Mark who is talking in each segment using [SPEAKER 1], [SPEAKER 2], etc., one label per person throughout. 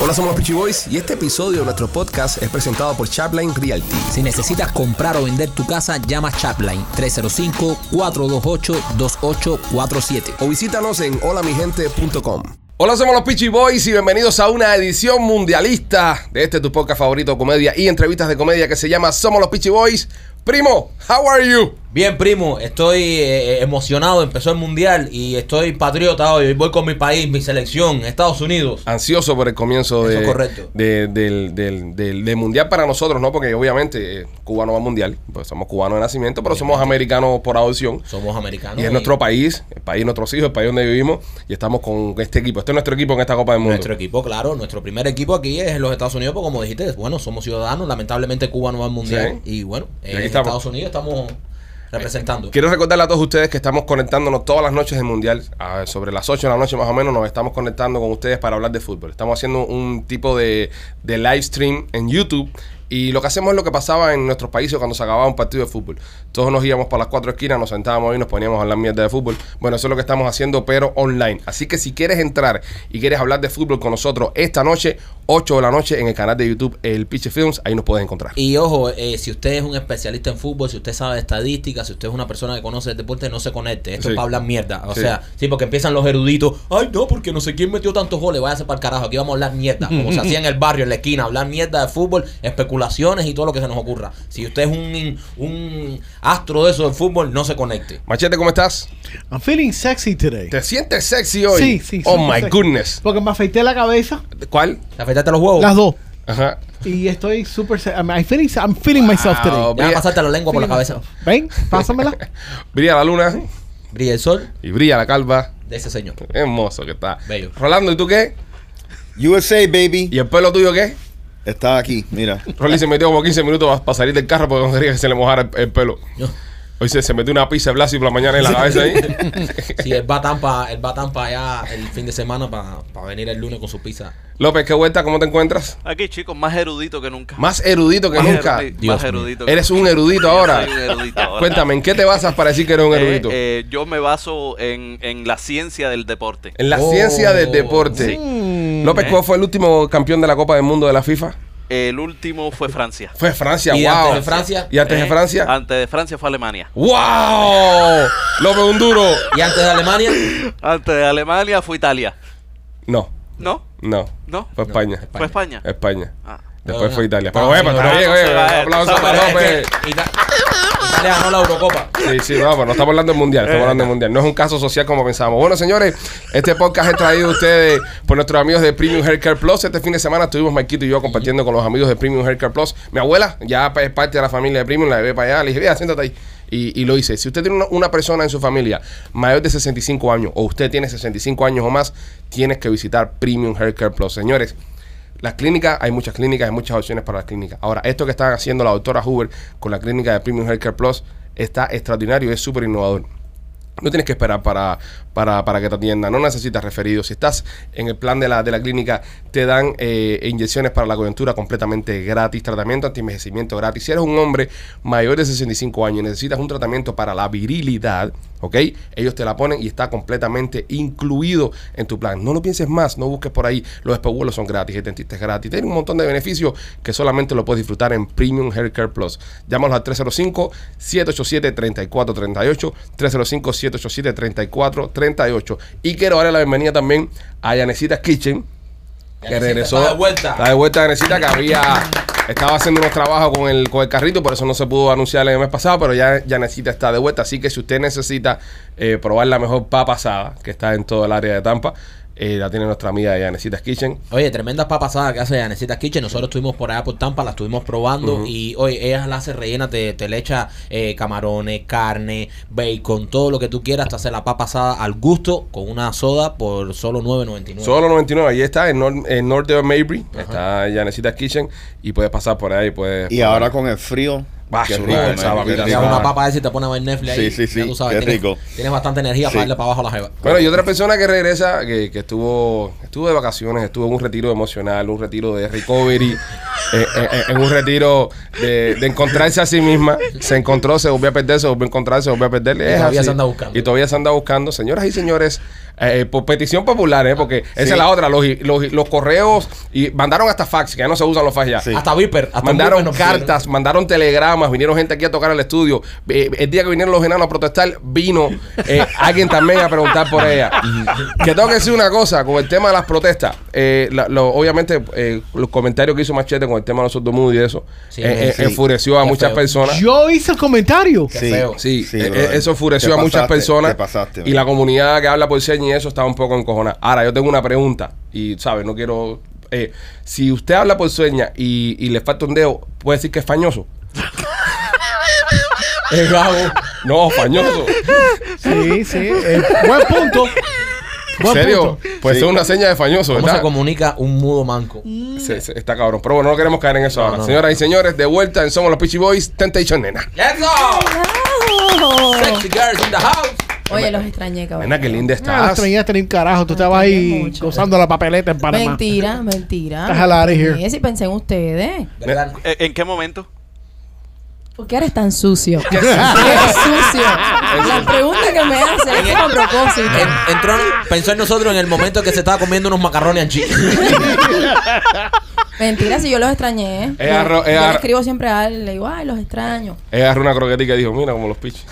[SPEAKER 1] Hola, somos los Peachy Boys y este episodio de nuestro podcast es presentado por Chapline Realty.
[SPEAKER 2] Si necesitas comprar o vender tu casa, llama Chapline 305-428-2847.
[SPEAKER 1] O visítanos en holamigente.com. Hola, somos los Peachy Boys y bienvenidos a una edición mundialista de este tu podcast favorito de comedia y entrevistas de comedia que se llama Somos los Peachy Boys. Primo, how are you?
[SPEAKER 3] Bien, primo, estoy eh, emocionado. Empezó el mundial y estoy patriota hoy. Voy con mi país, mi selección, Estados Unidos.
[SPEAKER 1] Ansioso por el comienzo
[SPEAKER 3] Eso
[SPEAKER 1] de,
[SPEAKER 3] es correcto.
[SPEAKER 1] de- del, del- del- del mundial para nosotros, ¿no? Porque obviamente eh, Cuba no va al mundial, pues somos cubanos de nacimiento, pero somos americanos por adopción.
[SPEAKER 3] Somos americanos.
[SPEAKER 1] Y es nuestro país, el país de nuestros hijos, el país donde vivimos y estamos con este equipo. Este es nuestro equipo en esta Copa del Mundo.
[SPEAKER 3] Nuestro equipo, claro, nuestro primer equipo aquí es en los Estados Unidos, porque como dijiste, bueno, somos ciudadanos, lamentablemente Cuba no va al mundial. Y bueno,
[SPEAKER 1] Y
[SPEAKER 3] eh,
[SPEAKER 1] aquí
[SPEAKER 3] en
[SPEAKER 1] estamos.
[SPEAKER 3] Estados Unidos estamos representando.
[SPEAKER 1] Quiero recordarle a todos ustedes que estamos conectándonos todas las noches del Mundial. a- sobre las 8 de la noche más o menos nos estamos conectando con ustedes para hablar de fútbol. Estamos haciendo un tipo de, de live stream en YouTube. Y lo que hacemos es lo que pasaba en nuestros países cuando se acababa un partido de fútbol. Todos nos íbamos para las cuatro esquinas, nos sentábamos y nos poníamos a hablar mierda de fútbol. Bueno, eso es lo que estamos haciendo, pero online. Así que si quieres entrar y quieres hablar de fútbol con nosotros esta noche, 8 de la noche, en el canal de YouTube El Piche Films, ahí nos puedes encontrar.
[SPEAKER 3] Y ojo, eh, si usted es un especialista en fútbol, si usted sabe de estadísticas, si usted es una persona que conoce el deporte, no se conecte. Esto
[SPEAKER 1] Sí.
[SPEAKER 3] es para hablar mierda. O
[SPEAKER 1] Sí.
[SPEAKER 3] sea, sí, porque empiezan los eruditos. Ay, no, porque no sé quién metió tantos goles. Váyase para el carajo. Aquí vamos a hablar mierda. Como se hacía en el barrio, en la esquina. Hablar mierda de fútbol, especulaciones y todo lo que se nos ocurra. Si usted es un, un astro de eso del fútbol, no se conecte.
[SPEAKER 1] Machete, ¿cómo estás?
[SPEAKER 4] I'm feeling sexy today.
[SPEAKER 1] ¿Te sientes sexy hoy?
[SPEAKER 4] Sí, sí.
[SPEAKER 1] Oh
[SPEAKER 4] sí,
[SPEAKER 1] my
[SPEAKER 4] sexy.
[SPEAKER 1] goodness. Oh.
[SPEAKER 4] Porque me afeité la cabeza,
[SPEAKER 1] ¿Cuál?
[SPEAKER 3] ¿Te afeitaste los huevos?
[SPEAKER 4] las dos.
[SPEAKER 1] Ajá.
[SPEAKER 4] Y estoy súper sexy. I'm, I'm feeling, I'm feeling myself
[SPEAKER 1] Wow.
[SPEAKER 4] today.
[SPEAKER 3] Ya pasaste la lengua por la cabeza.
[SPEAKER 4] Ven, pásamela.
[SPEAKER 1] Brilla la luna
[SPEAKER 3] Brilla el sol
[SPEAKER 1] y brilla la calva.
[SPEAKER 3] de ese señor.
[SPEAKER 1] Hermoso que está.
[SPEAKER 3] Bello.
[SPEAKER 1] Rolando, ¿y tú qué?
[SPEAKER 5] USA, baby.
[SPEAKER 1] ¿Y el pelo tuyo qué?
[SPEAKER 5] Está aquí, mira.
[SPEAKER 1] Rolly se metió como 15 minutos para salir del carro porque no quería que se le mojara el, el pelo. Hoy se, se metió una pizza de Blasio por la mañana en la cabeza ahí.
[SPEAKER 3] Sí, él va a Tampa, él va a Tampa allá el fin de semana para venir el lunes con su pizza.
[SPEAKER 1] López, ¿qué vuelta? ¿Cómo te encuentras?
[SPEAKER 6] Aquí, chicos, más erudito que nunca.
[SPEAKER 1] Más erudito que
[SPEAKER 6] Más
[SPEAKER 1] nunca.
[SPEAKER 6] erudi-
[SPEAKER 3] Dios
[SPEAKER 6] más
[SPEAKER 3] mío.
[SPEAKER 6] erudito. que
[SPEAKER 1] Eres
[SPEAKER 6] nunca.
[SPEAKER 1] un erudito
[SPEAKER 6] Yo
[SPEAKER 1] ahora.
[SPEAKER 6] soy un erudito ahora.
[SPEAKER 1] Cuéntame, ¿en qué te basas para decir que eres un
[SPEAKER 6] Eh,
[SPEAKER 1] erudito?
[SPEAKER 6] eh, yo me baso en, en la ciencia del deporte.
[SPEAKER 1] en la
[SPEAKER 3] oh,
[SPEAKER 1] ciencia del deporte.
[SPEAKER 6] sí.
[SPEAKER 1] López, ¿cuál fue el último campeón de la Copa del Mundo de la FIFA?
[SPEAKER 6] El último fue Francia.
[SPEAKER 1] Fue Francia,
[SPEAKER 3] ¿Y
[SPEAKER 1] wow.
[SPEAKER 3] antes de Francia?
[SPEAKER 1] ¿Y antes de
[SPEAKER 6] Eh,
[SPEAKER 1] Francia?
[SPEAKER 6] Antes de Francia fue Alemania.
[SPEAKER 1] ¡Wow! López, un duro.
[SPEAKER 3] Y antes de Alemania.
[SPEAKER 6] Antes de Alemania fue Italia.
[SPEAKER 1] No,
[SPEAKER 6] ¿No?
[SPEAKER 1] no.
[SPEAKER 6] ¿No?
[SPEAKER 1] Fue España.
[SPEAKER 6] ¿Fue España?
[SPEAKER 1] España.
[SPEAKER 6] Ah.
[SPEAKER 1] Después
[SPEAKER 3] No,
[SPEAKER 1] fue
[SPEAKER 3] no.
[SPEAKER 1] Italia.
[SPEAKER 3] No,
[SPEAKER 1] Pero bueno,
[SPEAKER 3] sí,
[SPEAKER 1] está
[SPEAKER 3] no,
[SPEAKER 1] bien,
[SPEAKER 6] no
[SPEAKER 1] oye,
[SPEAKER 6] se va,
[SPEAKER 1] un
[SPEAKER 6] eh,
[SPEAKER 1] aplauso
[SPEAKER 6] no se
[SPEAKER 1] para
[SPEAKER 6] va,
[SPEAKER 1] López.
[SPEAKER 3] Ita- Italia ganó la Eurocopa.
[SPEAKER 1] Sí, sí, no, pero no estamos hablando del mundial, estamos hablando del mundial. No es un caso social como pensábamos. Bueno, señores, este podcast es traído a ustedes por nuestros amigos de Premium Haircare Plus. Este fin de semana estuvimos Marquito y yo compartiendo con los amigos de Premium Haircare Plus. Mi abuela ya pa- es parte de la familia de Premium, la llevé para allá, le dije, vea, siéntate ahí. Y, y lo hice. Si usted tiene una, una persona en su familia mayor de 65 años o usted tiene 65 años o más, tienes que visitar Premium Haircare Plus. Señores, las clínicas, hay muchas clínicas, hay muchas opciones para las clínicas. Ahora, esto que están haciendo la doctora Huber con la clínica de Premium Healthcare Plus está extraordinario, es súper innovador. No tienes que esperar para, para, para que te atiendan, no necesitas referidos. Si estás en el plan de la, de la clínica, te dan eh, inyecciones para la coyuntura completamente gratis, tratamiento anti-envejecimiento gratis. Si eres un hombre mayor de 65 años y necesitas un tratamiento para la virilidad, ¿ok? Ellos te la ponen y está completamente incluido en tu plan. No lo pienses más, no busques por ahí. Los espejuelos son gratis, el dentista es gratis. Tienen un montón de beneficios que solamente lo puedes disfrutar en Premium Healthcare Plus. Llámalos al 305-787-3438, 305-787-3438. Y quiero darle la bienvenida también a Yanecita Kitchen, que
[SPEAKER 3] Yanesita
[SPEAKER 1] regresó.
[SPEAKER 3] está de vuelta.
[SPEAKER 1] Está de vuelta Yanecita, que había... Estaba haciendo unos trabajos con el, con el carrito, por eso no se pudo anunciar el mes pasado, pero ya Yanecita está de vuelta. Así que si usted necesita eh, probar la mejor papa asada, que está en todo el área de Tampa, eh, la tiene nuestra amiga Yanecita's Kitchen.
[SPEAKER 3] Oye, tremendas papas asadas que hace Janecita Kitchen. Nosotros estuvimos por allá por Tampa, las estuvimos probando. Y oye, ella la hace rellena, te, te le echa eh, camarones, carne, bacon, todo lo que tú quieras. Te hace la papa asada al gusto con una soda por solo $9.99.
[SPEAKER 1] Solo 99, ahí está, en, Nor- en North de Mabry, está Yanecita's Kitchen y puedes pasar por ahí. Puedes,
[SPEAKER 5] Y ahora con el frío.
[SPEAKER 1] Va,
[SPEAKER 5] qué
[SPEAKER 1] su
[SPEAKER 5] rico,
[SPEAKER 1] madre,
[SPEAKER 5] man,
[SPEAKER 1] esa
[SPEAKER 5] qué
[SPEAKER 1] papita
[SPEAKER 3] Te
[SPEAKER 5] rico.
[SPEAKER 3] hago
[SPEAKER 1] asada.
[SPEAKER 3] una papa a ver si te pone a ver Netflix ahí.
[SPEAKER 5] Sí, sí, sí,
[SPEAKER 3] Ya tú sabes,
[SPEAKER 5] qué
[SPEAKER 3] tienes,
[SPEAKER 5] rico.
[SPEAKER 3] Tienes bastante energía
[SPEAKER 5] Sí.
[SPEAKER 3] para darle para abajo a la jeva.
[SPEAKER 1] Bueno, y otra persona que regresa, que, que estuvo estuvo de vacaciones, estuvo en un retiro emocional, un retiro de recovery, eh, eh, eh, en un retiro de, de encontrarse a sí misma. Se encontró, se volvió a perder, se volvió a encontrar, se volvió a perder. Es
[SPEAKER 3] todavía
[SPEAKER 1] así.
[SPEAKER 3] se anda buscando.
[SPEAKER 1] Y todavía se anda buscando. Señoras y señores, eh, por petición popular, ¿eh? Porque esa
[SPEAKER 5] Sí.
[SPEAKER 1] es la otra. Los, los, los correos y mandaron hasta fax, que ya no se usan los fax ya.
[SPEAKER 5] Sí.
[SPEAKER 3] Hasta Viper. Hasta
[SPEAKER 1] mandaron
[SPEAKER 3] Viper nos pusieron.
[SPEAKER 1] cartas, mandaron telegramas, vinieron gente aquí a tocar al estudio. Eh, el día que vinieron los enanos a protestar, vino eh, alguien también a preguntar por ella. que tengo que decir una cosa con el tema de las protestas. Eh, la- lo- obviamente, eh, los comentarios que hizo Machete con el tema de los sordomudos y eso
[SPEAKER 3] Sí,
[SPEAKER 1] eh, eh,
[SPEAKER 5] sí.
[SPEAKER 1] enfureció a
[SPEAKER 3] Qué
[SPEAKER 1] muchas
[SPEAKER 3] feo.
[SPEAKER 1] personas.
[SPEAKER 4] Yo hice el comentario.
[SPEAKER 3] Qué feo.
[SPEAKER 1] Sí, eh,
[SPEAKER 5] brother.
[SPEAKER 1] eh, eso enfureció
[SPEAKER 5] Te
[SPEAKER 1] a muchas
[SPEAKER 5] pasaste,
[SPEAKER 1] personas
[SPEAKER 5] Te pasaste.
[SPEAKER 1] y la comunidad que habla por señas y eso estaba un poco encojonada. Ahora, yo tengo una pregunta y, ¿sabes? No quiero... eh, si usted habla por señas y, y le falta un dedo, ¿puede decir que es fañoso?
[SPEAKER 3] Es bravo.
[SPEAKER 1] No, fañoso.
[SPEAKER 4] Sí, sí. eh, buen punto.
[SPEAKER 1] ¿En
[SPEAKER 4] Buen
[SPEAKER 1] serio?
[SPEAKER 4] punto.
[SPEAKER 1] Pues
[SPEAKER 5] Sí.
[SPEAKER 1] es una seña de fañoso,
[SPEAKER 3] ¿Cómo se
[SPEAKER 1] ¿verdad?
[SPEAKER 3] comunica un mudo manco?
[SPEAKER 1] Se- se- está cabrón. Pero bueno, no queremos caer en eso ahora.
[SPEAKER 3] no, no.
[SPEAKER 1] Señoras y señores, de vuelta en Somos los Peachy Boys, Temptation Nena.
[SPEAKER 3] ¡Let's go! Sexy girls in the house.
[SPEAKER 7] Oye, los extrañé, cabrón.
[SPEAKER 1] Nena, qué linda
[SPEAKER 4] Ah, la
[SPEAKER 1] estás.
[SPEAKER 4] extrañé tenía un carajo. Tú
[SPEAKER 7] Ah,
[SPEAKER 4] estabas
[SPEAKER 7] también
[SPEAKER 4] ahí
[SPEAKER 7] mucho.
[SPEAKER 4] gozando la papeleta en Panamá.
[SPEAKER 7] Mentira, mentira.
[SPEAKER 4] The hell outta here.
[SPEAKER 7] Sí, Si pensé en ustedes.
[SPEAKER 3] ¿Verdad?
[SPEAKER 6] ¿En Eh, en qué momento?
[SPEAKER 7] ¿Por qué eres tan sucio? ¿Qué sucio? La pregunta que me hacen es a propósito.
[SPEAKER 3] En- entró, pensó en nosotros en el momento que se estaba comiendo unos macarrones en chile.
[SPEAKER 7] Mentira, si yo los extrañé. ¿eh?
[SPEAKER 1] Es arro-
[SPEAKER 7] Yo-
[SPEAKER 1] es
[SPEAKER 7] yo le
[SPEAKER 1] arro-
[SPEAKER 7] escribo siempre a él, le digo, ay, los extraño.
[SPEAKER 1] Ella agarró una croquetica y dijo, mira como los pichis.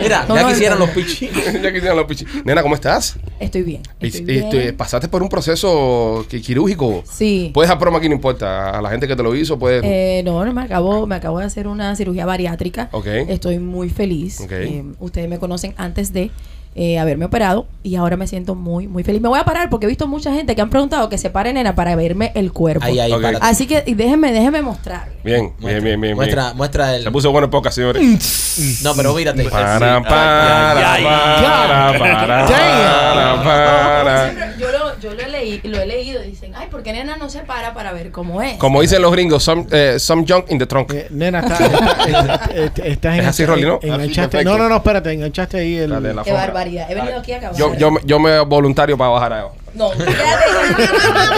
[SPEAKER 3] Mira,
[SPEAKER 7] No,
[SPEAKER 3] ya
[SPEAKER 7] no,
[SPEAKER 3] quisieran
[SPEAKER 7] no.
[SPEAKER 3] los pichis.
[SPEAKER 1] ya quisieran los pichis. Nena, ¿cómo estás?
[SPEAKER 7] Estoy bien.
[SPEAKER 1] Y-
[SPEAKER 7] Estoy
[SPEAKER 1] y-
[SPEAKER 7] bien.
[SPEAKER 1] te- pasaste por un proceso qui- quirúrgico.
[SPEAKER 7] Sí.
[SPEAKER 1] Puedes dar broma aquí, no importa. A la gente que te lo hizo, puedes...
[SPEAKER 7] Eh, no, no, me acabo, me acabo de hacer una cirugía bariátrica.
[SPEAKER 1] Ok.
[SPEAKER 7] Estoy muy feliz.
[SPEAKER 1] Ok.
[SPEAKER 7] Eh, ustedes me conocen antes de eh, haberme operado y ahora me siento muy, muy feliz. Me voy a parar porque he visto mucha gente que han preguntado que se pare, nena, para verme el cuerpo.
[SPEAKER 3] Ahí, ahí,
[SPEAKER 1] Ok.
[SPEAKER 3] párate.
[SPEAKER 7] Así que y déjenme, déjenme mostrar.
[SPEAKER 1] bien, bien, bien, bien,
[SPEAKER 3] Muestra,
[SPEAKER 1] bien.
[SPEAKER 3] muestra el.
[SPEAKER 1] Se puso bueno en poca,
[SPEAKER 7] Mm.
[SPEAKER 1] señores.
[SPEAKER 3] No, pero mírate.
[SPEAKER 1] Para, para,
[SPEAKER 6] Ay, ay,
[SPEAKER 1] para,
[SPEAKER 4] ay.
[SPEAKER 1] para,
[SPEAKER 4] Damn.
[SPEAKER 1] para, para.
[SPEAKER 7] Yo lo, yo lo, he leí- lo he leído. Dicen, ay, ¿por qué nena no se para para ver cómo es?
[SPEAKER 1] Como dicen los gringos, some, eh, some junk in the trunk.
[SPEAKER 4] Eh, nena, está- está- está- está- estás
[SPEAKER 1] Es así, Rolly, ¿no?
[SPEAKER 4] en- enganchaste.
[SPEAKER 5] Así,
[SPEAKER 4] No,
[SPEAKER 5] perfecto.
[SPEAKER 4] no, no, espérate, enganchaste ahí el.
[SPEAKER 1] Dale, la
[SPEAKER 7] Qué
[SPEAKER 1] foca.
[SPEAKER 7] barbaridad. He venido aquí a acabar.
[SPEAKER 1] Yo, yo, me- yo me voluntario para bajar a
[SPEAKER 7] No, quédate.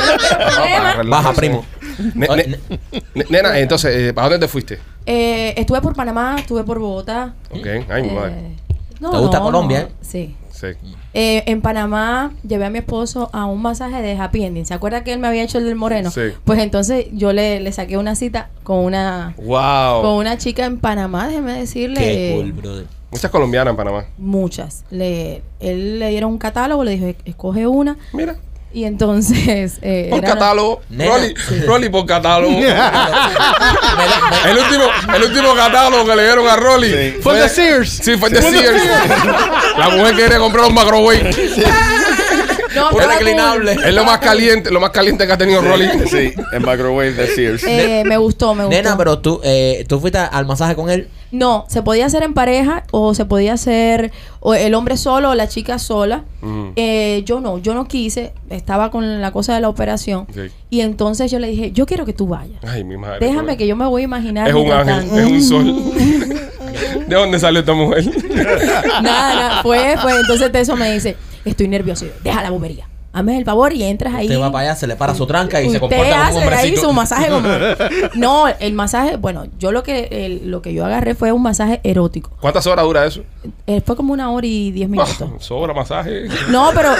[SPEAKER 1] para
[SPEAKER 7] Problema.
[SPEAKER 1] relajarse.
[SPEAKER 3] Baja, primo.
[SPEAKER 1] Ne-
[SPEAKER 3] Ay,
[SPEAKER 1] ne- ne- nena, entonces, eh, ¿para dónde te fuiste?
[SPEAKER 7] Eh, estuve por Panamá, estuve por Bogotá.
[SPEAKER 1] Ok, ay, mi madre.
[SPEAKER 7] Eh, no,
[SPEAKER 3] ¿Te gusta
[SPEAKER 7] no,
[SPEAKER 3] Colombia,
[SPEAKER 7] no,
[SPEAKER 3] eh?
[SPEAKER 7] Sí.
[SPEAKER 1] Sí.
[SPEAKER 7] Eh, en Panamá llevé a mi esposo a un masaje de happy ending. ¿Se acuerda que él me había hecho el del moreno?
[SPEAKER 1] Sí.
[SPEAKER 7] Pues entonces yo le, le saqué una cita con una con
[SPEAKER 1] ¡Wow!
[SPEAKER 7] una chica en Panamá, déjeme decirle.
[SPEAKER 3] Qué cool, brother.
[SPEAKER 1] Muchas colombianas en Panamá.
[SPEAKER 7] Muchas. Le, él le dieron un catálogo, le dijo, "E- escoge una.
[SPEAKER 1] Mira,
[SPEAKER 7] Y entonces. eh,
[SPEAKER 1] por
[SPEAKER 7] era-
[SPEAKER 1] catálogo.
[SPEAKER 3] Nena.
[SPEAKER 1] Rolly, Rolly por catálogo.
[SPEAKER 3] Me da- me-
[SPEAKER 1] El último, el último catálogo que le dieron a Rolly
[SPEAKER 5] Sí.
[SPEAKER 4] Fue el de Sears.
[SPEAKER 1] Sí, fue el de Sears. La mujer quería comprar un microwave.
[SPEAKER 7] No,
[SPEAKER 3] Un
[SPEAKER 7] estaba
[SPEAKER 3] reclinable.
[SPEAKER 7] cool.
[SPEAKER 1] Es lo más caliente, lo más caliente que ha tenido Rolly.
[SPEAKER 5] Sí, en microwave de Sears.
[SPEAKER 7] Eh, me gustó, me gustó.
[SPEAKER 3] Nena, pero tú, eh, tú fuiste al masaje con él.
[SPEAKER 7] No, se podía hacer en pareja o se podía hacer o el hombre solo o la chica sola.
[SPEAKER 1] Ujú.
[SPEAKER 7] Eh, yo no, yo no quise, estaba con la cosa de la operación.
[SPEAKER 1] Sí.
[SPEAKER 7] Y entonces yo le dije, yo quiero que tú vayas.
[SPEAKER 1] Ay, mi madre.
[SPEAKER 7] Déjame que yo me voy a imaginar.
[SPEAKER 1] Es un
[SPEAKER 7] mientras
[SPEAKER 1] ángel,
[SPEAKER 7] tanto".
[SPEAKER 1] es un sol. ¿De dónde salió esta mujer?
[SPEAKER 7] nada, nada, fue, fue. Entonces de eso me dice, estoy nervioso. Y Yo, Deja la bobería. Hazme el favor y entras ahí.
[SPEAKER 3] Te va para allá, se le para su tranca y se
[SPEAKER 7] Usted
[SPEAKER 3] comporta como un
[SPEAKER 7] hace ahí
[SPEAKER 3] hombrecito.
[SPEAKER 7] su masaje como... No, el masaje, bueno, yo lo que el- lo que yo agarré fue un masaje erótico.
[SPEAKER 1] ¿Cuántas horas dura eso?
[SPEAKER 7] Eh, fue como una hora y
[SPEAKER 1] Ah.
[SPEAKER 7] diez minutos.
[SPEAKER 1] Sobra masaje.
[SPEAKER 7] No, pero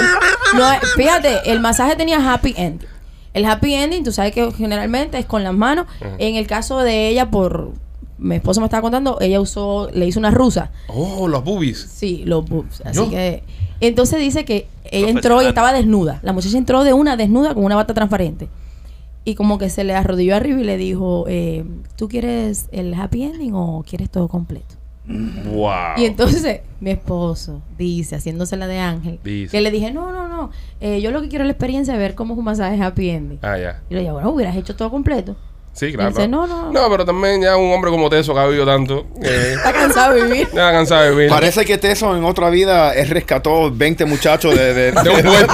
[SPEAKER 7] no, fíjate, el masaje tenía happy ending. El happy ending, tú sabes que generalmente es con las manos. En el caso de ella, por mi esposo me estaba contando, ella usó, le hizo una rusa.
[SPEAKER 1] Oh, los boobies.
[SPEAKER 7] Sí, los boobs. Así
[SPEAKER 1] ¿Yo?
[SPEAKER 7] que. Entonces dice que ella entró y
[SPEAKER 6] Profesional.
[SPEAKER 7] estaba desnuda. La muchacha entró de una desnuda con una bata transparente. Y como que se le arrodilló arriba y le dijo, eh, ¿tú quieres el happy ending o quieres todo completo?
[SPEAKER 1] Wow.
[SPEAKER 7] Y entonces mi esposo dice, haciéndosela de ángel,
[SPEAKER 1] Dice.
[SPEAKER 7] que le dije, no, no, no, eh, yo lo que quiero es la experiencia de ver cómo es un masaje happy ending.
[SPEAKER 1] Ah, ya.
[SPEAKER 7] Y le dije, bueno, hubieras hecho todo completo.
[SPEAKER 1] Sí, claro.
[SPEAKER 7] Dice, no, no.
[SPEAKER 1] No, pero también ya un hombre como Teso que ha vivido tanto. Eh,
[SPEAKER 7] Está cansado de vivir.
[SPEAKER 1] ya cansado de vivir.
[SPEAKER 5] Parece que Teso en otra vida él rescató 20 muchachos de, de,
[SPEAKER 1] De un puente.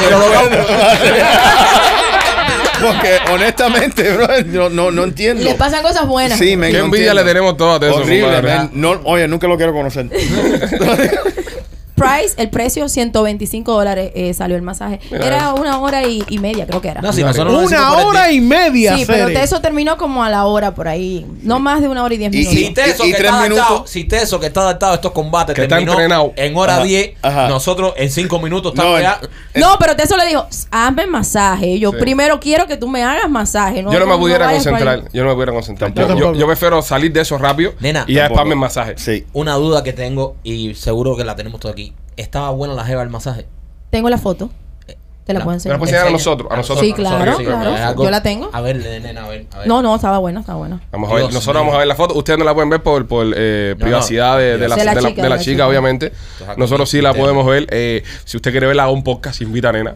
[SPEAKER 5] Porque honestamente, bro, no, no, no entiendo.
[SPEAKER 7] Le pasan cosas buenas.
[SPEAKER 5] Sí, me
[SPEAKER 1] Qué envidia le tenemos todos a Teso.
[SPEAKER 5] Horrible,
[SPEAKER 1] compadre.
[SPEAKER 5] man. No, oye, nunca lo quiero conocer.
[SPEAKER 7] price, el precio 125 dólares eh, salió el masaje.
[SPEAKER 1] Mira
[SPEAKER 7] era
[SPEAKER 1] eso.
[SPEAKER 7] una hora y, y media, creo que era.
[SPEAKER 3] No, si nosotros lo
[SPEAKER 4] Una
[SPEAKER 3] decimos por el
[SPEAKER 4] hora
[SPEAKER 3] día.
[SPEAKER 4] y media.
[SPEAKER 7] sí, pero
[SPEAKER 4] Cere.
[SPEAKER 7] eso terminó como a la hora por ahí. No más de una hora y diez
[SPEAKER 5] Y- eh,
[SPEAKER 7] minutos.
[SPEAKER 5] y-
[SPEAKER 3] Si Teso,
[SPEAKER 5] y
[SPEAKER 3] que
[SPEAKER 5] tres
[SPEAKER 3] está adaptado,
[SPEAKER 5] minutos.
[SPEAKER 3] si Teso, que está adaptado a estos combates,
[SPEAKER 1] Que está
[SPEAKER 3] terminó
[SPEAKER 1] entrenado.
[SPEAKER 3] en hora
[SPEAKER 5] Ajá,
[SPEAKER 3] 10,
[SPEAKER 5] ajá.
[SPEAKER 3] nosotros en 5 minutos estamos
[SPEAKER 5] No,
[SPEAKER 3] ya.
[SPEAKER 7] No, pero Teso le dijo, hazme masaje. Yo
[SPEAKER 1] Sí.
[SPEAKER 7] primero quiero que tú me hagas masaje.
[SPEAKER 1] yo no me pudiera
[SPEAKER 7] vayas por ahí.
[SPEAKER 1] concentrar. Yo no me pudiera concentrar.
[SPEAKER 4] Yo
[SPEAKER 1] Yo, yo,
[SPEAKER 4] tampoco.
[SPEAKER 1] yo prefiero salir de eso rápido
[SPEAKER 3] Nena,
[SPEAKER 1] y ya
[SPEAKER 5] Tampoco.
[SPEAKER 1] después el masaje.
[SPEAKER 5] Sí.
[SPEAKER 3] Una duda que tengo y seguro que la tenemos todos aquí. ¿Estaba buena la jeva del masaje?
[SPEAKER 7] Tengo la foto. Te la
[SPEAKER 3] No, pues,
[SPEAKER 7] puedo
[SPEAKER 1] Me la
[SPEAKER 7] enseñar.
[SPEAKER 1] puedes enseñar a pues nosotros.
[SPEAKER 3] Enseña.
[SPEAKER 1] A
[SPEAKER 3] Sí,
[SPEAKER 1] nosotros.
[SPEAKER 7] sí,
[SPEAKER 1] a
[SPEAKER 7] claro,
[SPEAKER 1] nosotros.
[SPEAKER 7] claro.
[SPEAKER 3] Es algo-
[SPEAKER 7] Yo la tengo.
[SPEAKER 3] A ver, nena, a ver. A ver.
[SPEAKER 7] No, no, estaba buena, estaba buena.
[SPEAKER 1] Vamos a ver,
[SPEAKER 3] Dios
[SPEAKER 1] nosotros
[SPEAKER 3] mío.
[SPEAKER 1] vamos a ver la foto. Ustedes no la pueden ver por, por eh,
[SPEAKER 3] No,
[SPEAKER 1] privacidad
[SPEAKER 3] no.
[SPEAKER 1] De, de la, de, la, de la chica, obviamente.
[SPEAKER 3] Entonces,
[SPEAKER 1] Nosotros sí la
[SPEAKER 3] aquí,
[SPEAKER 1] podemos ver. Eh, si usted quiere verla, haga un podcast, invita a nena.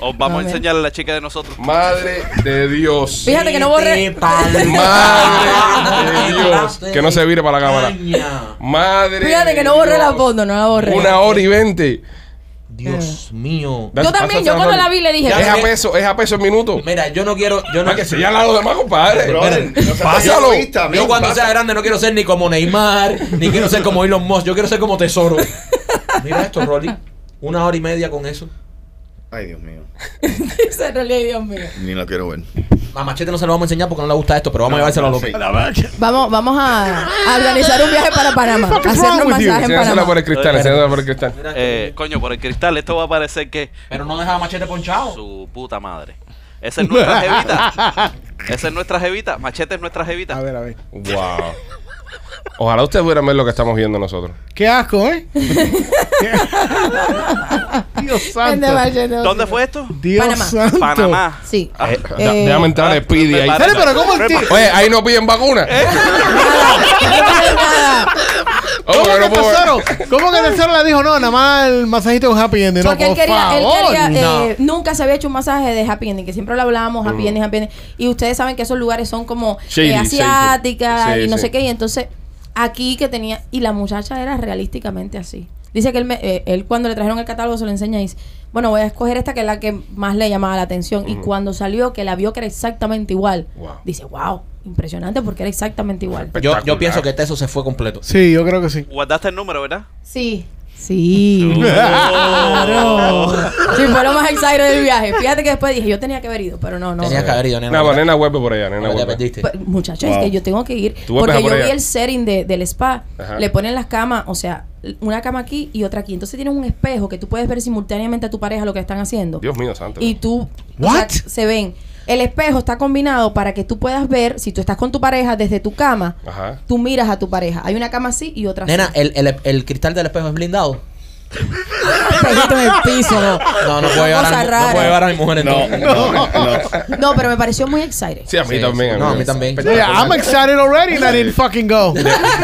[SPEAKER 6] Os vamos
[SPEAKER 7] A
[SPEAKER 6] a,
[SPEAKER 7] ver.
[SPEAKER 6] enseñar a la chica de nosotros.
[SPEAKER 1] Madre de Dios.
[SPEAKER 7] Fíjate que no borré-
[SPEAKER 3] Sí, padre.
[SPEAKER 1] Madre de Dios. Que no se vire para la cámara.
[SPEAKER 3] Caña.
[SPEAKER 1] Madre.
[SPEAKER 7] Fíjate que
[SPEAKER 1] de
[SPEAKER 7] no borré
[SPEAKER 1] Dios.
[SPEAKER 7] la foto, no la borré.
[SPEAKER 1] Una hora y veinte.
[SPEAKER 7] Eh.
[SPEAKER 3] Dios mío.
[SPEAKER 7] Yo también, yo cuando la vi le dije,
[SPEAKER 1] Es
[SPEAKER 3] Ya,
[SPEAKER 1] a peso, es a peso el minuto.
[SPEAKER 3] Mira, yo no quiero. Yo no
[SPEAKER 1] Hay que señalar a los demás, compadre.
[SPEAKER 5] Brother, no seas
[SPEAKER 1] Pásalo.
[SPEAKER 5] egoísta,
[SPEAKER 1] Yo
[SPEAKER 5] men,
[SPEAKER 3] Yo cuando
[SPEAKER 5] pasa.
[SPEAKER 3] sea grande no quiero ser ni como Neymar, ni quiero ser como Elon Musk, yo quiero ser como Tesoro. Mira esto, Rolly. Una hora y media con eso.
[SPEAKER 5] Ay, Dios mío.
[SPEAKER 7] se relía, Dios mío.
[SPEAKER 5] Ni la quiero ver.
[SPEAKER 3] A Machete no se lo vamos a enseñar porque no le gusta esto, pero vamos a llevárselo a López.
[SPEAKER 7] Vamos, vamos a, a organizar un viaje para Panamá.
[SPEAKER 4] fuck is
[SPEAKER 7] Hacer
[SPEAKER 4] wrong
[SPEAKER 7] un
[SPEAKER 4] with you?
[SPEAKER 7] masaje en
[SPEAKER 1] Enséñasela por
[SPEAKER 7] Panamá.
[SPEAKER 1] el cristal, enséñasela por el cristal.
[SPEAKER 6] Eh, coño, por el cristal, esto va a parecer que
[SPEAKER 3] Pero no deja a Machete ponchado.
[SPEAKER 6] su puta madre. Esa es nuestra jevita. Esa es nuestra jevita. Machete es nuestra jevita.
[SPEAKER 4] A ver, a ver.
[SPEAKER 1] Wow. Ojalá ustedes pudieran ver lo que estamos viendo nosotros.
[SPEAKER 4] Qué asco, ¿eh? Dios santo.
[SPEAKER 7] Vente, Machete,
[SPEAKER 6] ¿Dónde
[SPEAKER 7] Dios.
[SPEAKER 6] fue esto?
[SPEAKER 4] Dios
[SPEAKER 7] Panamá.
[SPEAKER 4] santo.
[SPEAKER 6] Panamá.
[SPEAKER 7] Sí.
[SPEAKER 1] Eh,
[SPEAKER 6] Ah,
[SPEAKER 1] da-
[SPEAKER 7] eh,
[SPEAKER 1] déjame entrar
[SPEAKER 6] ah,
[SPEAKER 1] al Speedy ahí.
[SPEAKER 6] prepárate.
[SPEAKER 4] Sale, pero ¿cómo el tío?
[SPEAKER 1] Oye, ahí no piden vacuna.
[SPEAKER 7] Eh,
[SPEAKER 4] ¿Cómo
[SPEAKER 1] Oh,
[SPEAKER 4] que
[SPEAKER 1] que no puedo ver.
[SPEAKER 4] Tesoro? ¿Cómo que Tesoro le dijo? No, nada más el masajito es un happy ending. No,
[SPEAKER 7] Porque él
[SPEAKER 4] por
[SPEAKER 7] quería, él
[SPEAKER 4] favor.
[SPEAKER 7] quería,
[SPEAKER 4] No.
[SPEAKER 7] eh, nunca se había hecho un masaje de happy ending, que siempre lo hablábamos, happy ending, happy ending. Y ustedes saben que esos lugares son como eh,
[SPEAKER 1] Mm. Shady,
[SPEAKER 7] asiáticas
[SPEAKER 1] shady. Sí,
[SPEAKER 7] y no
[SPEAKER 1] sí.
[SPEAKER 7] sé qué. Y entonces, aquí que tenía, y la muchacha era realísticamente así. Dice que él, me- eh, él cuando le trajeron el catálogo se lo enseña y dice, bueno, voy a escoger esta que es la que más le llamaba la atención. Y cuando salió, que la vio que era exactamente igual,
[SPEAKER 1] Wow.
[SPEAKER 7] dice, wow, impresionante porque era exactamente igual.
[SPEAKER 1] Perfecto.
[SPEAKER 3] Yo, yo pienso que Teso se fue completo.
[SPEAKER 4] Sí, yo creo que sí.
[SPEAKER 6] Guardaste el número, ¿verdad?
[SPEAKER 7] Sí. Sí. Claro. Sí, fue lo más excited del viaje. Fíjate que después dije, yo tenía que haber ido, pero no, no.
[SPEAKER 3] Tenías que haber ido, nena.
[SPEAKER 1] No, pero
[SPEAKER 3] Mira,
[SPEAKER 1] nena vuelve por allá, nena
[SPEAKER 3] Ahora te
[SPEAKER 1] vuelve.
[SPEAKER 3] perdiste.
[SPEAKER 7] Pero, Muchachos,
[SPEAKER 5] Wow.
[SPEAKER 7] es que yo tengo que ir.
[SPEAKER 1] Tú
[SPEAKER 7] porque
[SPEAKER 1] vuelves a
[SPEAKER 7] yo
[SPEAKER 1] por
[SPEAKER 7] vi
[SPEAKER 1] allá.
[SPEAKER 7] el setting de- del spa.
[SPEAKER 1] Ajá.
[SPEAKER 7] Le ponen las camas, o sea, una cama aquí y otra aquí. Entonces tienen un espejo que tú puedes ver simultáneamente a tu pareja lo que están haciendo.
[SPEAKER 1] Dios mío santo.
[SPEAKER 7] Y tú. o
[SPEAKER 4] What?
[SPEAKER 7] sea, se ven. El espejo está combinado para que tú puedas ver, si tú estás con tu pareja desde tu cama,
[SPEAKER 1] Ajá.
[SPEAKER 7] tú miras a tu pareja. Hay una cama así y otra
[SPEAKER 3] Nena, eh, el,
[SPEAKER 7] así.
[SPEAKER 3] el, el cristal del espejo es blindado.
[SPEAKER 7] Espejito en el piso, no.
[SPEAKER 3] No, no puedo llevar,
[SPEAKER 7] Cosa
[SPEAKER 3] a, mi- no
[SPEAKER 7] rara.
[SPEAKER 3] puedo llevar a mi mujer
[SPEAKER 5] No,
[SPEAKER 3] entonces.
[SPEAKER 5] no, no.
[SPEAKER 7] No, pero me pareció muy exciting.
[SPEAKER 1] Sí, a mí
[SPEAKER 3] Sí,
[SPEAKER 1] también.
[SPEAKER 3] sí. No, a mí también.
[SPEAKER 4] Yeah, I'm excited already and I didn't fucking go. Déjame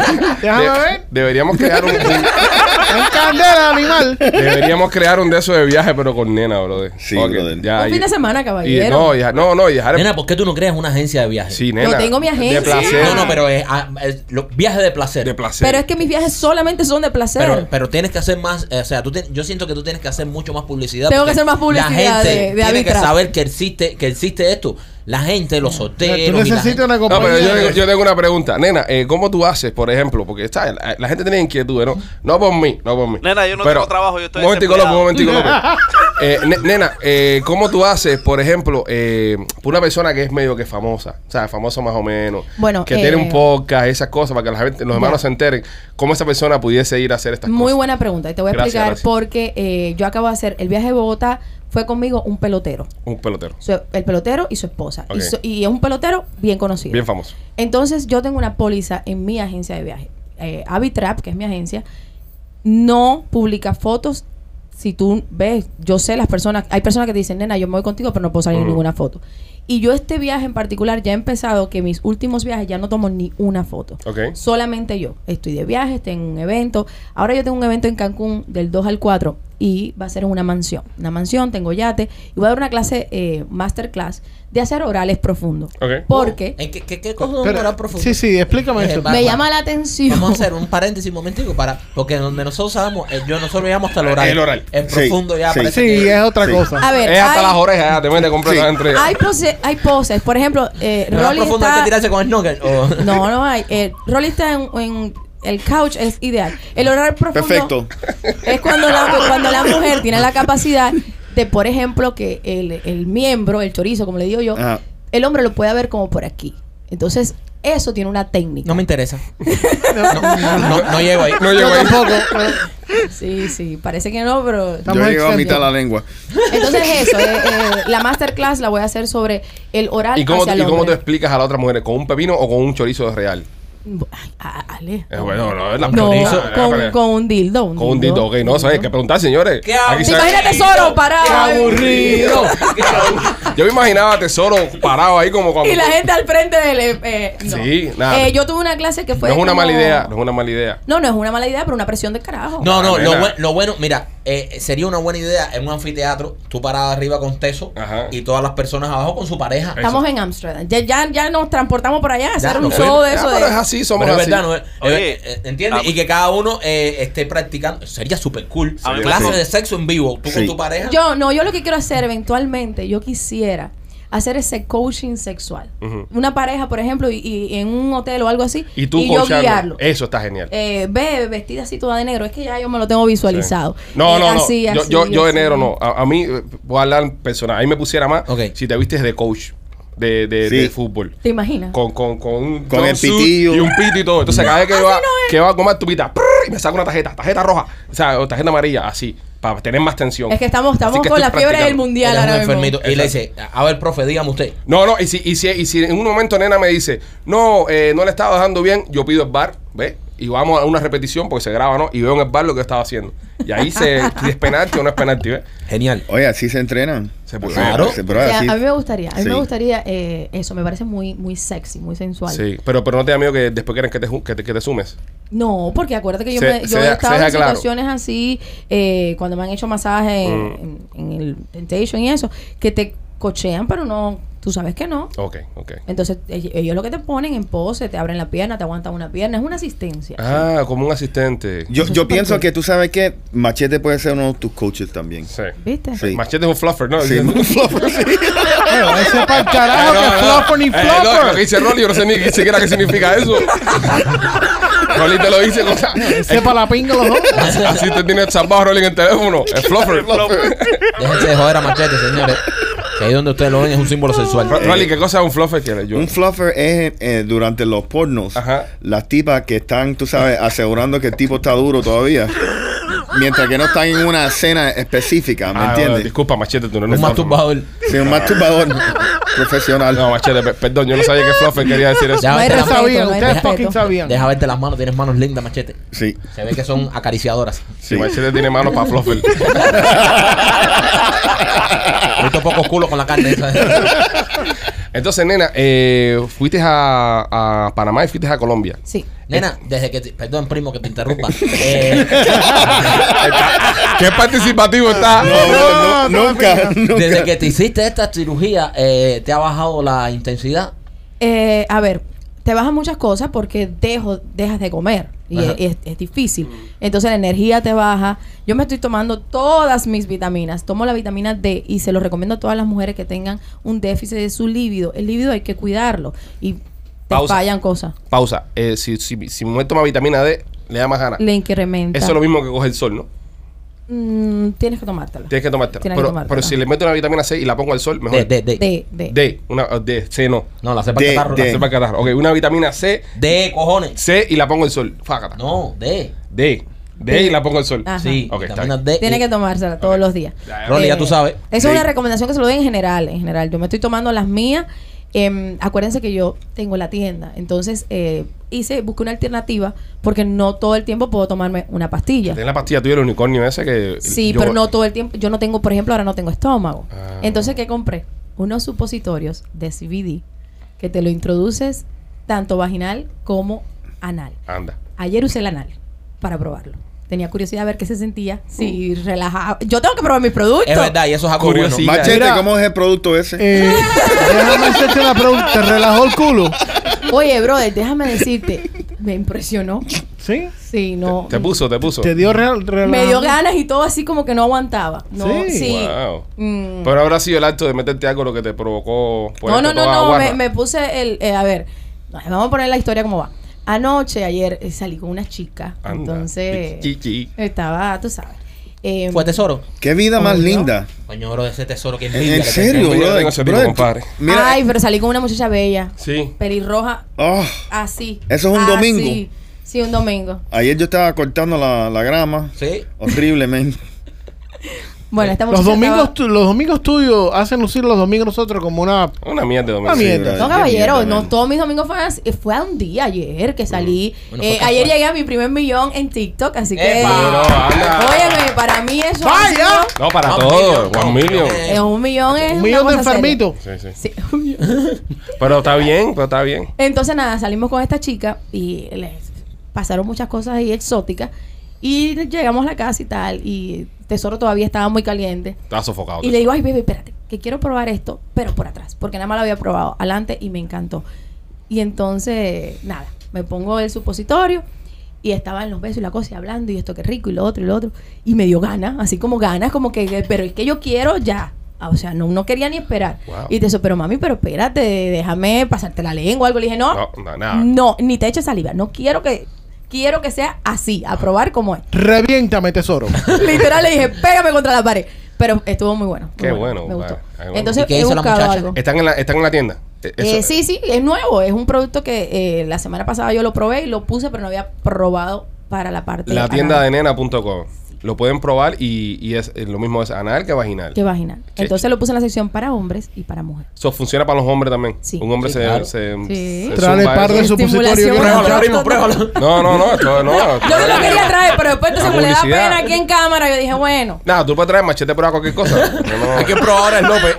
[SPEAKER 1] De-
[SPEAKER 7] ¿eh?
[SPEAKER 4] ver.
[SPEAKER 1] deberíamos crear un
[SPEAKER 4] En candela, animal.
[SPEAKER 1] deberíamos crear un de esos de viaje pero con nena, brother.
[SPEAKER 5] Sí,
[SPEAKER 1] Ok,
[SPEAKER 5] brother.
[SPEAKER 1] Ya,
[SPEAKER 7] Un
[SPEAKER 1] y-
[SPEAKER 7] fin de semana,
[SPEAKER 1] y,
[SPEAKER 7] caballero.
[SPEAKER 1] no, y- no, no, y dejar el-
[SPEAKER 3] Nena, ¿por qué tú no creas una agencia de viajes?
[SPEAKER 1] Sí, nena.
[SPEAKER 7] Yo tengo mi agencia.
[SPEAKER 1] De placer.
[SPEAKER 3] No, no, pero es, ah, es lo- viaje de placer.
[SPEAKER 1] de placer.
[SPEAKER 7] pero es que mis viajes solamente son de placer.
[SPEAKER 3] Pero, pero tienes que hacer más, eh, o sea, tú te- yo siento que tú tienes que hacer mucho más publicidad.
[SPEAKER 7] Tengo
[SPEAKER 3] porque
[SPEAKER 7] que hacer más publicidad
[SPEAKER 3] La gente
[SPEAKER 7] de- de
[SPEAKER 3] tiene que
[SPEAKER 7] Avitra.
[SPEAKER 3] saber que existe, que existe esto. La gente, los
[SPEAKER 4] Tú
[SPEAKER 3] solteros. y la gente-
[SPEAKER 4] necesitas una
[SPEAKER 1] No,
[SPEAKER 4] compañía.
[SPEAKER 1] pero yo, tengo- yo tengo una pregunta. Nena, eh, ¿cómo tú haces, por ejemplo? Porque está, la, la gente tiene inquietudes, ¿no? No por mí, no por mí.
[SPEAKER 6] Nena, yo no tengo trabajo, yo estoy
[SPEAKER 1] Un momentico, López, un
[SPEAKER 6] desempleado.
[SPEAKER 1] momentico, López. Eh, ne- nena, eh, ¿cómo tú haces, por ejemplo, eh, por una persona que es medio que famosa, o sea, famosa más o menos,
[SPEAKER 7] Bueno,
[SPEAKER 1] que
[SPEAKER 7] eh,
[SPEAKER 1] tiene un podcast, esas cosas, para que la gente, los demás
[SPEAKER 7] ya.
[SPEAKER 1] no se enteren, cómo esa persona pudiese ir a hacer estas
[SPEAKER 7] Muy
[SPEAKER 1] cosas?
[SPEAKER 7] buena pregunta. Y te voy a
[SPEAKER 1] Gracias,
[SPEAKER 7] explicar
[SPEAKER 1] gracias.
[SPEAKER 7] porque eh, yo acabo de hacer el viaje de Bogotá. Fue conmigo un pelotero.
[SPEAKER 1] Un pelotero,
[SPEAKER 7] Su- el pelotero y su esposa.
[SPEAKER 1] Ok.
[SPEAKER 7] Y, so- y es un pelotero bien conocido.
[SPEAKER 1] bien famoso.
[SPEAKER 7] Entonces yo tengo una póliza en mi agencia de viaje. Eh, Avitrap, que es mi agencia, no publica fotos. Si tú ves, yo sé las personas, hay personas que te dicen, nena, yo me voy contigo, pero no puedo salir en
[SPEAKER 1] Ujú.
[SPEAKER 7] ninguna foto. Y yo este viaje en particular ya he empezado que mis últimos viajes ya no tomo ni una foto.
[SPEAKER 1] Ok.
[SPEAKER 7] Solamente yo. Estoy de viaje, estoy en un evento. Ahora yo tengo un evento en Cancún del 2 al 4 y va a ser en una mansión. Una mansión, tengo yate y voy a dar una clase, eh, masterclass, de hacer orales profundos.
[SPEAKER 1] Ok.
[SPEAKER 7] Porque
[SPEAKER 3] ¿En qué, qué, qué cosa de un
[SPEAKER 4] Pero-
[SPEAKER 3] moral profundo?
[SPEAKER 4] sí, sí, explícame
[SPEAKER 3] Eh,
[SPEAKER 4] eso.
[SPEAKER 3] va-
[SPEAKER 7] me
[SPEAKER 3] Bárbara.
[SPEAKER 7] llama la atención.
[SPEAKER 3] Vamos a hacer un paréntesis un momentico para, porque donde nosotros sabemos, eh, yo nosotros llegamos hasta el oral.
[SPEAKER 1] El oral.
[SPEAKER 3] En
[SPEAKER 5] Sí,
[SPEAKER 3] profundo ya
[SPEAKER 5] sí.
[SPEAKER 3] parece
[SPEAKER 4] Sí,
[SPEAKER 3] que-
[SPEAKER 4] es otra
[SPEAKER 5] Sí.
[SPEAKER 4] cosa.
[SPEAKER 7] A ver,
[SPEAKER 1] Es hasta
[SPEAKER 7] hay,
[SPEAKER 1] las orejas, ya, te mete completamente.
[SPEAKER 7] hay, pose- hay poses. Por ejemplo, eh,
[SPEAKER 3] el oral
[SPEAKER 7] Rolly
[SPEAKER 3] profundo hay que
[SPEAKER 7] está...
[SPEAKER 3] tirarse con el nugget. o-
[SPEAKER 7] No, no hay. Eh, Rolly está en, en- el couch es ideal. El oral profundo
[SPEAKER 5] Perfecto.
[SPEAKER 7] es cuando la, cuando la mujer tiene la capacidad de, por ejemplo, que el, el miembro, el chorizo, como le digo yo,
[SPEAKER 5] Ajá.
[SPEAKER 7] el hombre lo puede ver como por aquí. Entonces, eso tiene una técnica.
[SPEAKER 3] No me interesa. No, no, no llego ahí.
[SPEAKER 1] No llego ahí.
[SPEAKER 4] Tampoco.
[SPEAKER 7] Sí, sí, parece que no,
[SPEAKER 5] Yo he
[SPEAKER 7] pero...
[SPEAKER 5] llegado a
[SPEAKER 4] extendiendo.
[SPEAKER 5] mitad de la lengua.
[SPEAKER 7] Entonces eso, eh, eh, la masterclass la voy a hacer sobre el oral
[SPEAKER 1] ¿Y cómo,
[SPEAKER 7] hacia
[SPEAKER 1] tú-
[SPEAKER 7] el
[SPEAKER 1] ¿Y cómo te
[SPEAKER 7] hombre.
[SPEAKER 1] explicas a la otra mujer? ¿Con un pepino o con un chorizo real?
[SPEAKER 7] Ay, a- Ale.
[SPEAKER 1] Eh, bueno, no, es la
[SPEAKER 7] No,
[SPEAKER 1] chorizo.
[SPEAKER 7] con, con un dildo. un
[SPEAKER 1] Con un dito, ok. No, ¿sabes? Hay que preguntar, señores.
[SPEAKER 3] Qué
[SPEAKER 1] Aquí se-
[SPEAKER 7] Sí, imagínate solo parado.
[SPEAKER 3] ¡Qué aburrido!
[SPEAKER 1] Yo me imaginaba a Tesoro parado ahí como cuando...
[SPEAKER 7] Y la gente al frente del... eh, eh, no.
[SPEAKER 1] Sí, nada.
[SPEAKER 7] Eh, yo tuve una clase que
[SPEAKER 1] No
[SPEAKER 7] fue...
[SPEAKER 1] es una
[SPEAKER 7] como-
[SPEAKER 1] mala idea, no es una mala idea.
[SPEAKER 7] No, no es una mala idea, pero una presión del carajo.
[SPEAKER 3] No, no, lo,
[SPEAKER 1] Nena.
[SPEAKER 3] buen- lo bueno, mira, eh, sería una buena idea en un anfiteatro, tú parada arriba con Teso
[SPEAKER 1] Ajá.
[SPEAKER 3] y todas las personas abajo con su pareja.
[SPEAKER 7] Estamos en Ámsterdam. Ya, ya, ya nos transportamos por allá a hacer
[SPEAKER 3] Ya,
[SPEAKER 7] un
[SPEAKER 3] lo
[SPEAKER 7] show de
[SPEAKER 1] Ah,
[SPEAKER 7] eso.
[SPEAKER 1] pero es
[SPEAKER 7] de-
[SPEAKER 1] así, somos
[SPEAKER 3] Pero es
[SPEAKER 1] así.
[SPEAKER 3] verdad, no es-
[SPEAKER 6] Oye, ah,
[SPEAKER 3] eh, eh, ¿entiendes?
[SPEAKER 6] a-
[SPEAKER 3] y que cada uno eh, esté practicando. Sería súper cool.
[SPEAKER 6] A mí me
[SPEAKER 3] Clase
[SPEAKER 6] pasó-
[SPEAKER 3] de sexo en vivo, tú con
[SPEAKER 5] Sí.
[SPEAKER 3] tu pareja.
[SPEAKER 7] Yo, no, yo lo que quiero hacer eventualmente, yo quisiera hacer ese coaching sexual.
[SPEAKER 1] Ujú.
[SPEAKER 7] Una pareja, por ejemplo, y, y en un hotel o algo así,
[SPEAKER 1] Y tú
[SPEAKER 7] yo
[SPEAKER 1] coachando.
[SPEAKER 7] guiarlo.
[SPEAKER 1] Eso está genial.
[SPEAKER 7] Eh, ve vestida así toda de negro, es que ya yo me lo tengo visualizado.
[SPEAKER 1] No,
[SPEAKER 7] Eh,
[SPEAKER 1] no, no.
[SPEAKER 7] así,
[SPEAKER 1] yo,
[SPEAKER 7] así,
[SPEAKER 1] yo, yo de
[SPEAKER 7] así.
[SPEAKER 1] negro no. A, a mí, eh, voy a hablar personal. Ahí me pusiera más
[SPEAKER 3] Ok.
[SPEAKER 1] si te vistes de coach de, de,
[SPEAKER 5] Sí.
[SPEAKER 1] de fútbol.
[SPEAKER 7] ¿Te imaginas?
[SPEAKER 1] Con, con, con un
[SPEAKER 5] Con el
[SPEAKER 1] suit
[SPEAKER 5] pitillo.
[SPEAKER 1] Y un pito y todo. Entonces, cada vez que, va,
[SPEAKER 7] Ah, no es.
[SPEAKER 1] que va a comer tu pita, prrr, y me saco una tarjeta, tarjeta roja, o sea, o tarjeta amarilla, así, para tener más tensión.
[SPEAKER 7] Es que estamos,
[SPEAKER 1] Así
[SPEAKER 7] estamos
[SPEAKER 1] que
[SPEAKER 7] con
[SPEAKER 1] estoy
[SPEAKER 7] la fiebre del
[SPEAKER 1] practicando.
[SPEAKER 7] mundial
[SPEAKER 3] Eres un
[SPEAKER 7] ahora mismo.
[SPEAKER 3] enfermito. Y le dice, a ver, profe, dígame usted.
[SPEAKER 1] No, no, y si, y, si, y si en un momento nena me dice, no, eh, no le estaba dejando bien, yo pido el bar, ¿ves? Y vamos a una repetición porque se graba, ¿no? Y veo en el bar lo que estaba haciendo. Y ahí se, si es penalti o no es penalti, ¿ves?
[SPEAKER 3] Genial.
[SPEAKER 5] Oye, así se entrenan.
[SPEAKER 1] Se puede.
[SPEAKER 3] Claro.
[SPEAKER 5] Se,
[SPEAKER 7] O
[SPEAKER 5] pero
[SPEAKER 7] sea,
[SPEAKER 5] así-
[SPEAKER 7] Eh, a mí me gustaría, a mí
[SPEAKER 5] Sí.
[SPEAKER 7] me gustaría eh, eso, me parece muy, muy sexy, muy sensual.
[SPEAKER 1] Sí, pero, pero no te da miedo que después quieren que te, ju- que te, que te sumes.
[SPEAKER 7] No, porque acuérdate que yo,
[SPEAKER 1] Se-
[SPEAKER 7] me, yo
[SPEAKER 1] se
[SPEAKER 7] he
[SPEAKER 1] deja-
[SPEAKER 7] estado
[SPEAKER 1] se deja
[SPEAKER 7] en
[SPEAKER 1] claro.
[SPEAKER 7] situaciones así, eh, cuando me han hecho masaje en,
[SPEAKER 1] Mm.
[SPEAKER 7] en- en el Temptation y eso, que te cochean, pero no, tú sabes que no.
[SPEAKER 1] Ok, ok.
[SPEAKER 7] Entonces, ell- ellos lo que te ponen en pose, te abren la pierna, te aguantan una pierna, es una asistencia.
[SPEAKER 1] Ah, como un asistente.
[SPEAKER 5] Yo,
[SPEAKER 7] Eso es
[SPEAKER 5] yo
[SPEAKER 7] parte
[SPEAKER 5] pienso
[SPEAKER 7] de-
[SPEAKER 5] que tú sabes que Machete puede ser uno de tus coaches también. Sí.
[SPEAKER 1] Sí.
[SPEAKER 7] ¿Viste?
[SPEAKER 5] Sí.
[SPEAKER 1] Machete es un fluffer, ¿no?
[SPEAKER 5] Sí,
[SPEAKER 1] Eh,
[SPEAKER 5] muy flopper, sí.
[SPEAKER 4] Pero ese es para el
[SPEAKER 1] no,
[SPEAKER 4] carajo que
[SPEAKER 1] no.
[SPEAKER 4] flopper ni
[SPEAKER 1] Eh, no, lo que
[SPEAKER 4] flopper.
[SPEAKER 1] dice Rolly, yo no sé ni siquiera qué significa eso. Rolly te lo dice con...
[SPEAKER 4] Ese es para la pinga los dos.
[SPEAKER 1] Así te tiene salvado Rolly en el teléfono. El fluffer.
[SPEAKER 3] Déjense de joder a machete, señores. Que ahí donde ustedes lo ven es un símbolo sexual.
[SPEAKER 1] Ro- Rolly, ¿qué cosa es un fluffer? que Yo,
[SPEAKER 5] Un fluffer es eh, durante los pornos
[SPEAKER 1] Ajá.
[SPEAKER 5] las tipas que están, tú sabes, asegurando que el tipo está duro todavía. Mientras que no están en una escena específica, ¿me
[SPEAKER 1] Ah,
[SPEAKER 5] entiendes?
[SPEAKER 1] disculpa, Machete, tú no
[SPEAKER 3] Un
[SPEAKER 1] eres fluffer.
[SPEAKER 3] masturbador.
[SPEAKER 5] Sí, un masturbador profesional.
[SPEAKER 1] No, Machete, pe- perdón, yo no sabía que fluffer quería decir eso.
[SPEAKER 3] Ya.
[SPEAKER 7] No hay
[SPEAKER 3] Ustedes
[SPEAKER 4] Ustedes
[SPEAKER 7] respeto,
[SPEAKER 4] sabían,
[SPEAKER 7] no hay
[SPEAKER 4] ustedes
[SPEAKER 7] respeto.
[SPEAKER 4] fucking sabían.
[SPEAKER 3] Deja verte las manos, tienes manos lindas, machete.
[SPEAKER 5] Sí,
[SPEAKER 3] Se ve que son acariciadoras.
[SPEAKER 1] Sí,
[SPEAKER 5] sí.
[SPEAKER 1] Machete tiene manos para fluffer.
[SPEAKER 3] He visto pocos culos con la carne esa.
[SPEAKER 1] Entonces, nena, eh, fuiste a, a Panamá y fuiste a Colombia.
[SPEAKER 7] Sí.
[SPEAKER 3] Nena, desde que... te- perdón, primo, que te interrumpa. Eh,
[SPEAKER 1] Qué participativo está.
[SPEAKER 5] No, no, no, nunca, nunca.
[SPEAKER 3] desde que te hiciste esta cirugía, eh, ¿te ha bajado la intensidad?
[SPEAKER 7] Eh, a ver, te bajan muchas cosas porque dejo, dejas de comer y
[SPEAKER 3] Ajá.
[SPEAKER 7] es, es- es difícil. Entonces la energía te baja. Yo me estoy tomando todas mis vitaminas. Tomo la vitamina D y se lo recomiendo a todas las mujeres que tengan un déficit de su líbido. El líbido hay que cuidarlo y te
[SPEAKER 1] Pausa.
[SPEAKER 7] fallan cosas.
[SPEAKER 1] Pausa. Eh, si, si, si me toma vitamina D, le da más ganas.
[SPEAKER 7] Le incrementa.
[SPEAKER 1] Eso es lo mismo que coge el sol, ¿no?
[SPEAKER 7] Mm, tienes que tomártelo.
[SPEAKER 1] Tienes que tomártela.
[SPEAKER 7] Tienes que
[SPEAKER 1] pero,
[SPEAKER 7] tomártela.
[SPEAKER 1] pero si le meto una vitamina C y la pongo al sol, mejor.
[SPEAKER 3] De, de, de.
[SPEAKER 7] D, D.
[SPEAKER 1] D, una eh, D, C no.
[SPEAKER 3] No, la cepa
[SPEAKER 5] De-
[SPEAKER 3] catarro. la
[SPEAKER 5] de-
[SPEAKER 1] Sepa catar. Ok, una vitamina C,
[SPEAKER 3] cepa- De, cojones.
[SPEAKER 1] C y la pongo al sol. Fácata.
[SPEAKER 3] No, de.
[SPEAKER 1] D, D y la pongo al sol.
[SPEAKER 7] Ajá.
[SPEAKER 3] Sí,
[SPEAKER 1] Ok, está
[SPEAKER 3] vitaminas
[SPEAKER 1] bien.
[SPEAKER 3] D.
[SPEAKER 7] Tiene
[SPEAKER 3] y-
[SPEAKER 7] que tomársela todos los días. Eh,
[SPEAKER 3] Rolly, ya tú sabes.
[SPEAKER 7] Esa
[SPEAKER 5] Sí.
[SPEAKER 7] es una recomendación que se lo doy en general, en general. Yo me estoy tomando las mías. Em, acuérdense que yo tengo la tienda. Entonces, eh, hice, busqué una alternativa porque no todo el tiempo puedo tomarme una pastilla.
[SPEAKER 1] Tienes la pastilla tuya del unicornio ese que.
[SPEAKER 7] Sí,
[SPEAKER 1] yo-
[SPEAKER 7] pero no todo el tiempo. Yo no tengo, por ejemplo, ahora no tengo estómago.
[SPEAKER 1] Ah.
[SPEAKER 7] Entonces, ¿qué compré? Unos supositorios de CBD que te lo introduces tanto vaginal como anal.
[SPEAKER 1] Anda.
[SPEAKER 7] Ayer usé el anal para probarlo. Tenía curiosidad a ver qué se sentía, si relajaba. Yo tengo que probar mis productos.
[SPEAKER 3] Es verdad, y eso es algo bueno.
[SPEAKER 1] Curiosidad.
[SPEAKER 5] Machete,
[SPEAKER 4] Mira.
[SPEAKER 5] ¿cómo es el producto ese?
[SPEAKER 4] Eh, déjame hacerte una pregunta. ¿Te relajó el culo?
[SPEAKER 7] Oye, brother, déjame decirte, me impresionó.
[SPEAKER 4] ¿Sí?
[SPEAKER 7] Sí, no.
[SPEAKER 1] Te puso, te puso.
[SPEAKER 4] ¿Te dio re- relajo?
[SPEAKER 7] me dio ganas y todo así como que no aguantaba. No, sí.
[SPEAKER 4] Sí.
[SPEAKER 1] Wow. Pues,
[SPEAKER 7] Mm.
[SPEAKER 1] Pero habrá sido el acto de meterte algo lo que te provocó.
[SPEAKER 7] no,
[SPEAKER 1] ponerte
[SPEAKER 7] no, no,
[SPEAKER 1] toda
[SPEAKER 7] no,
[SPEAKER 1] guarra.
[SPEAKER 7] me, me puse el... eh, a ver, vamos a poner la historia como va. Anoche, ayer, eh, salí con una chica.
[SPEAKER 1] Anda.
[SPEAKER 7] Entonces,
[SPEAKER 1] Chichi.
[SPEAKER 7] estaba, tú sabes. eh,
[SPEAKER 3] ¿Fue tesoro?
[SPEAKER 5] Qué vida más linda.
[SPEAKER 3] Coño, bro, ese tesoro que
[SPEAKER 5] En,
[SPEAKER 3] envidia
[SPEAKER 5] en
[SPEAKER 3] que
[SPEAKER 5] serio,
[SPEAKER 3] tengo.
[SPEAKER 1] Yo
[SPEAKER 5] bro.
[SPEAKER 1] tengo ese tipo,
[SPEAKER 5] Bro, tú-
[SPEAKER 1] compadre.
[SPEAKER 5] Mira.
[SPEAKER 3] eh.
[SPEAKER 7] Ay, pero salí con una muchacha bella.
[SPEAKER 1] Sí.
[SPEAKER 7] Pelirroja,
[SPEAKER 5] oh,
[SPEAKER 7] así.
[SPEAKER 5] Eso es un
[SPEAKER 7] así.
[SPEAKER 5] domingo.
[SPEAKER 7] Ah, Sí, un domingo.
[SPEAKER 5] ayer yo estaba cortando la, la grama.
[SPEAKER 3] Sí.
[SPEAKER 5] Horriblemente.
[SPEAKER 7] Bueno, esta muchacha
[SPEAKER 4] Los domingos,
[SPEAKER 7] estaba-
[SPEAKER 4] tu- los domingos tuyos hacen lucir los domingos nosotros como una.
[SPEAKER 1] Una mierda,
[SPEAKER 4] Una
[SPEAKER 1] Domingo.
[SPEAKER 4] mierda.
[SPEAKER 5] bro.
[SPEAKER 7] No, caballero,
[SPEAKER 5] Mierda,
[SPEAKER 7] no
[SPEAKER 5] man.
[SPEAKER 7] todos mis domingos fueron así. Fue a un día ayer que salí.
[SPEAKER 3] Bueno,
[SPEAKER 7] Eh,
[SPEAKER 3] fue casual.
[SPEAKER 7] ayer llegué a mi primer millón en TikTok, así que.
[SPEAKER 3] ¡Epa!
[SPEAKER 1] No, no, anda.
[SPEAKER 7] Óyeme, para mí eso.
[SPEAKER 4] ¡Vaya!
[SPEAKER 7] ha sido-
[SPEAKER 1] No, para
[SPEAKER 3] One
[SPEAKER 1] todo.
[SPEAKER 3] million, no,
[SPEAKER 1] One million.
[SPEAKER 3] eh.
[SPEAKER 7] eh, un millón es.
[SPEAKER 4] Un
[SPEAKER 7] una
[SPEAKER 4] millón de
[SPEAKER 7] cosa seria.
[SPEAKER 4] enfermitos.
[SPEAKER 1] Sí, sí.
[SPEAKER 7] Sí, un millón.
[SPEAKER 1] Pero está bien, pero está bien.
[SPEAKER 7] Entonces, nada, salimos con esta chica y les pasaron muchas cosas ahí exóticas. Y llegamos a la casa y tal. Y Tesoro todavía estaba muy caliente.
[SPEAKER 1] Está sofocado.
[SPEAKER 7] Y le digo, ay, bebé, espérate, que quiero probar esto, pero por atrás, porque nada más lo había probado adelante y me encantó. Y entonces, nada, me pongo el supositorio y estaba en los besos y la cosa y hablando y esto que rico y lo otro y lo otro. Y me dio ganas, así como ganas, como que, que, pero es que yo quiero ya. Ah, O sea, no, no quería ni esperar.
[SPEAKER 1] Wow.
[SPEAKER 7] Y te eso, pero mami, pero espérate, déjame pasarte la lengua o algo. Le dije, no,
[SPEAKER 1] No,
[SPEAKER 7] no,
[SPEAKER 1] no, nada.
[SPEAKER 7] ni te eches saliva, no quiero que, quiero que sea así, a probar como es.
[SPEAKER 4] Reviéntame, tesoro.
[SPEAKER 7] Literal le dije, pégame contra la pared. Pero estuvo muy bueno. muy
[SPEAKER 1] Qué bueno,
[SPEAKER 7] Me
[SPEAKER 1] vale.
[SPEAKER 7] gustó.
[SPEAKER 1] Ay, bueno.
[SPEAKER 7] Entonces
[SPEAKER 3] ¿Y qué
[SPEAKER 7] he
[SPEAKER 3] hizo la
[SPEAKER 7] buscado
[SPEAKER 3] muchacha?
[SPEAKER 7] algo.
[SPEAKER 1] Están en la, están en la tienda. Eh,
[SPEAKER 7] Eh,
[SPEAKER 1] eso-
[SPEAKER 7] sí, sí, es nuevo. Es un producto que eh, la semana pasada yo lo probé y lo puse, pero no había probado para la parte
[SPEAKER 1] La tienda
[SPEAKER 7] anal.
[SPEAKER 1] de nena.com. Lo pueden probar y, y es eh, lo mismo es anal que vaginal.
[SPEAKER 7] Que vagina.
[SPEAKER 1] Sí.
[SPEAKER 7] Entonces lo puse en la sección para hombres y para mujeres.
[SPEAKER 1] Eso funciona para los hombres también.
[SPEAKER 7] Sí.
[SPEAKER 1] Un hombre
[SPEAKER 3] Sí,
[SPEAKER 1] se,
[SPEAKER 3] claro.
[SPEAKER 1] se,
[SPEAKER 7] Sí.
[SPEAKER 1] se
[SPEAKER 4] Trae
[SPEAKER 1] zumba
[SPEAKER 4] par de
[SPEAKER 1] eso.
[SPEAKER 4] su- supositorio que
[SPEAKER 7] Estimulación.
[SPEAKER 3] Pruébalo, primo,
[SPEAKER 4] Pruébalo,
[SPEAKER 3] pruébalo.
[SPEAKER 1] No, no, no, esto no.
[SPEAKER 7] Yo no lo quería traer, pero después
[SPEAKER 1] La
[SPEAKER 7] entonces como le da
[SPEAKER 1] publicidad.
[SPEAKER 7] pena aquí en cámara, yo dije, bueno.
[SPEAKER 1] Nada, tú puedes traer machete para cualquier cosa. No, no.
[SPEAKER 3] Hay que probar el López.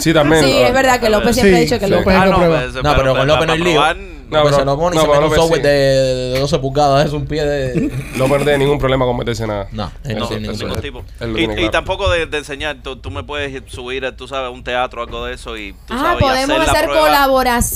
[SPEAKER 1] Sí, también.
[SPEAKER 7] Sí, es verdad que López siempre ha dicho que
[SPEAKER 4] sí.
[SPEAKER 7] López.
[SPEAKER 4] López. no prueba.
[SPEAKER 6] pues,
[SPEAKER 3] No, pero con López no hay lío.
[SPEAKER 6] probar-
[SPEAKER 1] No,
[SPEAKER 3] López
[SPEAKER 1] pero-
[SPEAKER 3] se lo pone y
[SPEAKER 1] no,
[SPEAKER 3] se
[SPEAKER 1] pero
[SPEAKER 3] mete un
[SPEAKER 1] López
[SPEAKER 3] software
[SPEAKER 1] sí.
[SPEAKER 3] de, de 12 pulgadas. Es un pie de...
[SPEAKER 1] No perder ningún problema con meterse nada.
[SPEAKER 3] No, eh, no
[SPEAKER 6] No,
[SPEAKER 3] tiene
[SPEAKER 6] ningún
[SPEAKER 3] ningún
[SPEAKER 6] tipo.
[SPEAKER 1] él lo
[SPEAKER 6] Y,
[SPEAKER 1] tiene
[SPEAKER 6] y
[SPEAKER 1] claro.
[SPEAKER 6] tampoco de, de enseñar. Tú, tú me puedes subir, a, tú sabes, a un teatro o algo de eso y tú
[SPEAKER 7] Ah,
[SPEAKER 6] sabes, y
[SPEAKER 7] podemos
[SPEAKER 6] la
[SPEAKER 7] hacer
[SPEAKER 6] prueba.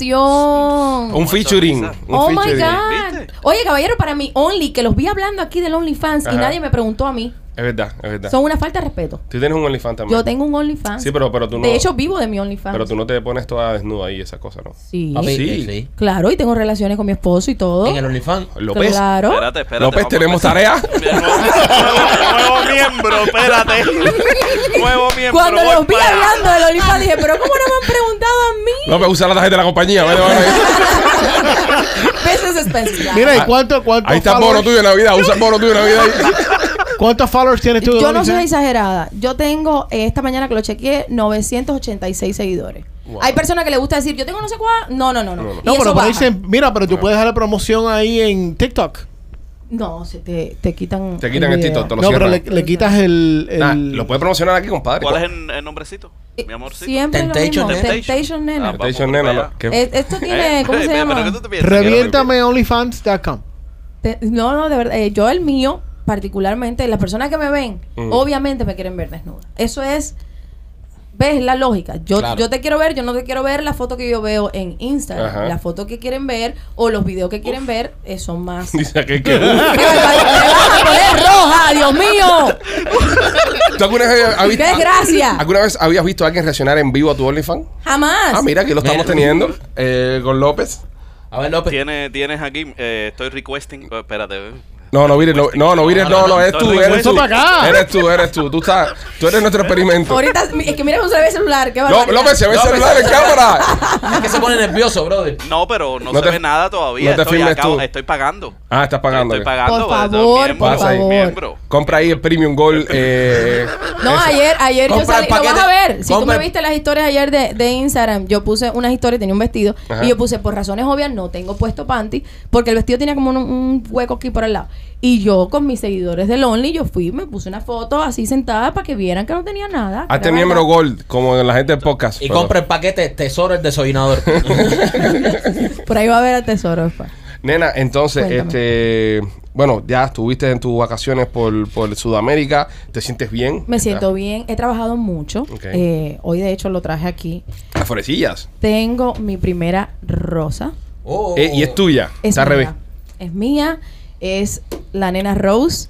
[SPEAKER 7] colaboración.
[SPEAKER 1] Un featuring. Un
[SPEAKER 7] oh my
[SPEAKER 1] featuring.
[SPEAKER 7] God.
[SPEAKER 6] ¿Viste?
[SPEAKER 7] Oye, caballero, para mí, Only, que los vi hablando aquí del OnlyFans y
[SPEAKER 1] Ajá.
[SPEAKER 7] nadie me preguntó a mí.
[SPEAKER 1] Es verdad, es verdad.
[SPEAKER 7] Son una falta de respeto.
[SPEAKER 1] Tú tienes un OnlyFans también.
[SPEAKER 7] Yo tengo un OnlyFans.
[SPEAKER 1] Sí, pero, pero tú no.
[SPEAKER 7] De hecho, vivo de mi OnlyFans.
[SPEAKER 1] Pero tú no te pones toda desnuda ahí, esas cosas, ¿no?
[SPEAKER 7] Sí.
[SPEAKER 3] Papi,
[SPEAKER 1] Sí.
[SPEAKER 3] eh, sí.
[SPEAKER 7] Claro, y tengo relaciones con mi esposo y todo.
[SPEAKER 3] En el OnlyFans.
[SPEAKER 1] López.
[SPEAKER 7] Claro.
[SPEAKER 6] Espérate, espérate.
[SPEAKER 1] López,
[SPEAKER 6] vamos a
[SPEAKER 1] tenemos
[SPEAKER 6] empezar.
[SPEAKER 1] tarea.
[SPEAKER 6] Nuevo, nuevo- nuevo miembro, espérate. Nuevo miembro.
[SPEAKER 7] Cuando
[SPEAKER 6] voy
[SPEAKER 7] los vi
[SPEAKER 6] para-
[SPEAKER 7] hablando del OnlyFans dije, pero ¿cómo no me han preguntado a mí?
[SPEAKER 1] López, usa la tarjeta de la compañía. vale, vale.
[SPEAKER 7] Veces especiales.
[SPEAKER 4] Mira, ¿y cuánto, cuánto
[SPEAKER 1] Ah, Ahí está el bono tuyo de Navidad. Usa el bono tuyo de Navidad. ahí.
[SPEAKER 4] ¿Cuántos followers tienes tú? de
[SPEAKER 7] Yo no
[SPEAKER 4] OnlyFans?
[SPEAKER 7] soy exagerada. Yo tengo, eh, esta mañana que lo chequeé, 986 seguidores. Hay personas que les gusta decir, yo tengo no sé cuál. No, no, no, no. Y
[SPEAKER 4] No,
[SPEAKER 7] eso
[SPEAKER 4] pero por ahí
[SPEAKER 7] baja.
[SPEAKER 4] se- mira, pero tú puedes dejar la promoción ahí en TikTok.
[SPEAKER 7] No, se te, te quitan.
[SPEAKER 1] Te quitan el
[SPEAKER 7] video.
[SPEAKER 1] TikTok, te lo
[SPEAKER 4] No, pero
[SPEAKER 1] cierran.
[SPEAKER 4] le, le quitas el. el-
[SPEAKER 1] Nah, lo puedes promocionar aquí, compadre.
[SPEAKER 6] ¿Cuál es el, el nombrecito? Mi amorcito.
[SPEAKER 7] Eh,
[SPEAKER 6] Eh,
[SPEAKER 7] Siempre
[SPEAKER 3] Temptation,
[SPEAKER 7] lo mismo.
[SPEAKER 6] Nena.
[SPEAKER 7] Temptation, nena.
[SPEAKER 6] Ah,
[SPEAKER 1] Te he dicho, nena, no, que-
[SPEAKER 7] Eh, Esto tiene,
[SPEAKER 6] Eh,
[SPEAKER 7] ¿cómo
[SPEAKER 6] eh,
[SPEAKER 7] se
[SPEAKER 6] pero
[SPEAKER 7] llama?
[SPEAKER 6] ¿qué tú te piensas?
[SPEAKER 4] Reviéntame onlyfans.com.
[SPEAKER 7] Te- no, no, de verdad. eh, yo, el mío, particularmente, las personas que me ven,
[SPEAKER 1] Mm.
[SPEAKER 7] obviamente me quieren ver desnuda. Eso es. ¿Ves la lógica? Yo,
[SPEAKER 3] Claro.
[SPEAKER 7] yo te quiero ver, yo no te quiero ver la foto que yo veo en Instagram.
[SPEAKER 1] Ajá.
[SPEAKER 7] La foto que quieren ver o los videos que quieren ver eh, son más. ¡Qué
[SPEAKER 1] Dice aquel que. "Uh".
[SPEAKER 7] barbaridad! ¡Me vas a poner roja! ¡Dios mío!
[SPEAKER 1] ¿Tú alguna vez, has
[SPEAKER 7] ¡Qué
[SPEAKER 1] visto-
[SPEAKER 7] desgracia!
[SPEAKER 1] alguna vez habías visto a alguien reaccionar en vivo a tu OnlyFans?
[SPEAKER 7] ¡Jamás!
[SPEAKER 1] Ah, mira, aquí lo estamos
[SPEAKER 3] Mira.
[SPEAKER 1] teniendo eh, con López.
[SPEAKER 3] A ver, López.
[SPEAKER 6] Tiene- Tienes aquí, eh, estoy requesting. oh, espérate. eh.
[SPEAKER 1] No, no, mire, no, no, no, mire, no, no, eres tú, eres tú.
[SPEAKER 4] Eso para acá.
[SPEAKER 1] Eres tú, eres tú. Tú, estás, tú eres nuestro experimento.
[SPEAKER 7] Ahorita, es que mira, usa el celular. ¡Qué
[SPEAKER 1] Ló-
[SPEAKER 7] barbaridad!
[SPEAKER 1] López, se ve el
[SPEAKER 3] López.
[SPEAKER 1] celular en cámara.
[SPEAKER 3] Es que se pone nervioso, brother.
[SPEAKER 6] No, pero no,
[SPEAKER 1] No
[SPEAKER 6] se
[SPEAKER 1] te-
[SPEAKER 6] ve nada todavía.
[SPEAKER 1] no te
[SPEAKER 6] estoy,
[SPEAKER 1] filmes
[SPEAKER 6] acabo-
[SPEAKER 1] tú.
[SPEAKER 6] estoy pagando.
[SPEAKER 1] Ah, estás pagando.
[SPEAKER 6] Estoy pagando. eh,
[SPEAKER 7] Por
[SPEAKER 6] soy
[SPEAKER 7] favor,
[SPEAKER 6] miembro,
[SPEAKER 1] por
[SPEAKER 6] soy
[SPEAKER 1] favor.
[SPEAKER 6] miembro.
[SPEAKER 1] Compra ahí el Premium Gold. Eh,
[SPEAKER 7] No,
[SPEAKER 1] ese.
[SPEAKER 7] ayer, ayer yo
[SPEAKER 3] Compra el
[SPEAKER 7] salí. Lo vas
[SPEAKER 3] paquete.
[SPEAKER 7] a ver. Si tú
[SPEAKER 3] Compra
[SPEAKER 7] me
[SPEAKER 3] el-
[SPEAKER 7] viste las historias ayer de, de Instagram, yo puse unas historias, tenía un vestido.
[SPEAKER 1] Ajá.
[SPEAKER 7] Y yo puse, por razones obvias, no tengo puesto panty. Porque el vestido tenía como un, un hueco aquí por el lado. Y yo, con mis seguidores del Only, yo fui, me puse una foto así sentada para que vieran que no tenía
[SPEAKER 3] Ah,
[SPEAKER 7] nada. que
[SPEAKER 3] este
[SPEAKER 1] Hazte
[SPEAKER 7] era
[SPEAKER 1] miembro
[SPEAKER 7] verdad.
[SPEAKER 1] Gold, como la gente del podcast.
[SPEAKER 3] Y
[SPEAKER 1] Pero-
[SPEAKER 3] compra el paquete Tesoro el Desollinador.
[SPEAKER 7] Por ahí va a ver al tesoro después.
[SPEAKER 1] Nena, entonces, este. Bueno, ya estuviste en tus vacaciones por, por Sudamérica. ¿Te sientes bien?
[SPEAKER 7] Me siento bien, he trabajado mucho.
[SPEAKER 1] Ok.
[SPEAKER 7] Eh, hoy, de hecho, lo traje aquí.
[SPEAKER 1] Las florecillas.
[SPEAKER 7] Tengo mi primera rosa.
[SPEAKER 3] Oh.
[SPEAKER 1] Eh, y es tuya.
[SPEAKER 7] Es
[SPEAKER 1] Está al
[SPEAKER 7] mía.
[SPEAKER 1] revés.
[SPEAKER 7] Es mía, es la nena Rose.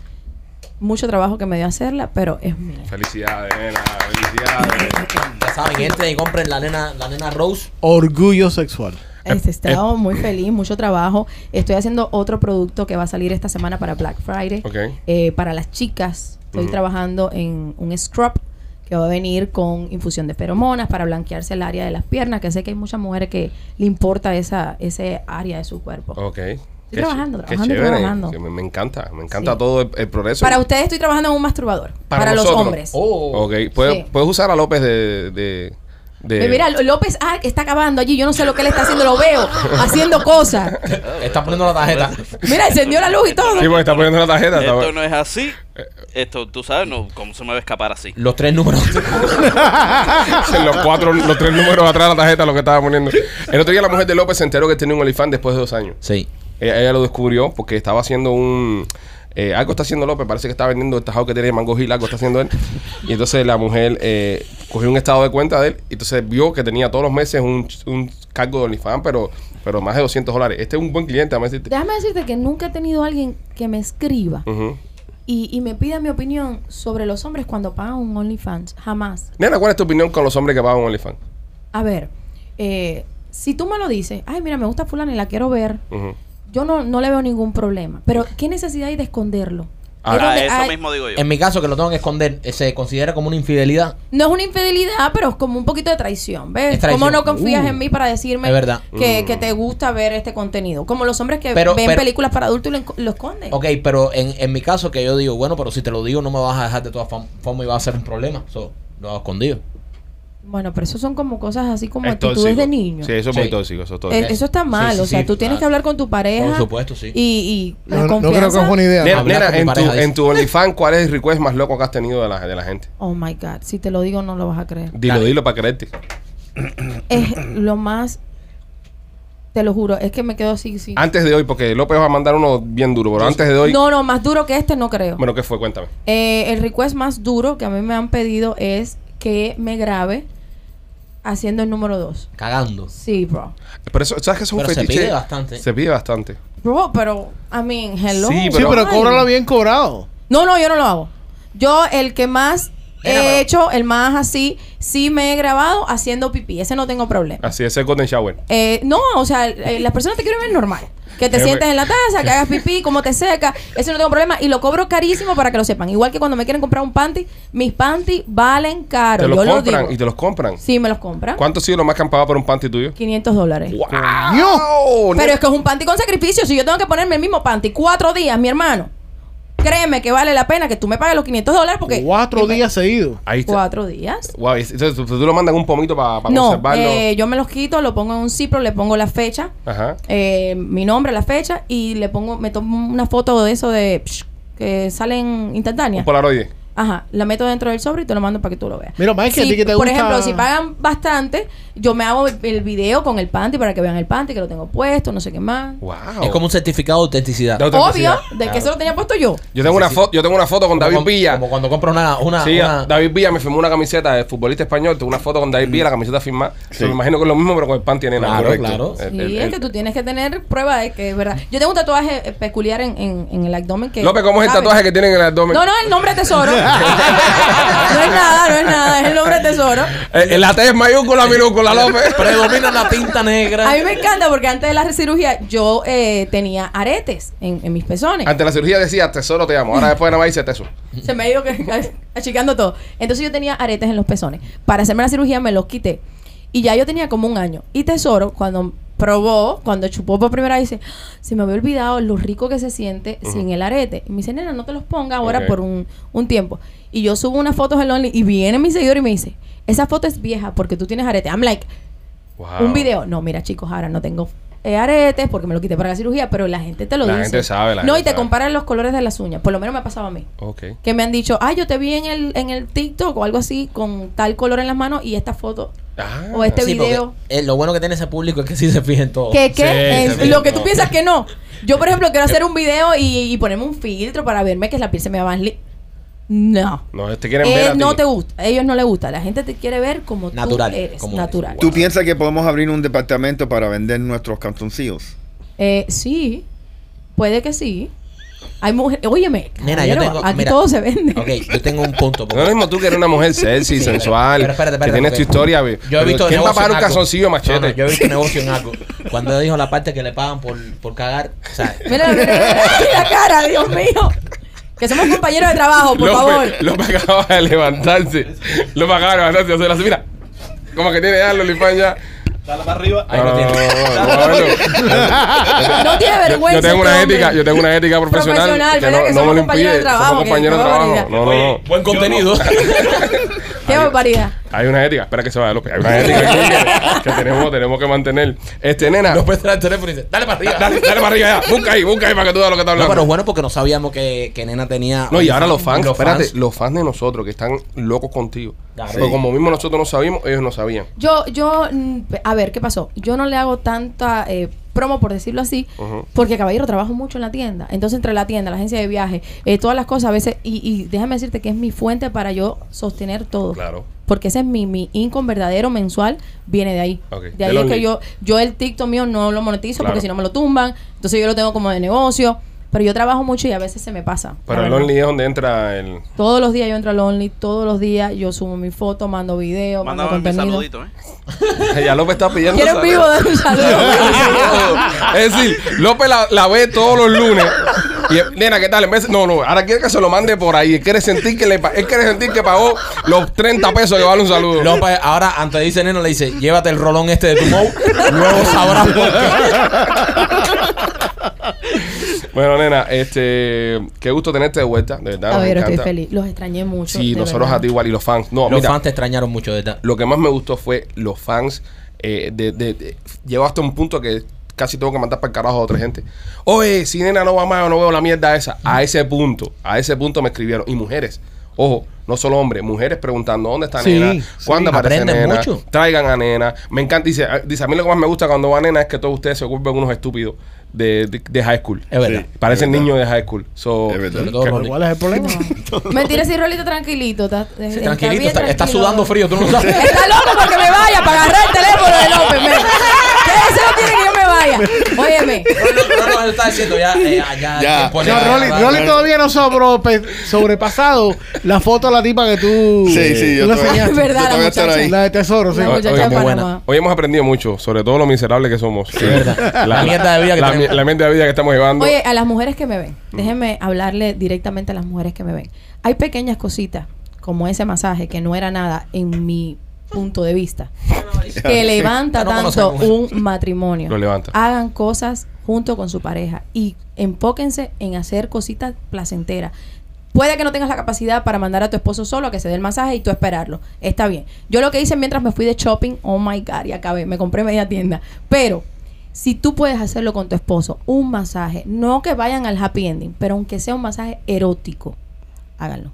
[SPEAKER 7] Mucho trabajo que me dio hacerla, pero es mía.
[SPEAKER 1] Felicidades, nena. Felicidades.
[SPEAKER 3] Ya saben, entren y compren la nena, la nena Rose.
[SPEAKER 4] Orgullo sexual.
[SPEAKER 1] eh,
[SPEAKER 7] Este, he estado muy feliz, mucho trabajo. Estoy haciendo otro producto que va a salir esta semana para Black Friday.
[SPEAKER 1] Ok.
[SPEAKER 7] Eh, para las chicas, estoy
[SPEAKER 1] Ujú.
[SPEAKER 7] trabajando en un scrub que va a venir con infusión de feromonas para blanquearse el área de las piernas, que sé que hay muchas mujeres que le importa esa ese área de su cuerpo.
[SPEAKER 1] Ok. Qué
[SPEAKER 7] trabajando,
[SPEAKER 1] chi- qué
[SPEAKER 7] trabajando,
[SPEAKER 1] chévere.
[SPEAKER 7] trabajando.
[SPEAKER 1] Sí, Me, me encanta, me encanta
[SPEAKER 7] Sí.
[SPEAKER 1] todo el, el progreso.
[SPEAKER 7] Para ustedes estoy trabajando en un masturbador.
[SPEAKER 1] Para
[SPEAKER 7] Para, los
[SPEAKER 1] nosotros.
[SPEAKER 7] hombres.
[SPEAKER 3] Oh.
[SPEAKER 1] Ok, ¿Puedes,
[SPEAKER 7] Sí.
[SPEAKER 1] puedes usar a López de... de, de-
[SPEAKER 7] Eh, Mira, López ah, está acabando allí. Yo no sé lo que él está haciendo. Lo veo haciendo cosas.
[SPEAKER 3] Está poniendo la tarjeta.
[SPEAKER 7] Mira, encendió la luz y todo.
[SPEAKER 1] Sí, porque está poniendo la tarjeta. está- Eh,
[SPEAKER 6] Esto no es así. Esto, tú sabes, no, cómo se me va a escapar así.
[SPEAKER 3] Los tres números.
[SPEAKER 1] los cuatro, los tres números atrás de la tarjeta lo que estaba poniendo. El otro día la mujer de López se enteró que tenía un elefante después de dos años.
[SPEAKER 3] sí.
[SPEAKER 1] Ella, ella lo descubrió porque estaba haciendo un... eh, algo está haciendo López, parece que está vendiendo el tajado que tiene de Mango Gil, algo está haciendo él. Y entonces la mujer eh, cogió un estado de cuenta de él y entonces vio que tenía todos los meses un, un cargo de OnlyFans, pero, pero más de 200 dólares. Este es un buen cliente, además. este-
[SPEAKER 7] Déjame decirte que nunca he tenido alguien que me escriba
[SPEAKER 1] Ujú.
[SPEAKER 7] y, y me pida mi opinión sobre los hombres cuando pagan un OnlyFans. Jamás.
[SPEAKER 1] Nena, ¿cuál es tu opinión con los hombres que pagan OnlyFans?
[SPEAKER 7] A ver, eh, si tú me lo dices, ay, mira, me gusta fulana y la quiero ver,
[SPEAKER 1] Ujú.
[SPEAKER 7] yo no, no le veo ningún problema. Pero, ¿qué necesidad hay de esconderlo?
[SPEAKER 1] Ah,
[SPEAKER 7] Es
[SPEAKER 6] Ah,
[SPEAKER 7] donde
[SPEAKER 6] eso
[SPEAKER 7] hay-
[SPEAKER 6] mismo digo yo.
[SPEAKER 3] En mi caso, que lo tengo que esconder, eh, se considera como una infidelidad.
[SPEAKER 7] No es una infidelidad, pero es como un poquito de traición, ¿ves?
[SPEAKER 3] Es traición.
[SPEAKER 7] ¿Cómo no confías
[SPEAKER 3] Uh,
[SPEAKER 7] en mí para decirme
[SPEAKER 3] es verdad.
[SPEAKER 1] Mm.
[SPEAKER 7] Que, que te gusta ver este contenido? Como los hombres que
[SPEAKER 3] Pero-
[SPEAKER 7] ven
[SPEAKER 3] pero-
[SPEAKER 7] películas para adultos y lo, enco- lo esconden.
[SPEAKER 3] Ok, pero en, en mi caso, que yo digo, bueno, pero si te lo digo, no me vas a dejar de todas fam- formas y va a ser un problema. So, lo hago escondido.
[SPEAKER 7] Bueno, pero eso son como cosas así como
[SPEAKER 1] Es
[SPEAKER 7] actitudes
[SPEAKER 1] tóxico.
[SPEAKER 7] de niño.
[SPEAKER 1] Sí, eso es muy
[SPEAKER 3] Sí.
[SPEAKER 1] tóxico. Eso es tóxico.
[SPEAKER 7] Eh, eso está mal,
[SPEAKER 3] Sí, sí,
[SPEAKER 7] o sea,
[SPEAKER 3] sí,
[SPEAKER 7] tú tienes
[SPEAKER 3] claro.
[SPEAKER 7] que hablar con tu pareja.
[SPEAKER 3] Por supuesto, sí.
[SPEAKER 7] Y, y la
[SPEAKER 4] No, no creo que
[SPEAKER 7] confianza.
[SPEAKER 4] es buena idea.
[SPEAKER 1] Nena,
[SPEAKER 3] Hablar
[SPEAKER 1] nena,
[SPEAKER 3] con mi
[SPEAKER 1] en, tu,
[SPEAKER 3] pareja, dice.
[SPEAKER 1] en tu OnlyFans, ¿cuál es el request más loco que has tenido de la, de la gente?
[SPEAKER 7] Oh my God, si te lo digo no lo vas a creer.
[SPEAKER 1] Dilo, dilo para creerte.
[SPEAKER 7] Es lo más. Te lo juro, es que me quedo así. sí.
[SPEAKER 1] Antes de hoy, porque López va a mandar uno bien duro, pero antes de hoy.
[SPEAKER 7] No, no, más duro que este no creo.
[SPEAKER 1] Bueno, ¿qué fue? Cuéntame.
[SPEAKER 7] Eh, el request más duro que a mí me han pedido es que me grabe haciendo el número 2.
[SPEAKER 3] Cagando.
[SPEAKER 7] Sí, bro.
[SPEAKER 1] Pero eso, ¿sabes que eso es un
[SPEAKER 3] Pero se
[SPEAKER 1] fetiche?
[SPEAKER 3] pide bastante.
[SPEAKER 1] Se pide bastante.
[SPEAKER 7] Bro, pero, I mean, hello.
[SPEAKER 1] Sí,
[SPEAKER 4] Sí, pero
[SPEAKER 7] Ay.
[SPEAKER 4] cóbralo bien cobrado.
[SPEAKER 7] No, no, yo no lo hago. Yo el que más he
[SPEAKER 3] Mira, pero-
[SPEAKER 7] hecho, el más así, sí me he grabado haciendo pipí. Ese no tengo problema.
[SPEAKER 1] Así es el Golden Shower.
[SPEAKER 7] Eh, no, o sea, eh, las personas te quieren ver normal. Que te
[SPEAKER 1] Eh,
[SPEAKER 7] sientes
[SPEAKER 1] me-
[SPEAKER 7] en la taza, que hagas pipí, cómo te seca. Eso no tengo problema. Y lo cobro carísimo para que lo sepan. Igual que cuando me quieren comprar un panty, mis panty valen caro.
[SPEAKER 1] te los
[SPEAKER 7] yo lo
[SPEAKER 1] compran
[SPEAKER 7] digo.
[SPEAKER 1] y te los compran.
[SPEAKER 7] Sí, me los compran.
[SPEAKER 1] ¿Cuánto ha sido lo más que han pagado por un panty tuyo?
[SPEAKER 7] 500 dólares.
[SPEAKER 1] ¡Wow!
[SPEAKER 7] Pero es que es un panty con sacrificio. Si yo tengo que ponerme el mismo panty cuatro días, mi hermano, créeme que vale la pena que tú me pagues los 500 dólares porque...
[SPEAKER 4] Cuatro días seguidos.
[SPEAKER 1] Ahí está.
[SPEAKER 7] Cuatro días.
[SPEAKER 1] Wow, y- entonces tú, tú lo mandas en un pomito para
[SPEAKER 7] No,
[SPEAKER 1] conservarlo.
[SPEAKER 7] eh, yo me los quito, lo pongo en un cipro, le pongo la fecha,
[SPEAKER 1] Ajá.
[SPEAKER 7] eh, mi nombre, la fecha, y le pongo, me tomo una foto de eso de psh, que salen
[SPEAKER 1] Un
[SPEAKER 7] instantáneas.
[SPEAKER 1] polaroide.
[SPEAKER 7] Ajá, la meto dentro del sobre y te lo mando para que tú lo veas.
[SPEAKER 4] Mira, Mike,
[SPEAKER 7] Si,
[SPEAKER 4] ¿a ti qué te
[SPEAKER 7] Por
[SPEAKER 4] gusta?
[SPEAKER 7] ejemplo, si pagan bastante, yo me hago el, el video con el panty para que vean el panty, que lo tengo puesto, no sé qué más.
[SPEAKER 1] ¡Wow!
[SPEAKER 3] Es como un certificado de autenticidad.
[SPEAKER 1] De
[SPEAKER 7] Obvio,
[SPEAKER 1] autenticidad.
[SPEAKER 7] de que eso lo tenía puesto yo.
[SPEAKER 1] Yo tengo, una foto, yo tengo una foto con
[SPEAKER 3] Como
[SPEAKER 1] David
[SPEAKER 3] con-
[SPEAKER 1] Villa.
[SPEAKER 3] Como cuando compra una. una,
[SPEAKER 1] Sí,
[SPEAKER 3] Ah, una- Mm.
[SPEAKER 1] David Villa me firmó una camiseta de futbolista español. Tengo una foto con David Villa, la camiseta firmada. Se me imagino que es lo mismo, pero con el pan tiene nada.
[SPEAKER 3] Claro,
[SPEAKER 1] Correcto.
[SPEAKER 3] claro.
[SPEAKER 1] El-
[SPEAKER 7] Sí,
[SPEAKER 1] el-
[SPEAKER 7] es
[SPEAKER 1] el-
[SPEAKER 7] que tú tienes que tener prueba de que es verdad. Yo tengo un tatuaje eh, peculiar en, en- en el abdomen que...
[SPEAKER 1] López, ¿cómo es el
[SPEAKER 7] ¿sabes?
[SPEAKER 1] tatuaje que tiene en el abdomen?
[SPEAKER 7] No, no, el nombre tesoro. no es nada, no es nada, es el nombre tesoro.
[SPEAKER 1] Eh, eh, la T es mayúscula, minúscula, López.
[SPEAKER 3] Predomina la tinta negra.
[SPEAKER 7] A mí me encanta porque antes de la cirugía yo eh, tenía aretes en, en mis pezones.
[SPEAKER 1] Antes la cirugía decía tesoro te amo. Ahora después nada más dice tesoro.
[SPEAKER 7] Se me ha ido que- achicando todo. Entonces yo tenía aretes en los pezones. Para hacerme la cirugía me los quité. Y ya yo tenía como un año. Y Tesoro, cuando probó, cuando chupó por primera vez, dice, "Ah, se me había olvidado lo rico que se siente sin el arete. Y me dice, nena, no te los ponga ahora
[SPEAKER 1] Ok.
[SPEAKER 7] por un, un tiempo. Y yo subo unas fotos en Only y viene mi seguidor y me dice, esa foto es vieja porque tú tienes arete. I'm like,
[SPEAKER 1] Wow.
[SPEAKER 7] un video. No, mira, chicos, ahora no tengo eh, aretes porque me lo quité para la cirugía, pero la gente te lo
[SPEAKER 1] La
[SPEAKER 7] dice.
[SPEAKER 1] gente sabe, la
[SPEAKER 7] no,
[SPEAKER 1] gente
[SPEAKER 7] y te
[SPEAKER 1] sabe.
[SPEAKER 7] comparan los colores de las uñas. Por lo menos me ha pasado a mí
[SPEAKER 1] Ok.
[SPEAKER 7] que me han dicho, ah, yo te vi en el, en el TikTok o algo así con tal color en las manos y esta foto
[SPEAKER 1] Ah.
[SPEAKER 7] o este
[SPEAKER 3] Sí, porque,
[SPEAKER 7] video.
[SPEAKER 3] eh, lo bueno que tiene ese público es que sí se fija en todo.
[SPEAKER 7] Que, que
[SPEAKER 1] Sí,
[SPEAKER 7] es
[SPEAKER 1] sí,
[SPEAKER 7] lo
[SPEAKER 1] sí.
[SPEAKER 7] que tú piensas que no. Yo, por ejemplo, quiero hacer un video y, y ponerme un filtro para verme que la piel se me va más li- No.
[SPEAKER 1] No, te quieren
[SPEAKER 7] Eh,
[SPEAKER 1] ver a ti.
[SPEAKER 7] no te gusta, a ellos no les gusta. La gente te quiere ver como
[SPEAKER 3] Natural,
[SPEAKER 7] tú eres,
[SPEAKER 3] como-
[SPEAKER 7] natural.
[SPEAKER 5] ¿Tú piensas que podemos abrir un departamento para vender nuestros cantoncillos?
[SPEAKER 7] Eh, sí, puede que sí. Hay mujeres. Óyeme,
[SPEAKER 3] Nena, yo
[SPEAKER 7] caballero,
[SPEAKER 3] tengo.
[SPEAKER 7] aquí
[SPEAKER 3] mira,
[SPEAKER 7] todo se vende.
[SPEAKER 3] Ok, yo tengo un punto.
[SPEAKER 1] No es lo mismo tú que eres una mujer sexy,
[SPEAKER 3] Sí,
[SPEAKER 1] sensual,
[SPEAKER 3] pero espérate,
[SPEAKER 1] que
[SPEAKER 3] espérate,
[SPEAKER 1] tienes tu
[SPEAKER 3] porque
[SPEAKER 1] historia. ve.
[SPEAKER 3] Yo he visto
[SPEAKER 1] ¿Quién va a
[SPEAKER 3] negocio
[SPEAKER 1] pagar
[SPEAKER 3] en
[SPEAKER 1] un
[SPEAKER 3] algo.
[SPEAKER 1] calzoncillo
[SPEAKER 3] No, no,
[SPEAKER 1] machete?
[SPEAKER 3] yo he visto negocio en algo. Cuando dijo la parte que le pagan por, por cagar, o sea,
[SPEAKER 7] Mira, mira, mira, mira la cara, Dios mío. Que somos compañeros de trabajo, Oh, por favor.
[SPEAKER 1] López, López acaba de levantarse. López acaba de levantarse y hacer así, mira. Como que tiene ya el olifán ya.
[SPEAKER 6] Dale para arriba.
[SPEAKER 3] Ahí lo
[SPEAKER 1] No,
[SPEAKER 3] tiene.
[SPEAKER 1] Ah, bueno.
[SPEAKER 7] No tiene vergüenza.
[SPEAKER 1] Yo tengo una
[SPEAKER 7] este hombre.
[SPEAKER 1] ética, yo tengo una ética profesional,
[SPEAKER 7] Profesional,
[SPEAKER 1] que
[SPEAKER 7] ¿verdad?
[SPEAKER 1] no,
[SPEAKER 7] Que
[SPEAKER 1] no me
[SPEAKER 7] somos
[SPEAKER 1] lo
[SPEAKER 7] compañeros de
[SPEAKER 1] impide,
[SPEAKER 7] trabajo,
[SPEAKER 1] somos
[SPEAKER 7] que
[SPEAKER 1] compañeros de
[SPEAKER 7] qué
[SPEAKER 1] trabajo.
[SPEAKER 7] barbaridad.
[SPEAKER 1] No, no, no.
[SPEAKER 3] buen contenido.
[SPEAKER 7] Qué barbaridad.
[SPEAKER 1] Hay una ética, espera que se vaya López. Hay una ética aquí que, que tenemos, tenemos que mantener. Este, nena,
[SPEAKER 3] Nos puede traer el teléfono y dice, dale para arriba.
[SPEAKER 1] da- dale, dale para arriba ya. Busca ahí, busca ahí para que tú veas lo que está
[SPEAKER 3] No,
[SPEAKER 1] hablando.
[SPEAKER 3] pero bueno, porque no sabíamos que, que Nena tenía.
[SPEAKER 1] No, y ahora los fans, espérate,
[SPEAKER 3] fans.
[SPEAKER 1] los fans de nosotros que están locos contigo.
[SPEAKER 3] Claro.
[SPEAKER 1] Porque como mismo nosotros no sabíamos, ellos no sabían.
[SPEAKER 7] Yo, yo, mm, a ver, ¿qué pasó? Yo no le hago tanta eh, promo, por decirlo así,
[SPEAKER 1] Ujú.
[SPEAKER 7] porque caballero trabajo mucho en la tienda. Entonces, entre la tienda, la agencia de viaje, eh, todas las cosas, a veces, y, y déjame decirte que es mi fuente para yo sostener todo.
[SPEAKER 1] Claro.
[SPEAKER 7] Porque ese es mi, mi income verdadero mensual, viene de ahí.
[SPEAKER 1] Ok,
[SPEAKER 7] De ahí
[SPEAKER 1] del
[SPEAKER 7] es que
[SPEAKER 1] Only.
[SPEAKER 7] yo, yo el TikTok mío no lo monetizo
[SPEAKER 1] Claro.
[SPEAKER 7] porque si no me lo tumban. Entonces yo lo tengo como de negocio. Pero yo trabajo mucho y a veces se me pasa.
[SPEAKER 1] Pero
[SPEAKER 7] la
[SPEAKER 1] el
[SPEAKER 7] verdad.
[SPEAKER 1] Only es donde entra el.
[SPEAKER 7] Todos los días yo entro al Only, todos los días yo subo mi foto, mando video, mando
[SPEAKER 6] Mándame mi
[SPEAKER 7] contenido.
[SPEAKER 6] saludito, ¿eh?
[SPEAKER 1] Ya López está pidiendo.
[SPEAKER 7] Quiero en
[SPEAKER 1] saber.
[SPEAKER 7] vivo dar un saludo.
[SPEAKER 1] es decir, López la, la ve todos los lunes. Y, nena, ¿qué tal? En vez- no, no, ahora quiere que se lo mande por ahí. Él quiere sentir que, le, pa- él quiere sentir que pagó los 30 pesos que vale un saludo.
[SPEAKER 3] López, ahora antes dice Nena, le dice, llévate el rolón este de tu mou, luego sabrás por qué.
[SPEAKER 1] Bueno, nena, este, qué gusto tenerte de vuelta. De verdad,
[SPEAKER 7] A
[SPEAKER 1] nos
[SPEAKER 7] ver, estoy
[SPEAKER 1] encanta.
[SPEAKER 7] feliz. Los extrañé mucho.
[SPEAKER 1] Sí,
[SPEAKER 7] de
[SPEAKER 1] nosotros
[SPEAKER 7] verdad.
[SPEAKER 1] a ti igual y los fans. No,
[SPEAKER 3] los
[SPEAKER 1] mira,
[SPEAKER 3] fans te extrañaron mucho, ¿verdad?
[SPEAKER 1] lo que más me gustó fue los fans. Eh, de, de- de- llegó hasta un punto que casi tengo que mandar para el carajo a otra gente. Oye, si nena no va más, no veo la mierda esa. A ese punto, a ese punto me escribieron. Y mujeres. Ojo, no solo hombres, mujeres preguntando dónde está
[SPEAKER 4] Sí,
[SPEAKER 1] nena,
[SPEAKER 4] sí.
[SPEAKER 1] cuándo aparece
[SPEAKER 3] Aprenden
[SPEAKER 1] nena,
[SPEAKER 3] mucho.
[SPEAKER 1] traigan a nena. Me encanta, dice, ah, dice, a mí lo que más me gusta cuando va nena es que todos ustedes se vuelven unos estúpidos de, de- de high school.
[SPEAKER 3] Es verdad.
[SPEAKER 5] Sí.
[SPEAKER 1] Parecen
[SPEAKER 5] Es verdad.
[SPEAKER 1] niños de high school. So,
[SPEAKER 5] Es verdad.
[SPEAKER 3] Sobre todo
[SPEAKER 1] que-
[SPEAKER 3] Rolly.
[SPEAKER 4] ¿Cuál es el problema?
[SPEAKER 7] Mentira, sí, Rolito, tranquilito. Está, eh,
[SPEAKER 3] Sí,
[SPEAKER 7] está
[SPEAKER 3] tranquilito,
[SPEAKER 7] bien
[SPEAKER 3] está, está
[SPEAKER 7] tranquilo.
[SPEAKER 3] sudando frío, tú no lo sabes.
[SPEAKER 7] Está loco porque me vaya para agarrar el teléfono de López. men. ¿Qué deseo tiene que yo me vaya? Óyeme.
[SPEAKER 3] No, no, no, está diciendo ya, eh, ya,
[SPEAKER 5] Ya.
[SPEAKER 3] tiempo,
[SPEAKER 4] No,
[SPEAKER 3] ya,
[SPEAKER 4] Rolly,
[SPEAKER 3] ya,
[SPEAKER 4] Rolly
[SPEAKER 3] ya.
[SPEAKER 4] todavía no sobre, sobrepasado la foto de la tipa que tú
[SPEAKER 5] Sí, sí, yo
[SPEAKER 4] tú le
[SPEAKER 5] todavía-
[SPEAKER 7] Es
[SPEAKER 4] enseñaste.
[SPEAKER 7] verdad,
[SPEAKER 5] Yo te voy a
[SPEAKER 7] la
[SPEAKER 5] estar
[SPEAKER 7] muchacha.
[SPEAKER 5] ahí.
[SPEAKER 4] La de tesoro, sí.
[SPEAKER 7] La muchacha
[SPEAKER 1] Oye,
[SPEAKER 7] de
[SPEAKER 3] muy buena.
[SPEAKER 7] Panamá.
[SPEAKER 1] Hoy hemos aprendido mucho, sobre todo lo miserables que somos.
[SPEAKER 3] verdad. La mierda de vida que
[SPEAKER 1] la,
[SPEAKER 3] tenemos.
[SPEAKER 1] mi- la mierda de vida que estamos llevando.
[SPEAKER 7] Oye, a las mujeres que me ven, déjenme hablarle directamente a las mujeres que me ven. Hay pequeñas cositas, como ese masaje, que no era nada en mi punto de vista, que levanta
[SPEAKER 3] Ya no
[SPEAKER 7] tanto
[SPEAKER 3] conocemos.
[SPEAKER 7] un matrimonio.
[SPEAKER 1] Lo levanta.
[SPEAKER 7] Hagan cosas junto con su pareja y enfóquense en hacer cositas placenteras. Puede que no tengas la capacidad para mandar a tu esposo solo a que se dé el masaje y tú esperarlo. Está bien. Yo lo que hice mientras me fui de shopping, oh my God, y acabé, me compré media tienda. Pero si tú puedes hacerlo con tu esposo, un masaje, no que vayan al happy ending, pero aunque sea un masaje erótico, háganlo.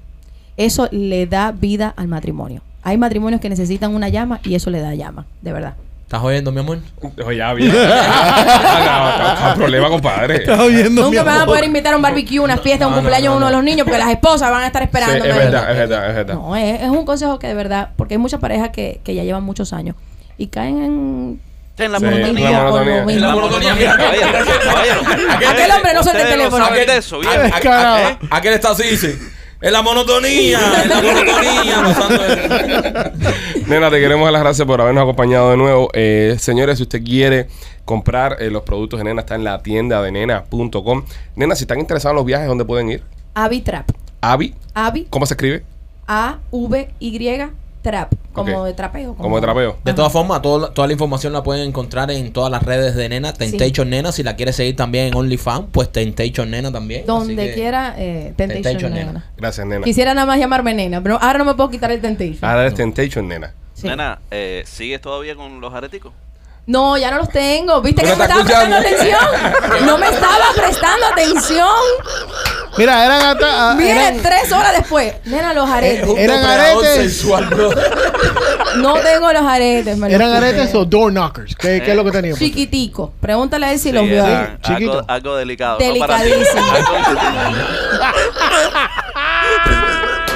[SPEAKER 7] Eso le da vida al matrimonio. Hay matrimonios que necesitan una llama y eso le da llama, de verdad.
[SPEAKER 3] ¿Estás oyendo, mi amor?
[SPEAKER 1] Oye, ya, bien. Ah, no, no, no, problema, compadre.
[SPEAKER 4] Estás oyendo, mi
[SPEAKER 7] Nunca me van a
[SPEAKER 4] amor.
[SPEAKER 7] poder invitar a un barbecue, una fiesta,
[SPEAKER 3] no,
[SPEAKER 7] un cumpleaños
[SPEAKER 3] no,
[SPEAKER 7] de uno de
[SPEAKER 3] no.
[SPEAKER 7] los niños, porque las esposas van a estar
[SPEAKER 1] Sí,
[SPEAKER 7] esperando.
[SPEAKER 1] es verdad, es verdad, es verdad.
[SPEAKER 7] No, es, es un consejo que de verdad, porque hay muchas parejas que, que ya llevan muchos años y caen en...
[SPEAKER 6] En la
[SPEAKER 1] Sí,
[SPEAKER 6] monotonía.
[SPEAKER 1] la monotonía.
[SPEAKER 7] Por lo
[SPEAKER 3] La
[SPEAKER 7] mismo.
[SPEAKER 3] monotonía, mira.
[SPEAKER 6] Caballero, caballero.
[SPEAKER 7] Aquel hombre no suelta el
[SPEAKER 6] Ustedes
[SPEAKER 7] teléfono.
[SPEAKER 6] saben de eso,
[SPEAKER 1] Ah,
[SPEAKER 6] bien.
[SPEAKER 4] a- Descarado. ¿eh?
[SPEAKER 3] Aquel está así, dice. Es la monotonía, es la monotonía. pasando el-
[SPEAKER 1] Nena, te queremos dar las gracias por habernos acompañado de nuevo. Eh, señores, si usted quiere comprar eh, los productos de Nena, está en la tienda de nena.com. Nena, si están interesados en los viajes, ¿dónde pueden ir?
[SPEAKER 7] Avi Trap.
[SPEAKER 1] Avi,
[SPEAKER 7] Avi,
[SPEAKER 1] ¿cómo se escribe?
[SPEAKER 7] A-V-Y Trap. Como
[SPEAKER 1] Ok.
[SPEAKER 7] de trapeo.
[SPEAKER 1] Como de trapeo.
[SPEAKER 3] De todas formas, todo- toda la información la pueden encontrar en todas las redes de Nena, Tentation Nena. Si la quieres seguir también en OnlyFans, pues Tentation Nena también. Así
[SPEAKER 7] Donde
[SPEAKER 3] que-
[SPEAKER 7] quiera, eh, Temptation
[SPEAKER 3] Temptation
[SPEAKER 7] Nena.
[SPEAKER 3] Nena.
[SPEAKER 1] Gracias, Nena.
[SPEAKER 7] Quisiera nada más llamarme nena, pero ahora no me puedo quitar el Temptation.
[SPEAKER 1] Ahora eres Temptation, Nena.
[SPEAKER 7] Sí.
[SPEAKER 6] Nena, eh, ¿sigues todavía con los areticos?
[SPEAKER 7] No, ya no los tengo. ¿Viste que
[SPEAKER 1] Pero
[SPEAKER 7] no me
[SPEAKER 1] está
[SPEAKER 7] estaba prestando
[SPEAKER 1] escuchando.
[SPEAKER 7] atención? No me estaba prestando atención.
[SPEAKER 4] Mira, eran hasta. ah,
[SPEAKER 7] Miren,
[SPEAKER 4] eran-
[SPEAKER 7] tres horas después. Nena, los aretes.
[SPEAKER 4] Eh, Eran
[SPEAKER 3] depredador
[SPEAKER 4] aretes.
[SPEAKER 3] sexual, bro.
[SPEAKER 7] No tengo los aretes, me los
[SPEAKER 4] Eran
[SPEAKER 7] quité.
[SPEAKER 4] aretes o door knockers. ¿Qué, qué es lo que teníamos?
[SPEAKER 7] Chiquitico. Pregúntale a él si
[SPEAKER 6] Sí,
[SPEAKER 7] los
[SPEAKER 6] era
[SPEAKER 7] vio ahí.
[SPEAKER 6] algo,
[SPEAKER 4] chiquito.
[SPEAKER 6] algo delicado.
[SPEAKER 7] Delicadísimo.
[SPEAKER 6] No para ti.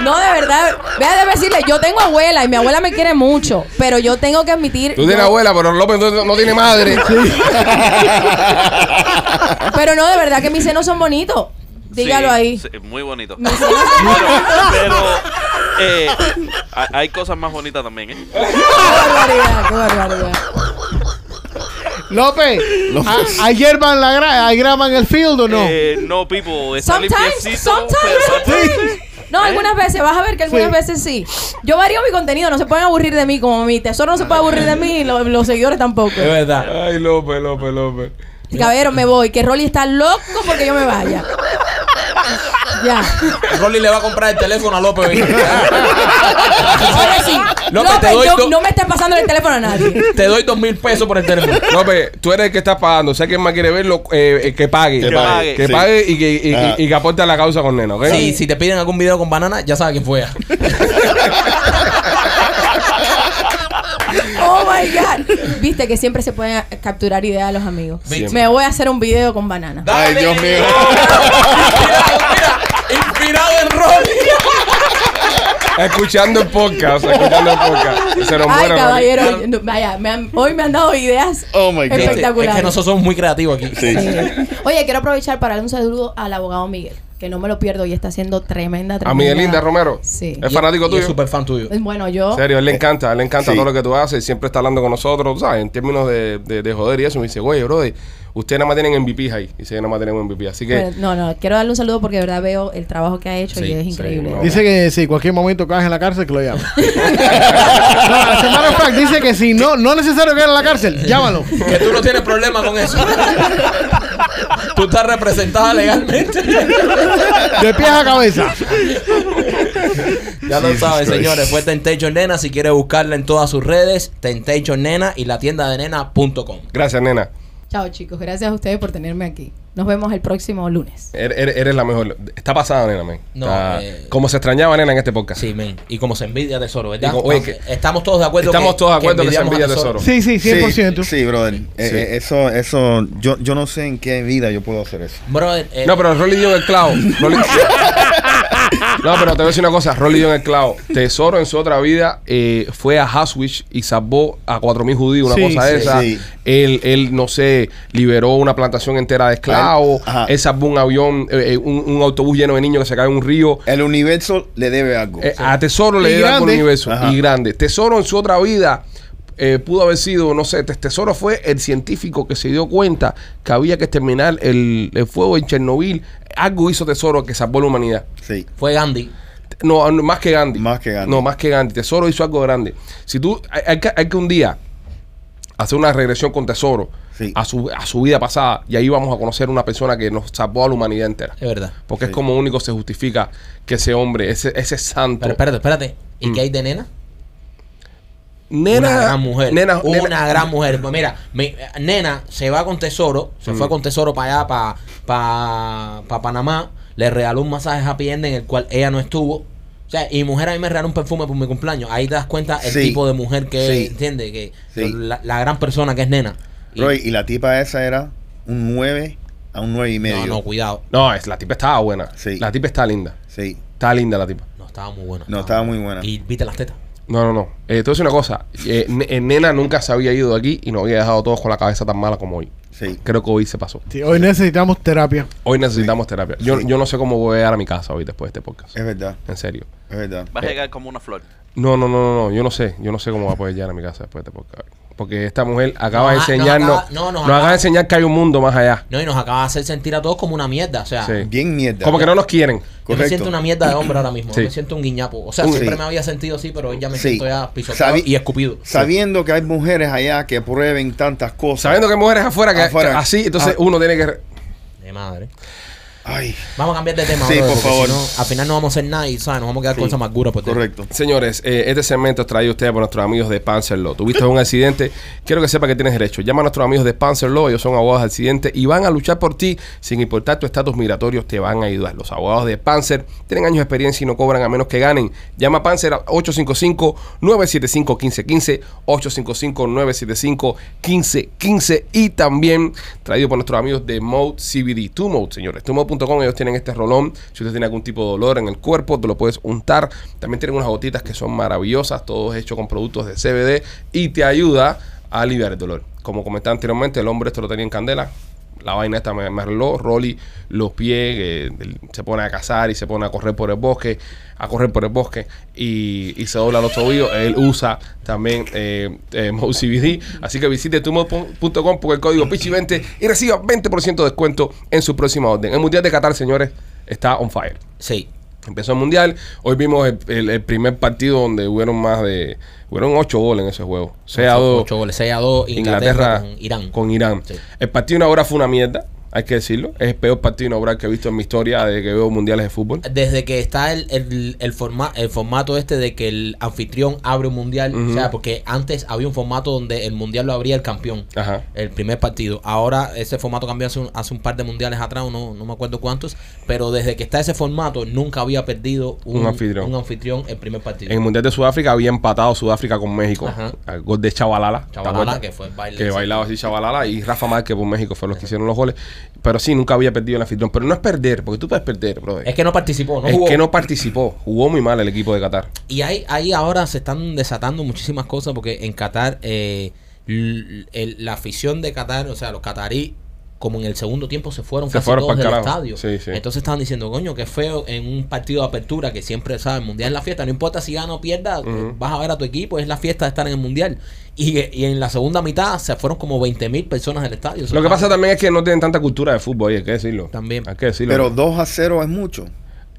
[SPEAKER 7] No, de verdad. Vea de decirle, yo tengo abuela y mi abuela me quiere mucho. Pero yo tengo que admitir.
[SPEAKER 1] Tú tienes
[SPEAKER 7] yo-
[SPEAKER 1] abuela, pero López no, no tiene madre.
[SPEAKER 7] Pero no, de verdad que mis senos son bonitos. Dígalo
[SPEAKER 6] Sí,
[SPEAKER 7] ahí.
[SPEAKER 6] sí, muy bonito.
[SPEAKER 7] No
[SPEAKER 6] pero
[SPEAKER 7] sé.
[SPEAKER 6] pero, eh, hay- hay cosas más bonitas también, ¿eh?
[SPEAKER 7] ¡Qué barbaridad! ¡Qué barbaridad!
[SPEAKER 4] López,
[SPEAKER 7] Ah,
[SPEAKER 5] López.
[SPEAKER 4] ¿hay hierba en la grama? ¿Hay grama en el field o no?
[SPEAKER 6] Eh, no, people. Está
[SPEAKER 7] Sometimes,
[SPEAKER 6] limpiecito,
[SPEAKER 7] sometimes,
[SPEAKER 6] pero-
[SPEAKER 7] sometimes. No, algunas veces, vas a ver que algunas
[SPEAKER 4] Sí.
[SPEAKER 7] veces sí. Yo varío mi contenido, no se pueden aburrir de mí, como mi tesoro no se puede aburrir de mí, y lo- los seguidores tampoco.
[SPEAKER 3] Es verdad.
[SPEAKER 1] Ay, López, López, López.
[SPEAKER 7] Caballero, me voy, que Rolly está loco porque yo me vaya. Ya.
[SPEAKER 3] Rolly le va a comprar el teléfono a López.
[SPEAKER 7] Ahora sí.
[SPEAKER 3] López,
[SPEAKER 7] López,
[SPEAKER 3] te doy
[SPEAKER 7] yo-
[SPEAKER 3] do-
[SPEAKER 7] no me estés pasando el teléfono a nadie.
[SPEAKER 3] Te doy dos mil pesos por el teléfono.
[SPEAKER 1] López, tú eres el que está pagando. O sea, quien más quiere verlo, eh, eh, que pague.
[SPEAKER 5] Que
[SPEAKER 6] pague.
[SPEAKER 1] Que
[SPEAKER 5] Sí.
[SPEAKER 1] pague y que, y- y-
[SPEAKER 5] Ah.
[SPEAKER 1] y que aporte a la causa con Neno, ¿ok?
[SPEAKER 3] Sí, si te piden algún video con banana, ya sabes quién fue.
[SPEAKER 7] Oh my God. Viste que siempre se pueden capturar ideas de los amigos.
[SPEAKER 1] Siempre.
[SPEAKER 7] Me voy a hacer un video con banana.
[SPEAKER 5] Ay, Dios mío.
[SPEAKER 3] Mira, inspirado en Rolly.
[SPEAKER 1] Escuchando el podcast, escuchando el podcast. Se nos
[SPEAKER 7] Ay,
[SPEAKER 1] muere. Rolly.
[SPEAKER 7] caballero. no, vaya, me han- hoy me han dado ideas
[SPEAKER 5] Oh my God.
[SPEAKER 7] espectaculares.
[SPEAKER 3] Este, Es que nosotros somos muy creativos aquí.
[SPEAKER 5] Sí.
[SPEAKER 7] Oye, quiero aprovechar para dar un saludo al abogado Miguel, que no me lo pierdo y está haciendo tremenda, tremenda.
[SPEAKER 1] A Miguelinda Romero.
[SPEAKER 7] Sí.
[SPEAKER 1] Es fanático
[SPEAKER 3] Y
[SPEAKER 1] tuyo.
[SPEAKER 3] Es súper fan tuyo.
[SPEAKER 7] Bueno, yo.
[SPEAKER 1] En serio, él le encanta, a él le encanta
[SPEAKER 5] Sí.
[SPEAKER 1] todo lo que tú haces, siempre está hablando con nosotros, tú ¿sabes? En términos de, de, de joder y eso, me dice, güey, bro, ustedes nada más tienen MVP ahí, dice, nada más tenemos MVP, así que...
[SPEAKER 7] Bueno, no, no, quiero darle un saludo porque de verdad veo el trabajo que ha hecho
[SPEAKER 3] Sí,
[SPEAKER 7] y es
[SPEAKER 3] sí,
[SPEAKER 7] increíble.
[SPEAKER 1] no.
[SPEAKER 4] Dice que si en cualquier momento caes en la cárcel, que lo llame. no, as a matter of fact, dice que si no, no es necesario caer en la cárcel, llámalo.
[SPEAKER 3] Que tú no tienes problema con eso. Tú estás representada legalmente.
[SPEAKER 4] De pies a cabeza.
[SPEAKER 3] Ya lo
[SPEAKER 5] Jesus
[SPEAKER 3] sabes,
[SPEAKER 5] Christ.
[SPEAKER 3] señores. Fue Temptation Nena. Si quieres buscarla en todas sus redes, Temptation Nena y la tienda de nena.com.
[SPEAKER 1] Gracias, nena.
[SPEAKER 7] Chao, chicos. Gracias a ustedes por tenerme aquí. Nos vemos el próximo lunes.
[SPEAKER 1] Er- er- eres la mejor. Está pasada, nena, man.
[SPEAKER 3] No,
[SPEAKER 1] Está-
[SPEAKER 3] eh.
[SPEAKER 1] Como se extrañaba, nena, en este podcast.
[SPEAKER 3] Sí, men. Y como se envidia tesoro, ¿verdad?
[SPEAKER 1] Y como- oye, que-
[SPEAKER 3] estamos todos de acuerdo.
[SPEAKER 1] Estamos todos de acuerdo que se
[SPEAKER 3] envidiamos a
[SPEAKER 1] envidia tesoro.
[SPEAKER 4] Sí, sí, 100%.
[SPEAKER 5] Sí, sí, brother. Eh,
[SPEAKER 1] Sí.
[SPEAKER 5] eh, eso, eso, yo, yo no sé en qué vida yo puedo hacer eso.
[SPEAKER 3] Brother, eh,
[SPEAKER 1] No, pero Rolly dio en el clavo. Rolly- No, pero te voy a decir una cosa. Rolly dio en el clavo. Tesoro en su otra vida eh, fue a Haswich y salvó a 4.000 judíos, una
[SPEAKER 4] Sí,
[SPEAKER 1] cosa de
[SPEAKER 5] sí,
[SPEAKER 1] esa.
[SPEAKER 5] sí.
[SPEAKER 1] Él, él, no sé, liberó una plantación entera de esclavos.
[SPEAKER 5] Ajá.
[SPEAKER 1] Él salvó un avión, eh, eh, un, un autobús lleno de niños que se cae en un río.
[SPEAKER 5] El universo le debe algo.
[SPEAKER 1] Eh, a Tesoro
[SPEAKER 4] Y
[SPEAKER 1] le da por
[SPEAKER 4] grande.
[SPEAKER 1] universo.
[SPEAKER 5] Ajá.
[SPEAKER 1] Y grande. Tesoro en su otra vida eh, pudo haber sido, no sé, Tes- Tesoro fue el científico que se dio cuenta que había que exterminar el, el fuego en Chernobyl. Algo hizo Tesoro que salvó la humanidad.
[SPEAKER 5] Sí.
[SPEAKER 3] fue Gandhi.
[SPEAKER 1] No, no, más que Gandhi.
[SPEAKER 5] Más que Gandhi.
[SPEAKER 1] No, más que Gandhi. Tesoro hizo algo grande. Si tú, hay, hay que, hay que un día hacer una regresión con Tesoro
[SPEAKER 5] Sí.
[SPEAKER 1] a, su, a su vida pasada y ahí vamos a conocer una persona que nos salvó a la humanidad entera.
[SPEAKER 3] Es verdad.
[SPEAKER 1] Porque es
[SPEAKER 5] Sí.
[SPEAKER 1] como único se justifica que ese hombre, ese, ese santo.
[SPEAKER 3] Pero espérate, espérate. ¿Y qué hay de nena?
[SPEAKER 1] Nena,
[SPEAKER 3] una gran mujer.
[SPEAKER 1] Nena,
[SPEAKER 3] una
[SPEAKER 1] nena-
[SPEAKER 3] gran mujer. Pues Mira, mi- nena se va con Tesoro, se fue con Tesoro para allá, para pa, pa Panamá, le regaló un masaje happy end en el cual ella no estuvo. O sea, y mujer a mí me regaló un perfume por mi cumpleaños. Ahí te das cuenta el
[SPEAKER 5] Sí.
[SPEAKER 3] tipo de mujer que
[SPEAKER 5] Sí.
[SPEAKER 3] es, ¿entiendes? Que
[SPEAKER 5] Sí.
[SPEAKER 3] la, la gran persona que es nena. Y-
[SPEAKER 5] Roy, y la tipa esa era un 9 a un 9 y medio.
[SPEAKER 3] no, no, cuidado.
[SPEAKER 1] No, es, la tipa estaba buena.
[SPEAKER 5] Sí.
[SPEAKER 1] La tipa está linda.
[SPEAKER 5] Sí.
[SPEAKER 1] Está linda la tipa.
[SPEAKER 3] No, estaba muy buena.
[SPEAKER 5] No, estaba muy buena.
[SPEAKER 3] Y viste las tetas.
[SPEAKER 1] No, no, no. Eh, te voy a decir una cosa. Eh, ne- eh, nena nunca se había ido de aquí y nos había dejado todos con la cabeza tan mala como hoy.
[SPEAKER 5] Sí.
[SPEAKER 1] Creo que hoy se pasó.
[SPEAKER 4] Sí, hoy necesitamos terapia.
[SPEAKER 1] Hoy necesitamos terapia. Yo,
[SPEAKER 5] Sí.
[SPEAKER 1] yo no sé cómo voy a llegar a mi casa hoy después de este podcast.
[SPEAKER 5] Es verdad,
[SPEAKER 1] En serio.
[SPEAKER 5] es verdad.
[SPEAKER 6] Vas a llegar como una flor.
[SPEAKER 1] No, no, no, no, no. Yo no sé. Yo no sé cómo va a poder llegar a mi casa después de este podcast. Porque esta mujer acaba de
[SPEAKER 3] No, ah, no,
[SPEAKER 1] enseñarnos.
[SPEAKER 3] acaba- no, no,
[SPEAKER 1] nos
[SPEAKER 3] acaba-
[SPEAKER 1] acaba de enseñar que hay un mundo más allá.
[SPEAKER 3] No, y nos acaba de hacer sentir a todos como una mierda. O sea,
[SPEAKER 1] Sí.
[SPEAKER 5] Bien mierda.
[SPEAKER 1] Como que no nos quieren.
[SPEAKER 3] Yo me siento una mierda de hombre ahora mismo.
[SPEAKER 1] Sí.
[SPEAKER 3] Yo me siento un guiñapo. O sea,
[SPEAKER 5] Sí.
[SPEAKER 3] siempre me había sentido así, pero hoy ya me
[SPEAKER 5] Sí.
[SPEAKER 3] siento ya pisoteado
[SPEAKER 5] Sabi-
[SPEAKER 3] y escupido.
[SPEAKER 5] Sabiendo que hay mujeres allá que prueben tantas cosas.
[SPEAKER 1] Sabiendo que hay mujeres afuera que,
[SPEAKER 5] Afuera.
[SPEAKER 1] que así, entonces
[SPEAKER 5] Ah.
[SPEAKER 1] uno tiene que. re-
[SPEAKER 3] De madre.
[SPEAKER 5] Ay,
[SPEAKER 3] Vamos a cambiar de tema.
[SPEAKER 5] Sí,
[SPEAKER 3] brother,
[SPEAKER 5] por
[SPEAKER 3] porque
[SPEAKER 5] favor.
[SPEAKER 3] si no, al final no vamos a hacer nada y ¿sabes? nos vamos a quedar con pues, esa amargura. Por dentro.
[SPEAKER 5] correcto.
[SPEAKER 1] Señores, eh, este segmento es traído a ustedes por nuestros amigos de Panzer Law. Tuviste un accidente, quiero que sepa que tienes derecho. Llama a nuestros amigos de Panzer Law, ellos son abogados de accidente y van a luchar por ti sin importar tu estatus migratorio, te van a ayudar. Los abogados de Panzer tienen años de experiencia y no cobran a menos que ganen. Llama a Panzer al 855-975-1515, 855-975-1515 y también traído por nuestros amigos de Mode CBD, Tu Mode, señores. TuMode.com, ellos tienen este rolón. Si usted tiene algún tipo de dolor en el cuerpo, te lo puedes untar. También tienen unas gotitas que son maravillosas, todo hecho con productos de CBD y te ayuda a aliviar el dolor. Como comenté anteriormente, el hombre esto lo tenía en candela. la vaina esta me, me arregló. Rolly los pies, eh, del- se pone a cazar y se pone a correr por el bosque, a correr por el bosque y, y se dobla los tobillos. Él usa también eh, eh, MouCBD. Así que visite tumor.com porque el código PICHI20 y reciba 20% de descuento en su próxima orden. El Mundial de Qatar, señores, está on fire.
[SPEAKER 3] Sí.
[SPEAKER 1] Empezó el mundial. Hoy vimos el, el- el primer partido donde hubieron más de. Hubieron ocho goles en ese juego. 6 a 2.
[SPEAKER 3] 8 goles, 6 a 2,
[SPEAKER 1] Inglaterra,
[SPEAKER 3] Inglaterra, con Irán.
[SPEAKER 1] Con Irán.
[SPEAKER 3] Sí.
[SPEAKER 1] El partido inaugural fue una mierda, hay que decirlo. Es el peor partido inaugural que he visto en mi historia desde que veo mundiales de fútbol.
[SPEAKER 3] Desde que está el, el, el, forma- el formato este de que el anfitrión abre un mundial, o sea, porque antes había un formato donde el mundial lo abría el campeón,
[SPEAKER 1] Ajá.
[SPEAKER 3] el primer partido. Ahora ese formato cambió hace un, hace un par de mundiales atrás, no, no me acuerdo cuántos, pero desde que está ese formato nunca había perdido
[SPEAKER 1] Un anfitrión.
[SPEAKER 3] un anfitrión el primer partido.
[SPEAKER 1] En el mundial de Sudáfrica había empatado Sudáfrica con México.
[SPEAKER 3] Ajá.
[SPEAKER 1] Al gol de Chavalala. ¿te
[SPEAKER 3] Chabalala,
[SPEAKER 1] acuerdas?
[SPEAKER 3] que fue el baile
[SPEAKER 1] que
[SPEAKER 3] ese.
[SPEAKER 1] bailaba así Chabalala y Rafa Márquez por México fueron los que hicieron los goles. Pero sí, nunca había perdido el anfitrión. Pero no es perder, porque tú puedes perder, brother.
[SPEAKER 3] Es que no participó, no
[SPEAKER 1] es
[SPEAKER 3] jugó.
[SPEAKER 1] que no participó. Jugó muy mal el equipo de Qatar.
[SPEAKER 3] Y ahí, ahí ahora se están desatando muchísimas cosas porque en Qatar, eh, l- el- la afición de Qatar, o sea, los catarí, como en el segundo tiempo se fueron
[SPEAKER 1] Se
[SPEAKER 3] casi
[SPEAKER 1] fueron
[SPEAKER 3] todos
[SPEAKER 1] pa'l
[SPEAKER 3] del
[SPEAKER 1] carajo.
[SPEAKER 3] estadio.
[SPEAKER 1] Sí, sí.
[SPEAKER 3] Entonces estaban diciendo, coño, qué feo en un partido de apertura que siempre, ¿sabes? El mundial es la fiesta, no importa si gana o pierda, eh, vas a ver a tu equipo, es la fiesta de estar en el mundial. Y, eh, y en la segunda mitad se fueron como 20 mil personas del estadio. Eso
[SPEAKER 1] Lo que
[SPEAKER 3] estaba-
[SPEAKER 1] pasa también es que no tienen tanta cultura de fútbol, oye, hay que decirlo.
[SPEAKER 3] También.
[SPEAKER 1] Hay que decirlo.
[SPEAKER 5] Pero 2 a 0 es mucho.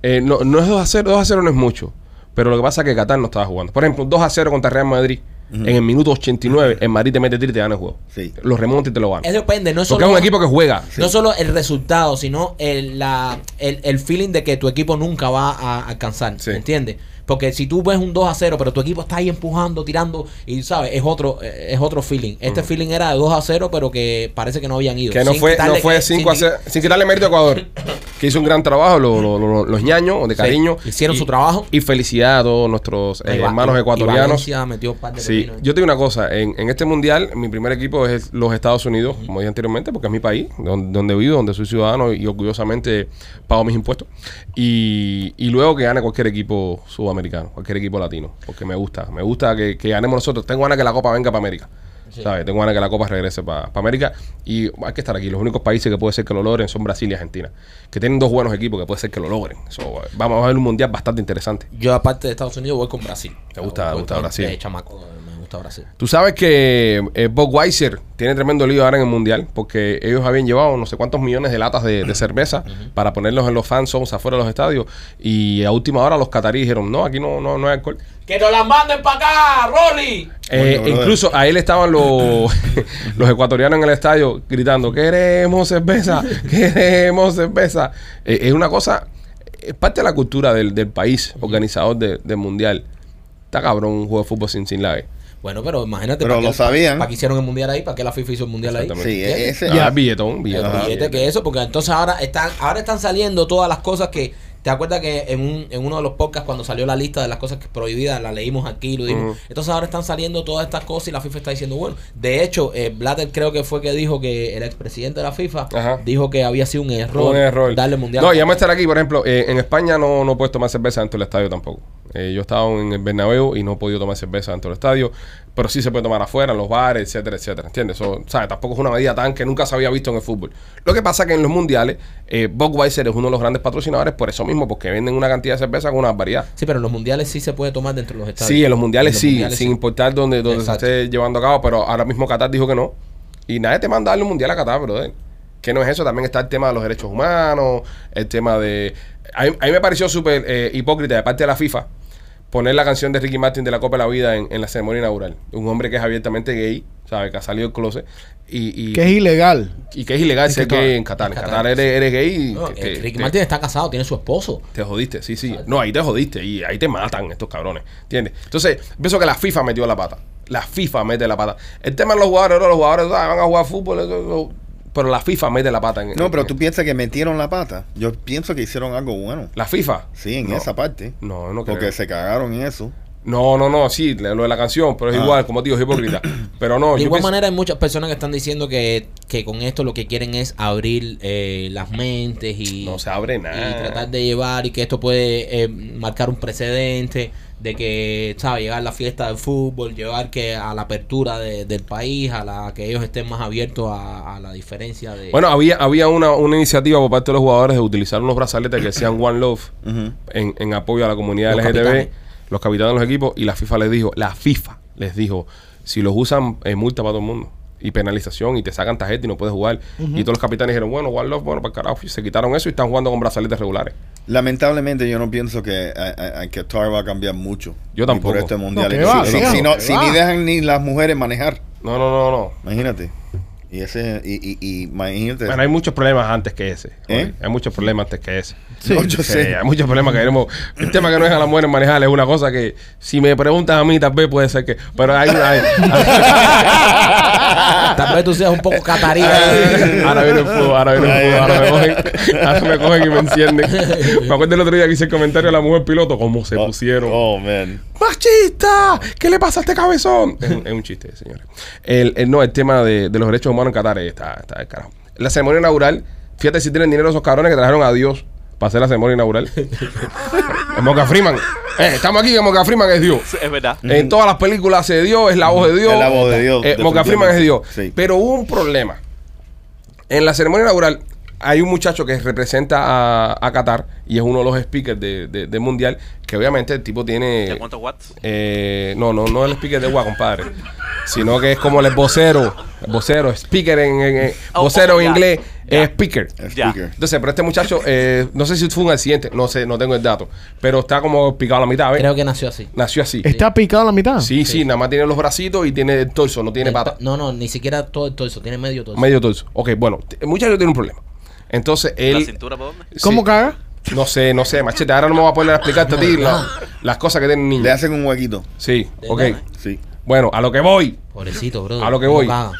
[SPEAKER 1] Eh, no, no es 2 a 0, 2 a 0 no es mucho. Pero lo que pasa es que Qatar no estaba jugando. Por ejemplo, 2 a 0 contra Real Madrid. En el minuto 89, el Madrid te mete tiro y te gana el juego.
[SPEAKER 5] Sí.
[SPEAKER 1] Los remontes y te lo gana.
[SPEAKER 3] Es depende, no es
[SPEAKER 1] Porque
[SPEAKER 3] solo-
[SPEAKER 1] es un equipo que juega.
[SPEAKER 3] No solo el resultado, sino el, la, el, el feeling de que tu equipo nunca va a alcanzar.
[SPEAKER 1] Sí.
[SPEAKER 3] ¿Entiendes? Porque si tú ves un 2 a 0, pero tu equipo está ahí empujando, tirando, y sabes, es otro eh, es otro feeling. Este feeling era de 2 a 0, pero que parece que no habían ido.
[SPEAKER 1] Que no
[SPEAKER 3] Sin
[SPEAKER 1] fue, no
[SPEAKER 3] quitarle-
[SPEAKER 1] fue
[SPEAKER 3] eh,
[SPEAKER 1] 5 a
[SPEAKER 3] sin-
[SPEAKER 1] 0. Sin quitarle mérito a Ecuador. Que hizo un gran trabajo, lo- lo- lo- los ñaños, de
[SPEAKER 3] Sí,
[SPEAKER 1] cariño.
[SPEAKER 3] hicieron
[SPEAKER 1] Y-
[SPEAKER 3] su trabajo.
[SPEAKER 1] Y felicidad a todos nuestros eh,
[SPEAKER 3] Ahí va.
[SPEAKER 1] hermanos
[SPEAKER 3] Y- y
[SPEAKER 1] ecuatorianos.
[SPEAKER 3] Valencia metió un par de
[SPEAKER 1] Sí,
[SPEAKER 3] pepinos.
[SPEAKER 1] yo te digo una cosa, en, en este mundial mi primer equipo es los Estados Unidos, como dije anteriormente, porque es mi país, donde, donde vivo, donde soy ciudadano y orgullosamente pago mis impuestos. Y, y luego que gane cualquier equipo sudamericano, cualquier equipo latino, porque me gusta, me gusta que, que ganemos nosotros. Tengo ganas que la Copa venga para América. ¿sabes? Tengo ganas que la Copa regrese para América y hay que estar aquí. Los únicos países que puede ser que lo logren son Brasil y Argentina, que tienen dos buenos equipos que puede ser que lo logren. So, eh, vamos a ver un mundial bastante interesante.
[SPEAKER 3] Yo, aparte de Estados Unidos, voy con Brasil.
[SPEAKER 1] Te gusta-
[SPEAKER 3] Voy
[SPEAKER 1] te gusta
[SPEAKER 3] con-
[SPEAKER 1] Brasil.
[SPEAKER 3] eh, chamaco, eh, me gusta Brasil.
[SPEAKER 1] Tú sabes que eh, Bob Weiser tiene tremendo lío ahora en el mundial porque ellos habían llevado no sé cuántos millones de latas de, de cerveza para ponerlos en los fan zones afuera de los estadios y a última hora los cataríes dijeron no, aquí no, no, no hay alcohol.
[SPEAKER 3] ¡Que nos la manden para acá, Rolly!
[SPEAKER 1] Eh,
[SPEAKER 5] brother.
[SPEAKER 1] incluso a él estaban los, los ecuatorianos en el estadio gritando queremos cerveza, queremos cerveza. Eh, es una cosa, es parte de la cultura del, del país organizador de- del mundial. Está cabrón un juego de fútbol sin E. sin lague.
[SPEAKER 3] Bueno, pero imagínate.
[SPEAKER 5] Pero
[SPEAKER 3] ¿para qué-
[SPEAKER 5] lo sabían.
[SPEAKER 3] ¿Para qué hicieron el mundial ahí? ¿Para qué la FIFA hizo el mundial ahí?
[SPEAKER 1] Exactamente.
[SPEAKER 5] Sí, e- ese.
[SPEAKER 1] Ah, billetón,
[SPEAKER 3] El
[SPEAKER 1] billetón.
[SPEAKER 5] Ajá.
[SPEAKER 3] billete que eso, porque entonces ahora están, ahora están saliendo todas las cosas que. ¿Te acuerdas que en, un- en uno de los podcasts, cuando salió la lista de las cosas que prohibidas, la leímos aquí, lo dimos? Entonces ahora están saliendo todas estas cosas y la FIFA está diciendo, bueno, de hecho, eh, Blatter creo que fue que dijo que el expresidente de la FIFA
[SPEAKER 1] Ajá.
[SPEAKER 3] dijo que había sido un error,
[SPEAKER 1] Un error.
[SPEAKER 3] darle el mundial.
[SPEAKER 1] No, ya me estar aquí, por ejemplo, eh, en España no, no puedes tomar cerveza dentro del estadio tampoco. Eh, yo he estado en el Bernabéu y no he podido tomar cerveza dentro del estadio, pero sí se puede tomar afuera, en los bares, etcétera, etcétera. ¿Entiendes? Eso, ¿sabes? Tampoco es una medida tan que nunca se había visto en el fútbol. Lo que pasa que en los mundiales, eh, Budweiser es uno de los grandes patrocinadores por eso mismo, porque venden una cantidad de cerveza con una variedad.
[SPEAKER 3] Sí, pero en los mundiales sí se puede tomar dentro de los estados.
[SPEAKER 1] Sí, en los mundiales sí, sin
[SPEAKER 3] sí.
[SPEAKER 1] importar dónde, dónde se
[SPEAKER 3] Exacto.
[SPEAKER 1] esté llevando a cabo, pero ahora mismo Qatar dijo que no. Y nadie te manda a darle un mundial a Qatar, brother. Que no es eso, también está el tema de los derechos humanos, el tema de... A mí, a mí me pareció súper eh, hipócrita de parte de la FIFA poner la canción de Ricky Martin de la Copa de la Vida en, en la ceremonia inaugural. Un hombre que es abiertamente gay, ¿sabes? Que ha salido del closet y, y,
[SPEAKER 4] Que es ilegal.
[SPEAKER 1] y que es ilegal ser
[SPEAKER 3] que
[SPEAKER 1] gay
[SPEAKER 3] todo-
[SPEAKER 1] en Qatar. En
[SPEAKER 3] en
[SPEAKER 1] Qatar,
[SPEAKER 3] Qatar,
[SPEAKER 1] eres, eres gay y
[SPEAKER 3] No,
[SPEAKER 1] te-
[SPEAKER 3] eh,
[SPEAKER 1] te-
[SPEAKER 3] Ricky
[SPEAKER 1] te-
[SPEAKER 3] Martin está casado, tiene su esposo.
[SPEAKER 1] te jodiste, sí, sí. No, ahí te jodiste y ahí te matan estos cabrones. ¿Entiendes? Entonces, pienso que la FIFA metió la pata. La FIFA mete la pata. El tema de los jugadores, ahora los jugadores ah, van a jugar fútbol, eso, eso. pero la FIFA mete la pata en
[SPEAKER 5] No, pero tú piensas que metieron la pata. Yo pienso que hicieron algo bueno.
[SPEAKER 1] La FIFA.
[SPEAKER 5] Sí, en
[SPEAKER 1] No.
[SPEAKER 5] esa parte.
[SPEAKER 1] No, no creo.
[SPEAKER 5] Porque se cagaron en eso.
[SPEAKER 1] No, no, no, sí, le- lo de la canción, pero es
[SPEAKER 5] Ah.
[SPEAKER 1] igual, como te digo, es hipócrita. Pero no,
[SPEAKER 3] De
[SPEAKER 1] Pues yo
[SPEAKER 3] igual
[SPEAKER 1] pienso-
[SPEAKER 3] manera hay muchas personas que están diciendo que, que con esto lo que quieren es abrir eh, las mentes y,
[SPEAKER 1] No se abre
[SPEAKER 3] y
[SPEAKER 1] nada.
[SPEAKER 3] tratar de llevar y que esto puede eh, marcar un precedente de que, ¿sabes? Llegar a la fiesta del fútbol, llevar que a la apertura de- del país, a la que ellos estén más abiertos a, a la diferencia de...
[SPEAKER 1] Bueno, había, había una, una iniciativa por parte de los jugadores de utilizar unos brazaletes que decían One Love
[SPEAKER 5] Ujú.
[SPEAKER 1] en, en apoyo a la comunidad
[SPEAKER 3] Los
[SPEAKER 1] LGTB,
[SPEAKER 3] capitanes.
[SPEAKER 1] los capitanes de los equipos, y la FIFA les dijo, la FIFA les dijo, si los usan, es multa para todo el mundo. Y penalización, y te sacan tarjeta y no puedes jugar. Y todos los capitanes dijeron, bueno, One Love, bueno, para carajo. Y se quitaron eso y están jugando con brazaletes regulares.
[SPEAKER 5] Lamentablemente yo no pienso que, a- a- que Qatar va a cambiar mucho.
[SPEAKER 1] Yo
[SPEAKER 5] Y
[SPEAKER 1] tampoco.
[SPEAKER 5] Por este mundial.
[SPEAKER 4] No, ¿qué va,
[SPEAKER 5] si, si-
[SPEAKER 4] viejo?
[SPEAKER 5] si no,
[SPEAKER 4] ¿Qué
[SPEAKER 5] si
[SPEAKER 4] va?
[SPEAKER 5] ni dejan ni las mujeres manejar,
[SPEAKER 1] No, no, no, no.
[SPEAKER 5] imagínate. Y ese, y, y- y imagínate.
[SPEAKER 1] Bueno, hay muchos problemas antes que ese.
[SPEAKER 5] ¿Eh?
[SPEAKER 1] Hay muchos problemas antes que ese.
[SPEAKER 5] Sí. No, yo sé.
[SPEAKER 1] Hay muchos problemas que queremos. El tema que no es a las mujeres manejar es una cosa que, si me preguntas a mí, tal vez puede ser que. Pero hay una.
[SPEAKER 3] Tal vez tú seas un poco catarí. ahí.
[SPEAKER 1] Ah, ahora viene el fuego, ahora viene el fuego, ahora me cogen, ahora me cogen y me encienden. Me acuerdo el otro día que hice el comentario a la mujer piloto, cómo se
[SPEAKER 5] Oh,
[SPEAKER 1] pusieron.
[SPEAKER 5] Oh, man.
[SPEAKER 1] ¡Machista! ¿Qué le pasa a este cabezón? Es un, es un chiste, señores. El, el- no, el tema de, de los derechos humanos en Qatar está, está del carajo. La ceremonia inaugural, fíjate si tienen dinero esos cabrones que trajeron a Dios para hacer la ceremonia inaugural. en Moca Freeman. Eh, estamos aquí que Moca Freeman es Dios.
[SPEAKER 6] Sí, Es verdad.
[SPEAKER 1] En todas las películas se dio, es la voz de Dios.
[SPEAKER 5] Es la voz de Dios,
[SPEAKER 1] Eh, Moca Freeman es Dios.
[SPEAKER 5] Sí.
[SPEAKER 1] Pero hubo un problema. En la ceremonia inaugural hay un muchacho que representa a, a Qatar y es uno de los speakers de, de- del Mundial, que obviamente el tipo
[SPEAKER 6] ¿De
[SPEAKER 1] tiene...
[SPEAKER 6] cuántos watts?
[SPEAKER 1] Eh, no, no, no el speaker de Gua, compadre. Sino que es como el vocero. El vocero, speaker en, en- en-
[SPEAKER 6] Oh,
[SPEAKER 1] vocero
[SPEAKER 6] oh,
[SPEAKER 1] en
[SPEAKER 6] ya,
[SPEAKER 1] inglés,
[SPEAKER 6] ya.
[SPEAKER 1] eh, speaker.
[SPEAKER 6] Ya.
[SPEAKER 5] Speaker.
[SPEAKER 1] Entonces, pero este muchacho, eh, no sé si fue un accidente, no sé, no tengo el dato. Pero está como picado a la mitad, ¿ves?
[SPEAKER 3] Creo que nació así.
[SPEAKER 1] Nació así.
[SPEAKER 4] ¿Está picado a la mitad?
[SPEAKER 1] Sí, sí, nada más tiene los bracitos y tiene el torso, no tiene
[SPEAKER 3] El
[SPEAKER 1] pata.
[SPEAKER 3] pa- No, no, ni siquiera todo el torso, tiene medio torso.
[SPEAKER 1] Medio torso. Ok, bueno, t- el muchacho tiene un problema. Entonces él.
[SPEAKER 6] ¿La cintura por dónde?
[SPEAKER 4] ¿Cómo
[SPEAKER 1] sí,
[SPEAKER 4] caga?
[SPEAKER 1] No sé, no sé, machete. Ahora no me voy a poner a explicarte a ti la- las cosas que tiene el
[SPEAKER 6] Mm.
[SPEAKER 1] niño.
[SPEAKER 5] Le hacen un huequito.
[SPEAKER 1] Sí,
[SPEAKER 3] De
[SPEAKER 1] ok.
[SPEAKER 3] nada.
[SPEAKER 5] Sí.
[SPEAKER 1] Bueno, a lo que voy.
[SPEAKER 3] Pobrecito, bro.
[SPEAKER 1] A lo que
[SPEAKER 3] ¿Cómo
[SPEAKER 1] voy.
[SPEAKER 3] pagan?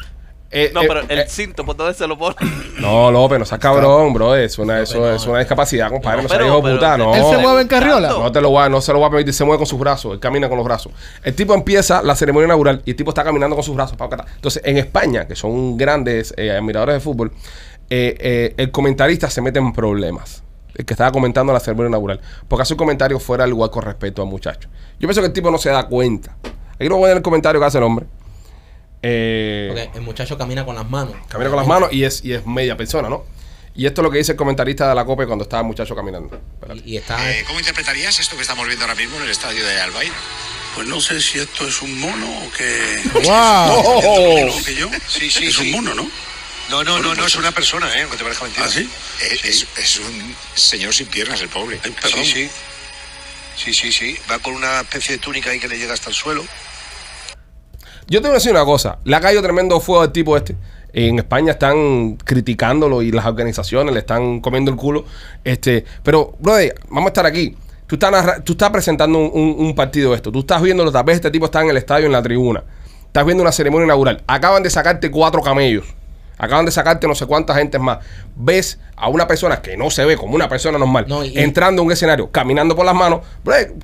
[SPEAKER 1] Eh,
[SPEAKER 6] No,
[SPEAKER 1] eh,
[SPEAKER 6] pero
[SPEAKER 1] eh,
[SPEAKER 6] el cinto, ¿por dónde se lo pone?
[SPEAKER 1] No, López, no seas cabrón, bro. Es una, eso
[SPEAKER 3] no,
[SPEAKER 1] es una
[SPEAKER 3] no.
[SPEAKER 1] discapacidad, compadre. No,
[SPEAKER 6] No,
[SPEAKER 1] seas
[SPEAKER 6] pero-
[SPEAKER 1] hijo de
[SPEAKER 6] pero-
[SPEAKER 1] puta, no. eh.
[SPEAKER 4] Él se mueve en carriola.
[SPEAKER 1] No te lo voy a, no se lo voy a permitir, se mueve con sus brazos, él camina con los brazos. El tipo empieza la ceremonia inaugural y el tipo está caminando con sus brazos. pa, pa, pa. Entonces, en España, que son grandes eh, admiradores de fútbol, eh, eh, el comentarista se mete en problemas. El que estaba comentando la ceremonia inaugural. Porque hace un comentario fuera del lugar con respecto al muchacho. Yo pienso que el tipo no se da cuenta. Aquí no voy a ver el comentario que hace el hombre. Eh,
[SPEAKER 3] Porque el muchacho camina con las manos.
[SPEAKER 1] Camina con las manos y es, y es media persona, ¿no? Y esto es lo que dice el comentarista de la COPE cuando estaba el muchacho caminando. Espérate.
[SPEAKER 3] Y, y está...
[SPEAKER 8] Eh, ¿Cómo interpretarías esto que estamos viendo ahora mismo en el estadio de Albay?
[SPEAKER 9] Pues no sé si esto es un mono o que...
[SPEAKER 4] ¡Wow!
[SPEAKER 9] ¿Lo que yo?
[SPEAKER 8] Oh. Sí, sí,
[SPEAKER 9] Es
[SPEAKER 8] sí.
[SPEAKER 9] un mono, ¿no?
[SPEAKER 8] No, no, no, no es una persona, ¿eh? Aunque te parezca mentira.
[SPEAKER 9] ¿Ah, sí?
[SPEAKER 8] Eh,
[SPEAKER 9] Sí.
[SPEAKER 8] Es, es un señor sin piernas, el pobre.
[SPEAKER 9] Ay, perdón.
[SPEAKER 8] Sí, sí. Sí, sí, sí. Va con una especie de túnica ahí que le llega hasta el suelo.
[SPEAKER 1] Yo te voy a decir una cosa. Le ha caído tremendo fuego al tipo este. En España están criticándolo y las organizaciones le están comiendo el culo. Este, pero, brother, vamos a estar aquí. Tú estás, narra- tú estás presentando un, un- un partido de esto. Tú estás viéndolo. Tal vez este tipo está en el estadio, en la tribuna. Estás viendo una ceremonia inaugural. Acaban de sacarte cuatro camellos. Acaban de sacarte no sé cuántas gentes más. Ves a una persona que no se ve como una persona normal
[SPEAKER 3] No, y-
[SPEAKER 1] entrando a un escenario, caminando por las manos. brother,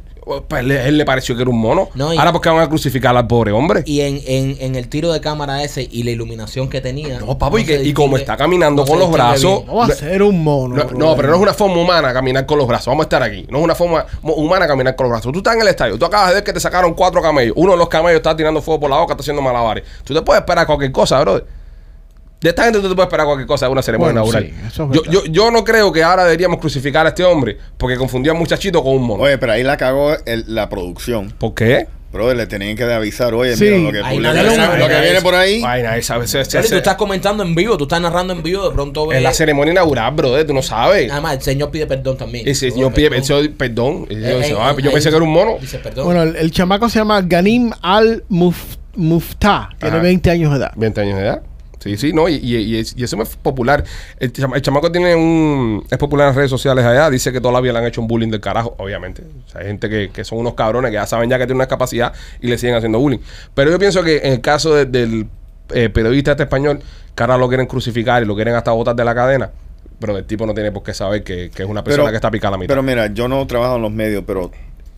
[SPEAKER 1] pues, le- él le pareció que era un mono.
[SPEAKER 3] No, y-
[SPEAKER 1] Ahora, porque van a crucificar al pobre hombre?
[SPEAKER 3] Y en, en, en el tiro de cámara ese y la iluminación que tenía.
[SPEAKER 1] No, papo, y,
[SPEAKER 3] se
[SPEAKER 1] que- y como
[SPEAKER 3] distingue-
[SPEAKER 1] está caminando
[SPEAKER 3] no se
[SPEAKER 1] con los
[SPEAKER 3] distingue
[SPEAKER 1] brazos.
[SPEAKER 4] No va a ser un mono.
[SPEAKER 1] No, no, pero no es una forma humana caminar con los brazos. Vamos a estar aquí. No es una forma mo- humana caminar con los brazos. Tú estás en el estadio. Tú acabas de ver que te sacaron cuatro camellos. Uno de los camellos está tirando fuego por la boca, está haciendo malabares. Tú te puedes esperar cualquier cosa, bro. De esta gente tú te puedes esperar cualquier cosa de una ceremonia
[SPEAKER 4] Bueno,
[SPEAKER 1] inaugural.
[SPEAKER 4] sí, eso es
[SPEAKER 1] yo,
[SPEAKER 4] verdad.
[SPEAKER 1] yo, yo no creo que ahora deberíamos crucificar a este hombre porque confundió al muchachito con un mono.
[SPEAKER 5] Oye, pero ahí la cagó el- la producción.
[SPEAKER 1] ¿Por qué?
[SPEAKER 5] Bro, le tenían que avisar, oye,
[SPEAKER 4] Sí.
[SPEAKER 5] mira lo que,
[SPEAKER 3] Ahí
[SPEAKER 5] publica-
[SPEAKER 3] nadie
[SPEAKER 5] lo
[SPEAKER 3] sabe,
[SPEAKER 5] que
[SPEAKER 3] nadie
[SPEAKER 5] viene
[SPEAKER 3] sabe.
[SPEAKER 5] por ahí.
[SPEAKER 1] Ay, nadie sabe. Se- se-
[SPEAKER 3] bien. Pero
[SPEAKER 1] se-
[SPEAKER 3] Tú estás comentando en vivo, tú estás narrando en vivo, de pronto ves.
[SPEAKER 1] en la ceremonia inaugural, brother, tú no sabes.
[SPEAKER 3] Además, el señor pide perdón también.
[SPEAKER 1] Y si
[SPEAKER 3] Perdón,
[SPEAKER 1] yo pide
[SPEAKER 3] perdón.
[SPEAKER 1] perdón, Y yo,
[SPEAKER 3] Eh,
[SPEAKER 1] dice,
[SPEAKER 3] eh,
[SPEAKER 1] "Ah, yo
[SPEAKER 3] eh,
[SPEAKER 1] pensé que era un mono.
[SPEAKER 3] Dice perdón.
[SPEAKER 4] Bueno, el, el chamaco se llama Ganim Al Muf- Mufta. Tiene
[SPEAKER 1] Ajá.
[SPEAKER 4] 20 años de edad.
[SPEAKER 1] 20 años de edad. Sí, sí, no, y, y, y es- y eso es popular. El, chama- el chamaco tiene un. Es popular en las redes sociales allá. Dice que todavía le han hecho un bullying del carajo, obviamente. O sea, hay gente que, que son unos cabrones que ya saben ya que tiene una capacidad y le siguen haciendo bullying. Pero yo pienso que en el caso de- del eh, periodista este español, que ahora lo quieren crucificar y lo quieren hasta botar de la cadena. Pero el tipo no tiene por qué saber que, que es una persona que está picada a la mitad.
[SPEAKER 5] pero mira, yo no trabajo en los medios, pero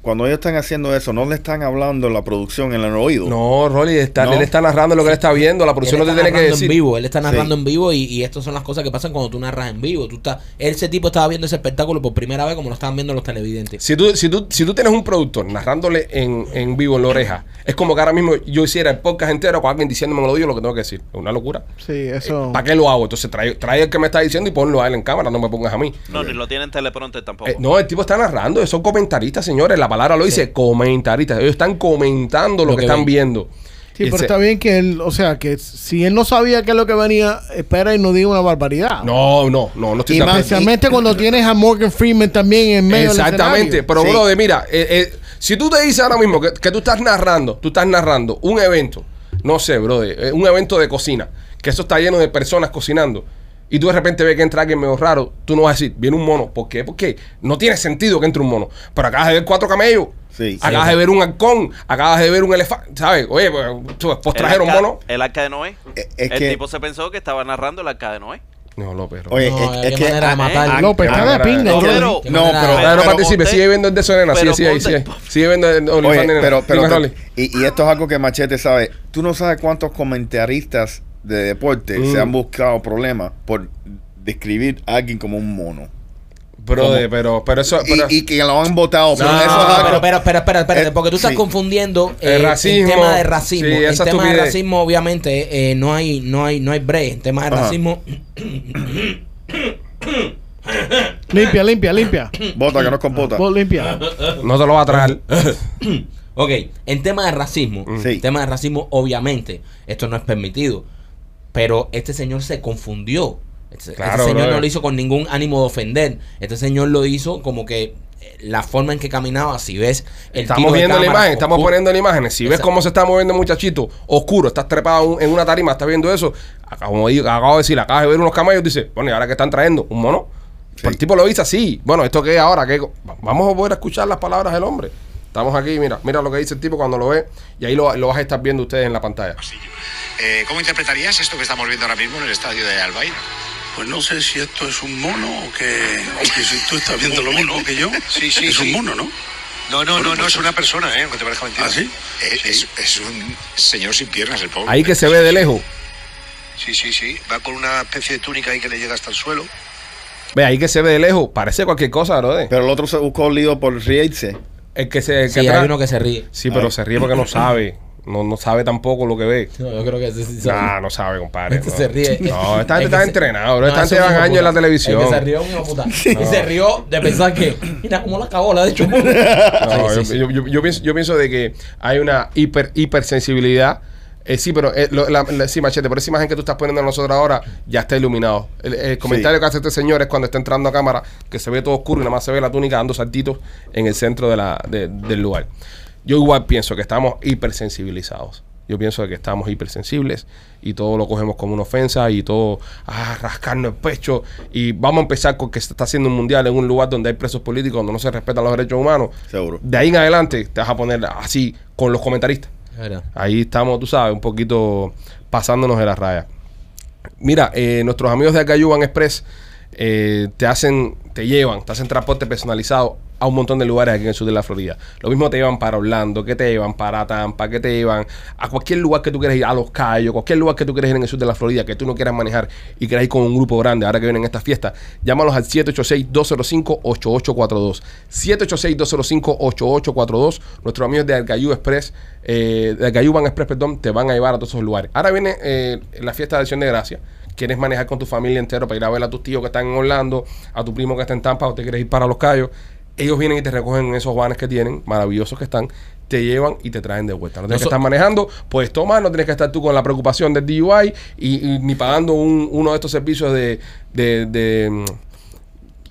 [SPEAKER 5] cuando ellos están haciendo eso, no le están hablando en la producción en el oído.
[SPEAKER 1] No, Rolly, está,
[SPEAKER 5] No.
[SPEAKER 1] él está narrando lo que él está viendo. La
[SPEAKER 3] Él
[SPEAKER 1] producción no
[SPEAKER 3] está
[SPEAKER 1] te tiene que
[SPEAKER 3] narrando en
[SPEAKER 1] decir.
[SPEAKER 3] vivo, él está narrando
[SPEAKER 5] Sí.
[SPEAKER 3] en vivo y, y estas son las cosas que pasan cuando tú narras en vivo. Tú estás, ese tipo estaba viendo ese espectáculo por primera vez como lo estaban viendo los televidentes.
[SPEAKER 1] Si tú, si, tú, si tú tienes un productor narrándole en, en vivo en la oreja, es como que ahora mismo yo hiciera el podcast entero con alguien diciéndome en el oído lo que tengo que decir. Es una locura.
[SPEAKER 4] Sí, eso.
[SPEAKER 1] Eh, ¿Para qué lo hago? Entonces trae, trae el que me está diciendo y ponlo a él en cámara, no me pongas a mí.
[SPEAKER 6] No, ni lo tienen teleprompter tampoco.
[SPEAKER 1] Eh, no, el tipo está narrando, son comentaristas, señores. La palabra lo dice, comentaristas. Ellos están comentando lo,
[SPEAKER 3] Lo
[SPEAKER 1] que,
[SPEAKER 3] que
[SPEAKER 1] están
[SPEAKER 3] ven.
[SPEAKER 1] viendo.
[SPEAKER 4] Sí,
[SPEAKER 1] Y
[SPEAKER 4] pero
[SPEAKER 1] se-
[SPEAKER 4] está bien que él, o sea, que si él no sabía qué es lo que venía, espera y no diga una barbaridad.
[SPEAKER 1] No, no, no, no estoy
[SPEAKER 5] Y
[SPEAKER 1] de acuerdo.
[SPEAKER 5] más-
[SPEAKER 4] Especialmente cuando tienes a Morgan Freeman también en medio
[SPEAKER 1] Exactamente,
[SPEAKER 4] del escenario.
[SPEAKER 1] pero
[SPEAKER 5] Sí.
[SPEAKER 1] brother, mira, eh, eh, si tú te dices ahora mismo que, que tú estás narrando, tú estás narrando un evento, no sé, brother, eh, un evento de cocina, que eso está lleno de personas cocinando, y tú de repente ves que entra alguien medio raro, tú no vas a decir, viene un mono, ¿por qué? Porque no tiene sentido que entre un mono, pero acabas de ver cuatro camellos.
[SPEAKER 5] Sí.
[SPEAKER 1] acabas
[SPEAKER 3] Sí.
[SPEAKER 1] de ver un halcón, acabas de ver un elefante, ¿sabes? Oye, pues, tú, pues
[SPEAKER 6] El
[SPEAKER 1] trajeron
[SPEAKER 6] arca-
[SPEAKER 1] mono.
[SPEAKER 6] El arca de Noé.
[SPEAKER 5] Eh, es
[SPEAKER 6] el
[SPEAKER 5] que-
[SPEAKER 6] tipo se pensó que estaba narrando el arca de Noé.
[SPEAKER 1] No, López. López.
[SPEAKER 5] Oye,
[SPEAKER 3] No,
[SPEAKER 5] es-
[SPEAKER 3] de
[SPEAKER 5] es,
[SPEAKER 3] qué
[SPEAKER 5] que.
[SPEAKER 3] manera de
[SPEAKER 5] ah,
[SPEAKER 3] matar.
[SPEAKER 5] ah,
[SPEAKER 4] López, está
[SPEAKER 5] ah,
[SPEAKER 4] de pinga,
[SPEAKER 5] ah,
[SPEAKER 4] bro.
[SPEAKER 6] Pero-
[SPEAKER 5] No, pero.
[SPEAKER 1] Ah, no
[SPEAKER 6] pero
[SPEAKER 1] participe,
[SPEAKER 6] ponte-
[SPEAKER 1] sigue viendo el de su nena, sigue,
[SPEAKER 6] pero
[SPEAKER 1] sigue, ahí, sigue,
[SPEAKER 6] ponte-
[SPEAKER 1] ahí. sigue viendo el de
[SPEAKER 5] Oye,
[SPEAKER 1] OnlyFans de nena.
[SPEAKER 5] pero, pero
[SPEAKER 1] Dime,
[SPEAKER 5] te-
[SPEAKER 1] Rolly.
[SPEAKER 5] y, y esto es algo que Machete sabe. Tú no sabes cuántos comentaristas de deporte
[SPEAKER 1] Mm.
[SPEAKER 5] se han buscado problemas por describir a alguien como un mono.
[SPEAKER 1] Brother, pero, pero eso.
[SPEAKER 5] Y,
[SPEAKER 1] pero-
[SPEAKER 5] y que lo han votado. pero
[SPEAKER 1] No,
[SPEAKER 5] eso es algo-
[SPEAKER 3] pero, pero, espera, espera, espérate,
[SPEAKER 5] Eh,
[SPEAKER 3] porque tú estás
[SPEAKER 5] sí.
[SPEAKER 3] confundiendo
[SPEAKER 1] El
[SPEAKER 3] eh, el
[SPEAKER 1] racismo.
[SPEAKER 3] tema de racismo.
[SPEAKER 1] Sí,
[SPEAKER 3] el
[SPEAKER 1] esa
[SPEAKER 3] tema de
[SPEAKER 1] estupidez.
[SPEAKER 3] racismo, obviamente, eh, no hay, no hay, no hay break. El tema de
[SPEAKER 5] Ajá.
[SPEAKER 3] racismo,
[SPEAKER 4] Limpia, limpia, limpia.
[SPEAKER 5] Bota que no compota.
[SPEAKER 4] Vos limpia.
[SPEAKER 1] No te lo va a traer.
[SPEAKER 3] ok, en tema de racismo,
[SPEAKER 5] Sí.
[SPEAKER 3] en tema de racismo, obviamente, esto no es permitido. Pero este señor se confundió. Este, este
[SPEAKER 1] Claro,
[SPEAKER 3] señor
[SPEAKER 1] brother.
[SPEAKER 3] no lo hizo con ningún ánimo de ofender. Este señor lo hizo como que eh, la forma en que caminaba, si ves el
[SPEAKER 1] Estamos
[SPEAKER 3] tiro de
[SPEAKER 1] viendo la
[SPEAKER 3] cámara
[SPEAKER 1] imagen, estamos
[SPEAKER 3] oscuro.
[SPEAKER 1] poniendo la imagen. Si ves
[SPEAKER 3] Exacto.
[SPEAKER 1] cómo se está moviendo el muchachito, oscuro, estás trepado un- en una tarima, estás viendo eso. Acabo de, acabo de decir, acabas de ver unos camellos, dice, bueno, ¿y ahora qué están trayendo? ¿Un mono? Pero el tipo lo dice así. Bueno, ¿esto qué es ahora? ¿Qué? co-?" Va- Vamos a poder escuchar las palabras del hombre. Estamos aquí, mira, mira lo que dice el tipo cuando lo ve y ahí lo, lo vas a estar viendo ustedes en la pantalla.
[SPEAKER 8] Eh, ¿Cómo interpretarías esto que estamos viendo ahora mismo en el estadio de Albaida?
[SPEAKER 9] Pues no sé si esto es un mono o que, o que si tú estás viendo lo mismo que yo.
[SPEAKER 8] Sí, sí,
[SPEAKER 9] Es
[SPEAKER 8] sí.
[SPEAKER 9] un mono, ¿no?
[SPEAKER 8] No, no, no, no es una persona, ¿eh? Aunque te parezca mentira.
[SPEAKER 9] ¿Ah, sí?
[SPEAKER 8] Eh, Es, es un señor sin piernas, el pobre.
[SPEAKER 1] Ahí que se ve de lejos.
[SPEAKER 8] Sí, sí, sí. Va con una especie de túnica ahí que le llega hasta el suelo.
[SPEAKER 1] Ve, ahí que se ve de lejos. Parece cualquier cosa, brother.
[SPEAKER 5] Pero el otro se buscó un lío por reírse.
[SPEAKER 1] El que se. el que
[SPEAKER 3] Sí,
[SPEAKER 1] atrás-
[SPEAKER 3] hay uno que se ríe.
[SPEAKER 1] Sí, pero
[SPEAKER 5] Ay.
[SPEAKER 1] se ríe porque no sabe. No, no sabe tampoco lo que ve.
[SPEAKER 3] No, yo creo que ese sí se ríe.
[SPEAKER 1] Nah, no sabe, compadre.
[SPEAKER 3] Este
[SPEAKER 1] no.
[SPEAKER 3] se ríe.
[SPEAKER 1] No, esta gente
[SPEAKER 3] El que
[SPEAKER 1] está
[SPEAKER 3] se-
[SPEAKER 1] entrenado, bro.
[SPEAKER 3] No,
[SPEAKER 1] Esta gente
[SPEAKER 3] ese es
[SPEAKER 1] lleva
[SPEAKER 3] un hijo
[SPEAKER 1] años en
[SPEAKER 3] puta.
[SPEAKER 1] la televisión.
[SPEAKER 3] El que se rió, un hijo puta. Y se rió de pensar que, mira cómo la cagó, la de hecho.
[SPEAKER 1] No,
[SPEAKER 3] Sí,
[SPEAKER 1] yo,
[SPEAKER 3] sí, sí.
[SPEAKER 1] yo- yo- yo pienso, yo pienso de que hay una hiper hipersensibilidad. Eh, sí, pero eh, lo- la- la- sí, machete, pero esa imagen que tú estás poniendo a nosotros ahora ya está iluminado. El, el comentario que hace este señor es cuando está entrando a cámara, que se ve todo oscuro y nada más se ve la túnica dando saltitos en el centro de la, de- del lugar. Yo igual pienso que estamos hipersensibilizados. Yo pienso de que estamos hipersensibles y todo lo cogemos como una ofensa y todo ah, rascarnos el pecho. Y vamos a empezar con que se está haciendo un mundial en un lugar donde hay presos políticos, donde no se respetan los derechos humanos.
[SPEAKER 5] Seguro.
[SPEAKER 1] De ahí en adelante te vas a poner así con los comentaristas. Ahí estamos, tú sabes, un poquito pasándonos de las rayas. Mira, eh, nuestros amigos de Acayuban Express eh, te hacen, te llevan, te hacen transporte personalizado a un montón de lugares aquí en el sur de la Florida. Lo mismo te llevan para Orlando, que te llevan para Tampa, que te llevan a cualquier lugar que tú quieras ir, a Los Cayos, cualquier lugar que tú quieras ir en el sur de la Florida, que tú no quieras manejar y quieras ir con un grupo grande, ahora que vienen estas fiestas, llámalos al 786-205-8842. 786-205-8842. Nuestros amigos de Alcayú Express, eh, de Alcayuban Express, perdón, te van a llevar a todos esos lugares. Ahora viene eh, la fiesta de acción de gracia quieres manejar con tu familia entero para ir a ver a tus tíos que están en Orlando, a tu primo que está en Tampa o te quieres ir para Los Cayos, ellos vienen y te recogen en esos vanes que tienen, maravillosos que están, te llevan y te traen de vuelta. No tienes
[SPEAKER 3] Noso-
[SPEAKER 1] que estar manejando, puedes tomar, no tienes que estar tú con la preocupación del DUI y, y ni pagando un- uno de estos servicios de... de- de, mm,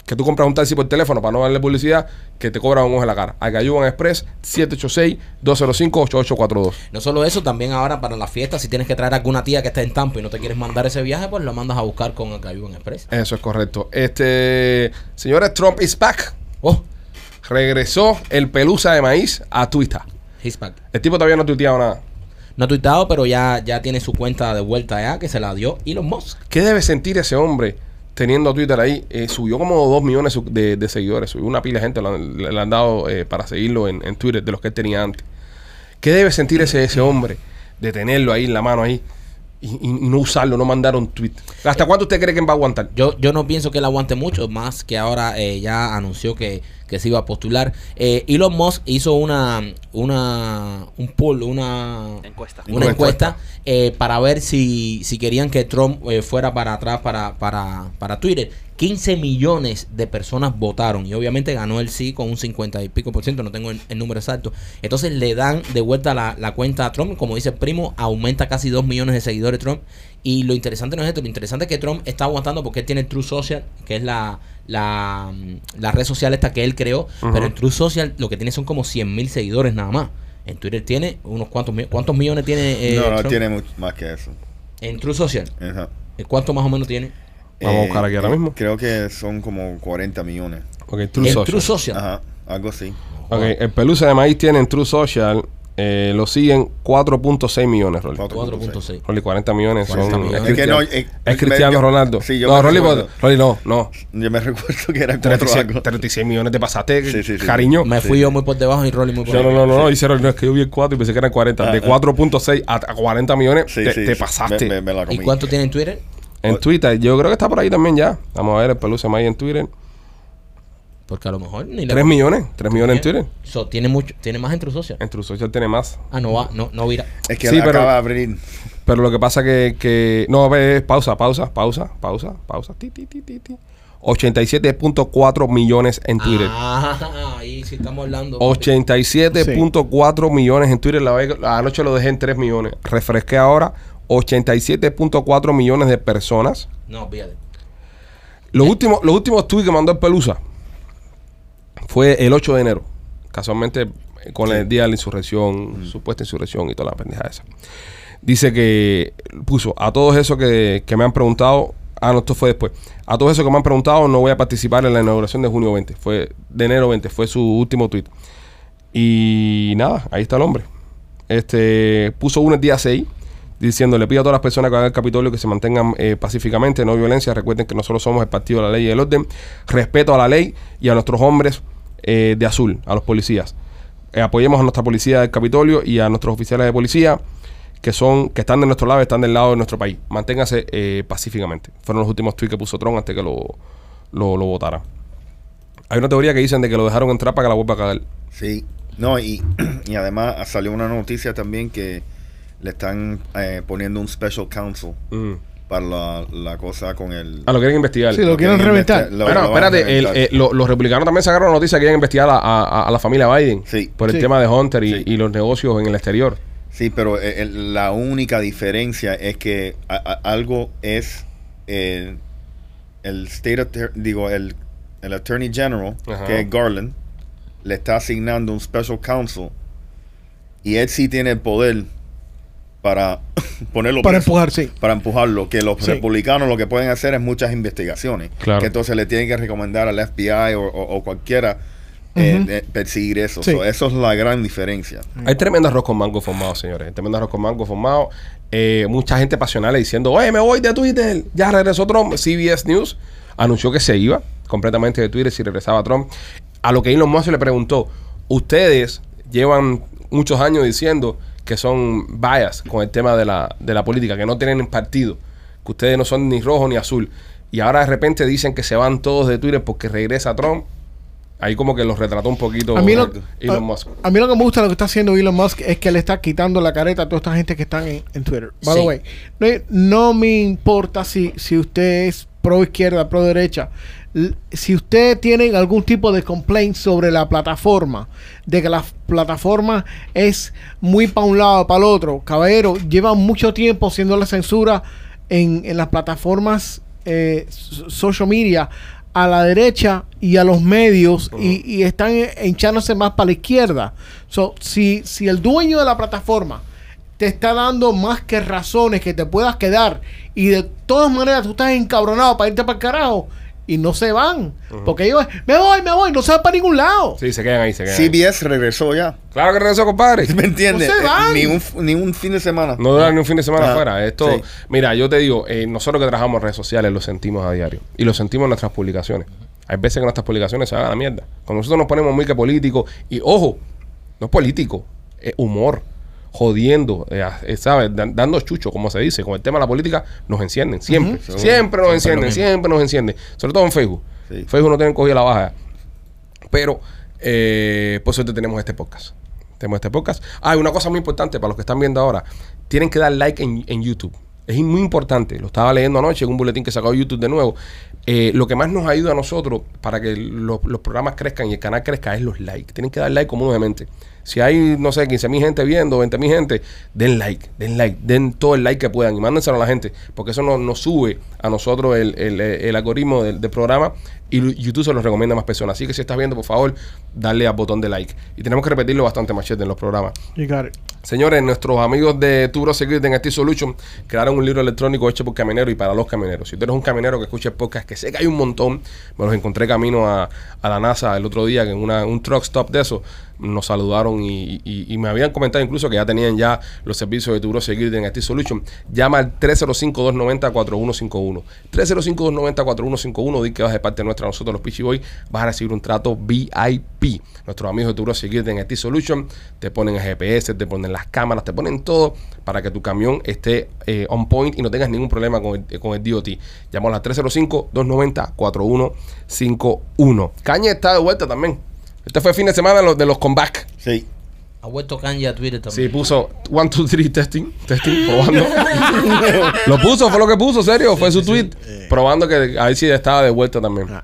[SPEAKER 1] que tú compras un taxi por teléfono para no darle publicidad, que te cobran un ojo en la cara. Acá ayudan Express 786-205-8842.
[SPEAKER 3] No solo eso, también ahora para la fiesta, si tienes que traer a alguna tía que está en Tampa y no te quieres mandar ese viaje, pues lo mandas a buscar con el Cayuban Express.
[SPEAKER 1] Eso es correcto. Este, señores, Trump is back.
[SPEAKER 3] Oh,
[SPEAKER 1] regresó el pelusa de maíz a Twitter.
[SPEAKER 3] he's back.
[SPEAKER 1] El tipo todavía no ha tuiteado nada.
[SPEAKER 3] No ha tuitado, pero ya, ya tiene su cuenta de vuelta ya, que se la dio Elon Musk.
[SPEAKER 1] ¿Qué debe sentir ese hombre teniendo Twitter ahí, eh, subió como 2 millones su- de, de seguidores. Subió una pila de gente, lo han- le, le han dado eh, para seguirlo en, en Twitter de los que él tenía antes. ¿Qué debe sentir ese, ese hombre de tenerlo ahí en la mano ahí y, y- y no usarlo, no mandar un tweet? ¿Hasta cuándo usted cree que va a aguantar?
[SPEAKER 3] Yo, yo no pienso que él aguante mucho, más que ahora eh, ya anunció que, que se iba a postular. Eh, Elon Musk hizo una, una un poll, una
[SPEAKER 6] Encuesta.
[SPEAKER 3] una encuesta eh, para ver si, si querían que Trump eh, fuera para atrás para, para, para Twitter. 15 millones de personas votaron y obviamente ganó el sí con un 50 y pico por ciento, no tengo el, el número exacto. Entonces le dan de vuelta la, la cuenta a Trump, como dice el primo, aumenta casi 2 millones de seguidores Trump. Y lo interesante no es esto, lo interesante es que Trump está aguantando porque él tiene True Social, que es la, la, mm, la red social esta que él creó, pero en True Social lo que tiene son como 100 mil seguidores nada más. En Twitter tiene unos cuantos mi- cuántos millones tiene eh,
[SPEAKER 5] no, no
[SPEAKER 3] Trump?
[SPEAKER 5] tiene mucho más que eso.
[SPEAKER 3] en True Social.
[SPEAKER 5] Ajá. Eh,
[SPEAKER 3] eh, ¿Cuánto más o menos tiene?
[SPEAKER 1] Vamos a buscar aquí ahora mismo.
[SPEAKER 5] Creo que son como 40 millones.
[SPEAKER 1] Ok, True
[SPEAKER 3] en
[SPEAKER 1] Social.
[SPEAKER 3] True Social.
[SPEAKER 5] Ajá, algo así.
[SPEAKER 1] Ok, el Pelusa de Maíz tiene en True Social, eh, lo siguen 4.6 millones, Rolly.
[SPEAKER 3] 4.6
[SPEAKER 1] Rolly, 40 millones son...
[SPEAKER 3] 40 millones.
[SPEAKER 1] Es,
[SPEAKER 5] Es que
[SPEAKER 1] Cristiano,
[SPEAKER 5] no, eh,
[SPEAKER 1] es Cristiano
[SPEAKER 5] yo-
[SPEAKER 1] Ronaldo.
[SPEAKER 5] sí, yo
[SPEAKER 1] no,
[SPEAKER 5] me
[SPEAKER 1] Rolly,
[SPEAKER 5] recuerdo.
[SPEAKER 1] Rolly, no, no.
[SPEAKER 5] Yo me recuerdo que era 4 algo.
[SPEAKER 1] 36, 36 millones te pasaste,
[SPEAKER 5] Sí, sí, sí.
[SPEAKER 1] cariño.
[SPEAKER 3] Me fui yo muy por debajo y Rolly muy
[SPEAKER 1] No,
[SPEAKER 3] por
[SPEAKER 1] no,
[SPEAKER 3] arriba.
[SPEAKER 1] no, no, no, dice Rolly, no, es que yo vi el 4 y pensé que eran 40. De
[SPEAKER 5] Ah, ah.
[SPEAKER 1] 4.6 a, a 40 millones
[SPEAKER 5] Sí,
[SPEAKER 1] te,
[SPEAKER 5] sí,
[SPEAKER 1] te
[SPEAKER 5] sí.
[SPEAKER 1] pasaste.
[SPEAKER 5] Me, me- me la comí.
[SPEAKER 3] ¿Y cuánto tiene en Twitter?
[SPEAKER 1] En Twitter, yo creo que está por ahí también ya. Vamos a ver el Pelusa de Maíz en Twitter.
[SPEAKER 3] Porque a lo mejor ni le
[SPEAKER 1] 3 millones, 3 millones en Twitter.
[SPEAKER 3] So, tiene mucho, tiene más en True Social.
[SPEAKER 1] En True Social tiene más.
[SPEAKER 3] Ah, no va, no, no vira.
[SPEAKER 5] Es que
[SPEAKER 1] Sí,
[SPEAKER 5] la
[SPEAKER 1] pero-
[SPEAKER 5] acaba de abrir.
[SPEAKER 1] Pero lo que pasa que, que no, ve, pausa, pausa, pausa, pausa, pausa. Ti, ti, ti, ti, ti. 87.4 millones en Twitter.
[SPEAKER 3] Ah, ahí sí estamos hablando.
[SPEAKER 1] 87.4 millones en Twitter. La vez- anoche lo dejé en 3 millones. Refresqué ahora. 87.4 millones de personas.
[SPEAKER 3] No, fíjate.
[SPEAKER 1] Los últimos, los últimos tweets que mandó el Pelusa fue el 8 de enero. Casualmente eh, con el día de la insurrección, supuesta insurrección y toda la pendeja esa. Dice que puso a todos esos que, que me han preguntado. Ah, no, esto fue después. A todos esos que me han preguntado, no voy a participar en la inauguración de junio 20. Fue de enero 20, fue su último tweet. Y nada, ahí está el hombre. Este puso uno el día 6 diciendo, le pido a todas las personas que van al Capitolio que se mantengan eh, pacíficamente, no violencia. Recuerden que nosotros somos el partido de la ley y del orden. Respeto a la ley y a nuestros hombres eh, de azul, a los policías. Eh, apoyemos a nuestra policía del Capitolio y a nuestros oficiales de policía que son que están de nuestro lado, están del lado de nuestro país. Manténgase eh, pacíficamente. Fueron los últimos tweets que puso Tron antes que lo, lo, lo votara. Hay una teoría que dicen de que lo dejaron entrar para que la vuelva a cagar.
[SPEAKER 5] Sí. No, y, y además salió una noticia también que le están eh, poniendo un special counsel
[SPEAKER 1] Mm.
[SPEAKER 5] para la, la cosa con el.
[SPEAKER 1] Ah, lo quieren investigar.
[SPEAKER 4] Sí, lo quieren reventar.
[SPEAKER 5] investi- lo-
[SPEAKER 1] bueno,
[SPEAKER 5] lo van a
[SPEAKER 1] espérate, el-
[SPEAKER 5] reventar.
[SPEAKER 1] eh, lo- los republicanos también sacaron la noticia que iban a investigar a, a- a la familia Biden
[SPEAKER 5] Sí.
[SPEAKER 1] por el
[SPEAKER 4] Sí.
[SPEAKER 1] tema de Hunter y,
[SPEAKER 5] Sí.
[SPEAKER 1] y los negocios en el exterior.
[SPEAKER 5] Sí, pero eh, el- la única diferencia es que a- a- algo es eh, el state Atter- digo el, el attorney general
[SPEAKER 1] Ajá.
[SPEAKER 5] que es Garland le está asignando un special counsel y él sí tiene el poder para ponerlo
[SPEAKER 4] Para
[SPEAKER 5] preso,
[SPEAKER 4] empujar, sí.
[SPEAKER 5] para empujarlo que los
[SPEAKER 4] Sí.
[SPEAKER 5] republicanos lo que pueden hacer es muchas investigaciones
[SPEAKER 1] Claro.
[SPEAKER 5] que entonces le tienen que recomendar al FBI o, o- o cualquiera eh,
[SPEAKER 4] Ujú.
[SPEAKER 5] eh, perseguir eso
[SPEAKER 4] Sí.
[SPEAKER 5] So, eso es la gran diferencia
[SPEAKER 1] Hay tremendo arroz con mango formado, señores. Hay Tremendo arroz con mango formado. Eh, mucha gente pasional diciendo, oye, me voy de Twitter. Ya regresó Trump. CBS News anunció que se iba completamente de Twitter si regresaba Trump. A lo que Elon Musk le preguntó, ustedes llevan muchos años diciendo que son bias con el tema de la, de la política, que no tienen partido, que ustedes no son ni rojo ni azul. Y ahora de repente dicen que se van todos de Twitter porque regresa Trump. Ahí como que los retrató un poquito
[SPEAKER 4] A mí, lo,
[SPEAKER 1] Elon
[SPEAKER 4] a-
[SPEAKER 1] Musk.
[SPEAKER 4] a mí lo que me gusta lo que está haciendo Elon Musk es que le está quitando la careta a toda esta gente que están en, en Twitter. By the
[SPEAKER 3] Sí.
[SPEAKER 4] way, no, no me importa si, si usted es pro izquierda, pro derecha. L- Si usted tiene algún tipo de complaint sobre la plataforma, de que la f- plataforma es muy para un lado, para el otro, caballero, lleva mucho tiempo siendo la censura en, en las plataformas eh, so- social media a la derecha y a los medios y, y están hinchándose más para la izquierda. So, si, si el dueño de la plataforma te está dando más que razones que te puedas quedar y de todas maneras tú estás encabronado para irte para el carajo, y no se van. Porque ellos, me voy, me voy, no se van para ningún lado.
[SPEAKER 1] Sí, se quedan ahí, se quedan. ahí.
[SPEAKER 5] CBS regresó ya.
[SPEAKER 1] Claro que regresó, compadre.
[SPEAKER 5] ¿Me entiendes?
[SPEAKER 4] No se
[SPEAKER 5] Eh,
[SPEAKER 4] van.
[SPEAKER 5] Ni un, ni un fin de semana.
[SPEAKER 1] No duran ni un fin de semana
[SPEAKER 5] Ah,
[SPEAKER 1] afuera. Esto,
[SPEAKER 5] sí.
[SPEAKER 1] mira, yo te digo, eh, nosotros que trabajamos en redes sociales lo sentimos a diario y lo sentimos en nuestras publicaciones. Hay veces que nuestras publicaciones se van a la mierda. Cuando nosotros nos ponemos muy que político y ojo, no es político, es humor, jodiendo, eh, eh, ¿sabes? Dan- dando chucho, como se dice, con el tema de la política, nos encienden siempre, siempre, nos encienden, siempre nos encienden, sobre todo en Facebook.
[SPEAKER 5] Sí.
[SPEAKER 1] Facebook no tienen cogida la baja. Pero, eh, por suerte tenemos este podcast. Tenemos este podcast. Ah, y una cosa muy importante para los que están viendo ahora. Tienen que dar like en, en YouTube. Es muy importante. Lo estaba leyendo anoche en un boletín que sacó YouTube de nuevo. Eh, lo que más nos ayuda a nosotros para que los, los programas crezcan y el canal crezca es los likes. Tienen que dar like comúnmente. Si hay, no sé, 15 mil gente viendo, 20 mil gente, den like, den like, den todo el like que puedan y mándenselo a la gente, porque eso nos, nos sube a nosotros el, el- el algoritmo del, del programa y YouTube se los recomienda a más personas. Así que si estás viendo, por favor, dale al botón de like. Y tenemos que repetirlo bastante, machete, en los programas.
[SPEAKER 4] You got it.
[SPEAKER 1] Señores, nuestros amigos de Turo Security en Active Solution crearon un libro electrónico hecho por camioneros y para los camioneros. Si tú eres un camionero que escucha el podcast, que sé que hay un montón, me los encontré camino a, a la NASA el otro día, que en una- un truck stop de eso, nos saludaron y, y- y me habían comentado incluso que ya tenían ya los servicios de Turo Security en Active Solution. Llama al 305-290-4151. 305-290-4151, di que vas de parte nuestra, nosotros los Pichi Boy, vas a recibir un trato VIP. Nuestros amigos de Turo Security en IT Solution te ponen el GPS, te ponen las cámaras, te ponen todo para que tu camión esté eh, on point y no tengas ningún problema con el, con el DOT. Llámanos a 305-290-4151. Caña está de vuelta también. Este fue el fin de semana de los, de los comeback.
[SPEAKER 5] Sí.
[SPEAKER 3] Ha vuelto Kanye a Twitter también.
[SPEAKER 1] Sí, puso 1, 2, 3, testing, testing, probando. lo puso, fue lo que puso, serio, fue su tweet. Probando que a ver si estaba de vuelta también.
[SPEAKER 4] Ah.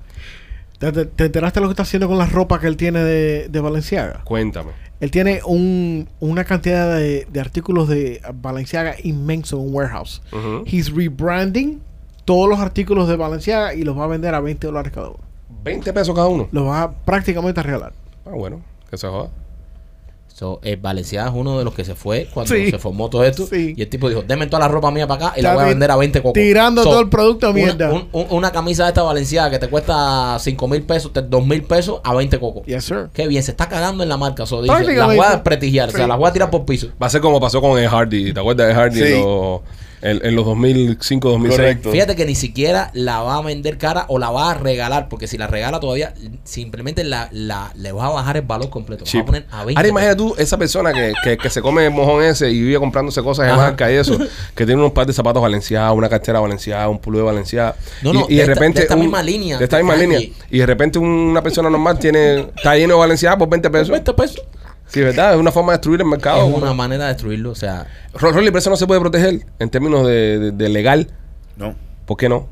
[SPEAKER 4] ¿Te, te, te enteraste lo que está haciendo con la ropa que él tiene de, de Balenciaga?
[SPEAKER 1] Cuéntame.
[SPEAKER 4] Él tiene un, una cantidad de, de artículos de Balenciaga inmenso en un warehouse.
[SPEAKER 1] Ujú.
[SPEAKER 4] He's rebranding todos los artículos de Balenciaga y los va a vender a 20 dólares cada uno.
[SPEAKER 1] 20 pesos cada uno.
[SPEAKER 4] Los va a prácticamente a regalar.
[SPEAKER 1] Ah, bueno, que se joda.
[SPEAKER 3] So, eh, Valenciaga es uno de los que se fue cuando
[SPEAKER 4] Sí.
[SPEAKER 3] se formó todo esto.
[SPEAKER 4] Sí.
[SPEAKER 3] Y el tipo dijo, deme toda la ropa mía para acá y la
[SPEAKER 4] Está
[SPEAKER 3] voy a
[SPEAKER 4] ti-
[SPEAKER 3] vender a 20 cocos.
[SPEAKER 4] tirando todo el producto a
[SPEAKER 3] una-
[SPEAKER 4] mierda.
[SPEAKER 3] un- un- una camisa de esta Valenciaga que te cuesta 5 mil pesos, 2 mil pesos a 20 cocos.
[SPEAKER 4] Yes, sir.
[SPEAKER 3] Qué bien, se está cagando en la marca. So, dice, las
[SPEAKER 4] Prácticamente.
[SPEAKER 3] voy a prestigiar, o sea,
[SPEAKER 4] Sí.
[SPEAKER 3] las voy a tirar por piso.
[SPEAKER 1] Va a ser como pasó con el Hardy. ¿Te acuerdas de Hardy
[SPEAKER 5] Sí.
[SPEAKER 1] en, los- en- en los 2005, 2006?
[SPEAKER 5] Correcto.
[SPEAKER 3] Fíjate que ni siquiera la va a vender cara o la va a regalar, porque si la regala todavía, simplemente la, la, le va a bajar el valor completo. La Va a
[SPEAKER 1] Chip.
[SPEAKER 3] poner a 20
[SPEAKER 1] Ahora
[SPEAKER 3] pesos.
[SPEAKER 1] imagina tú esa persona que, que- que se come el mojón ese y vive comprándose cosas de
[SPEAKER 3] Ajá.
[SPEAKER 1] marca y eso, que tiene unos par de zapatos valenciados, una cartera valenciada, un pulo de valenciada.
[SPEAKER 3] No,
[SPEAKER 1] y,
[SPEAKER 3] no,
[SPEAKER 1] y
[SPEAKER 3] de
[SPEAKER 1] de,
[SPEAKER 3] esta-
[SPEAKER 1] repente.
[SPEAKER 3] de esta
[SPEAKER 1] un-
[SPEAKER 3] misma línea,
[SPEAKER 1] De esta
[SPEAKER 3] de
[SPEAKER 1] misma
[SPEAKER 3] Kanye.
[SPEAKER 1] línea. Y de repente una persona normal tiene está lleno de valenciada por 20 pesos.
[SPEAKER 3] 20 pesos.
[SPEAKER 1] Sí, ¿verdad? Es una forma de destruir el
[SPEAKER 3] Es
[SPEAKER 1] mercado.
[SPEAKER 3] una manera de destruirlo, o sea...
[SPEAKER 1] Ro- Rolly, pero eso no se puede proteger en términos de, de- de legal.
[SPEAKER 5] No.
[SPEAKER 1] ¿Por qué no?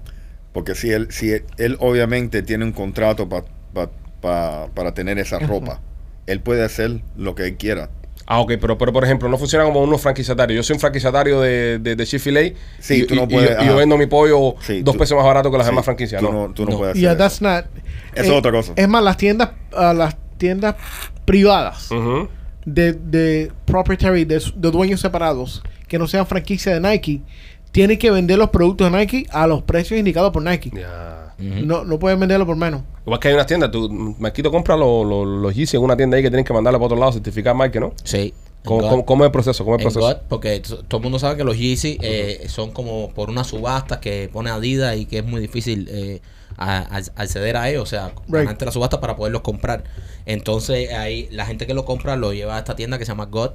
[SPEAKER 5] Porque si él, si él, él obviamente tiene un contrato pa- pa- pa- para tener esa ropa, él puede hacer lo que él quiera.
[SPEAKER 1] Ah, ok, pero, pero por ejemplo, no funciona como unos franquiciatarios. Yo soy un franquiciatario de, de, de Chick-fil-A
[SPEAKER 5] Sí,
[SPEAKER 1] y,
[SPEAKER 5] tú no
[SPEAKER 1] y- y
[SPEAKER 5] puedes,
[SPEAKER 1] yo- y
[SPEAKER 5] ajá.
[SPEAKER 1] yo vendo mi pollo
[SPEAKER 5] Sí,
[SPEAKER 1] dos
[SPEAKER 5] tú-
[SPEAKER 1] pesos más barato que las
[SPEAKER 5] Sí,
[SPEAKER 1] demás franquicias.
[SPEAKER 5] tú
[SPEAKER 1] no.
[SPEAKER 5] no, tú no
[SPEAKER 3] No.
[SPEAKER 5] puedes hacer
[SPEAKER 4] Yeah,
[SPEAKER 5] eso.
[SPEAKER 4] that's not. eh,
[SPEAKER 5] Eso es otra cosa.
[SPEAKER 4] Es más, las tiendas, a las tiendas privadas
[SPEAKER 1] Ujú.
[SPEAKER 4] de, de proprietary, de, su- de dueños separados, que no sean franquicia de Nike, tienen que vender los productos de Nike a los precios indicados por Nike.
[SPEAKER 1] Ya.
[SPEAKER 3] ujú.
[SPEAKER 4] No, no pueden venderlo por menos.
[SPEAKER 1] Igual que hay unas tiendas, tú, Marquito compra los lo, los Yeezy en una tienda ahí que tienen que mandarle para otro lado, certificar marca, ¿no?
[SPEAKER 3] Sí.
[SPEAKER 1] ¿Cómo,
[SPEAKER 3] God.
[SPEAKER 1] cómo- cómo es el proceso? ¿Cómo es el
[SPEAKER 3] En God,
[SPEAKER 1] proceso?
[SPEAKER 3] porque t- todo el mundo sabe que los Yeezy eh, son como por una subasta que pone Adidas y que es muy difícil eh, a- a- acceder a ellos, o sea,
[SPEAKER 4] Right.
[SPEAKER 3] ganarte la subasta para poderlos comprar. Entonces ahí la gente que lo compra lo lleva a esta tienda que se llama God,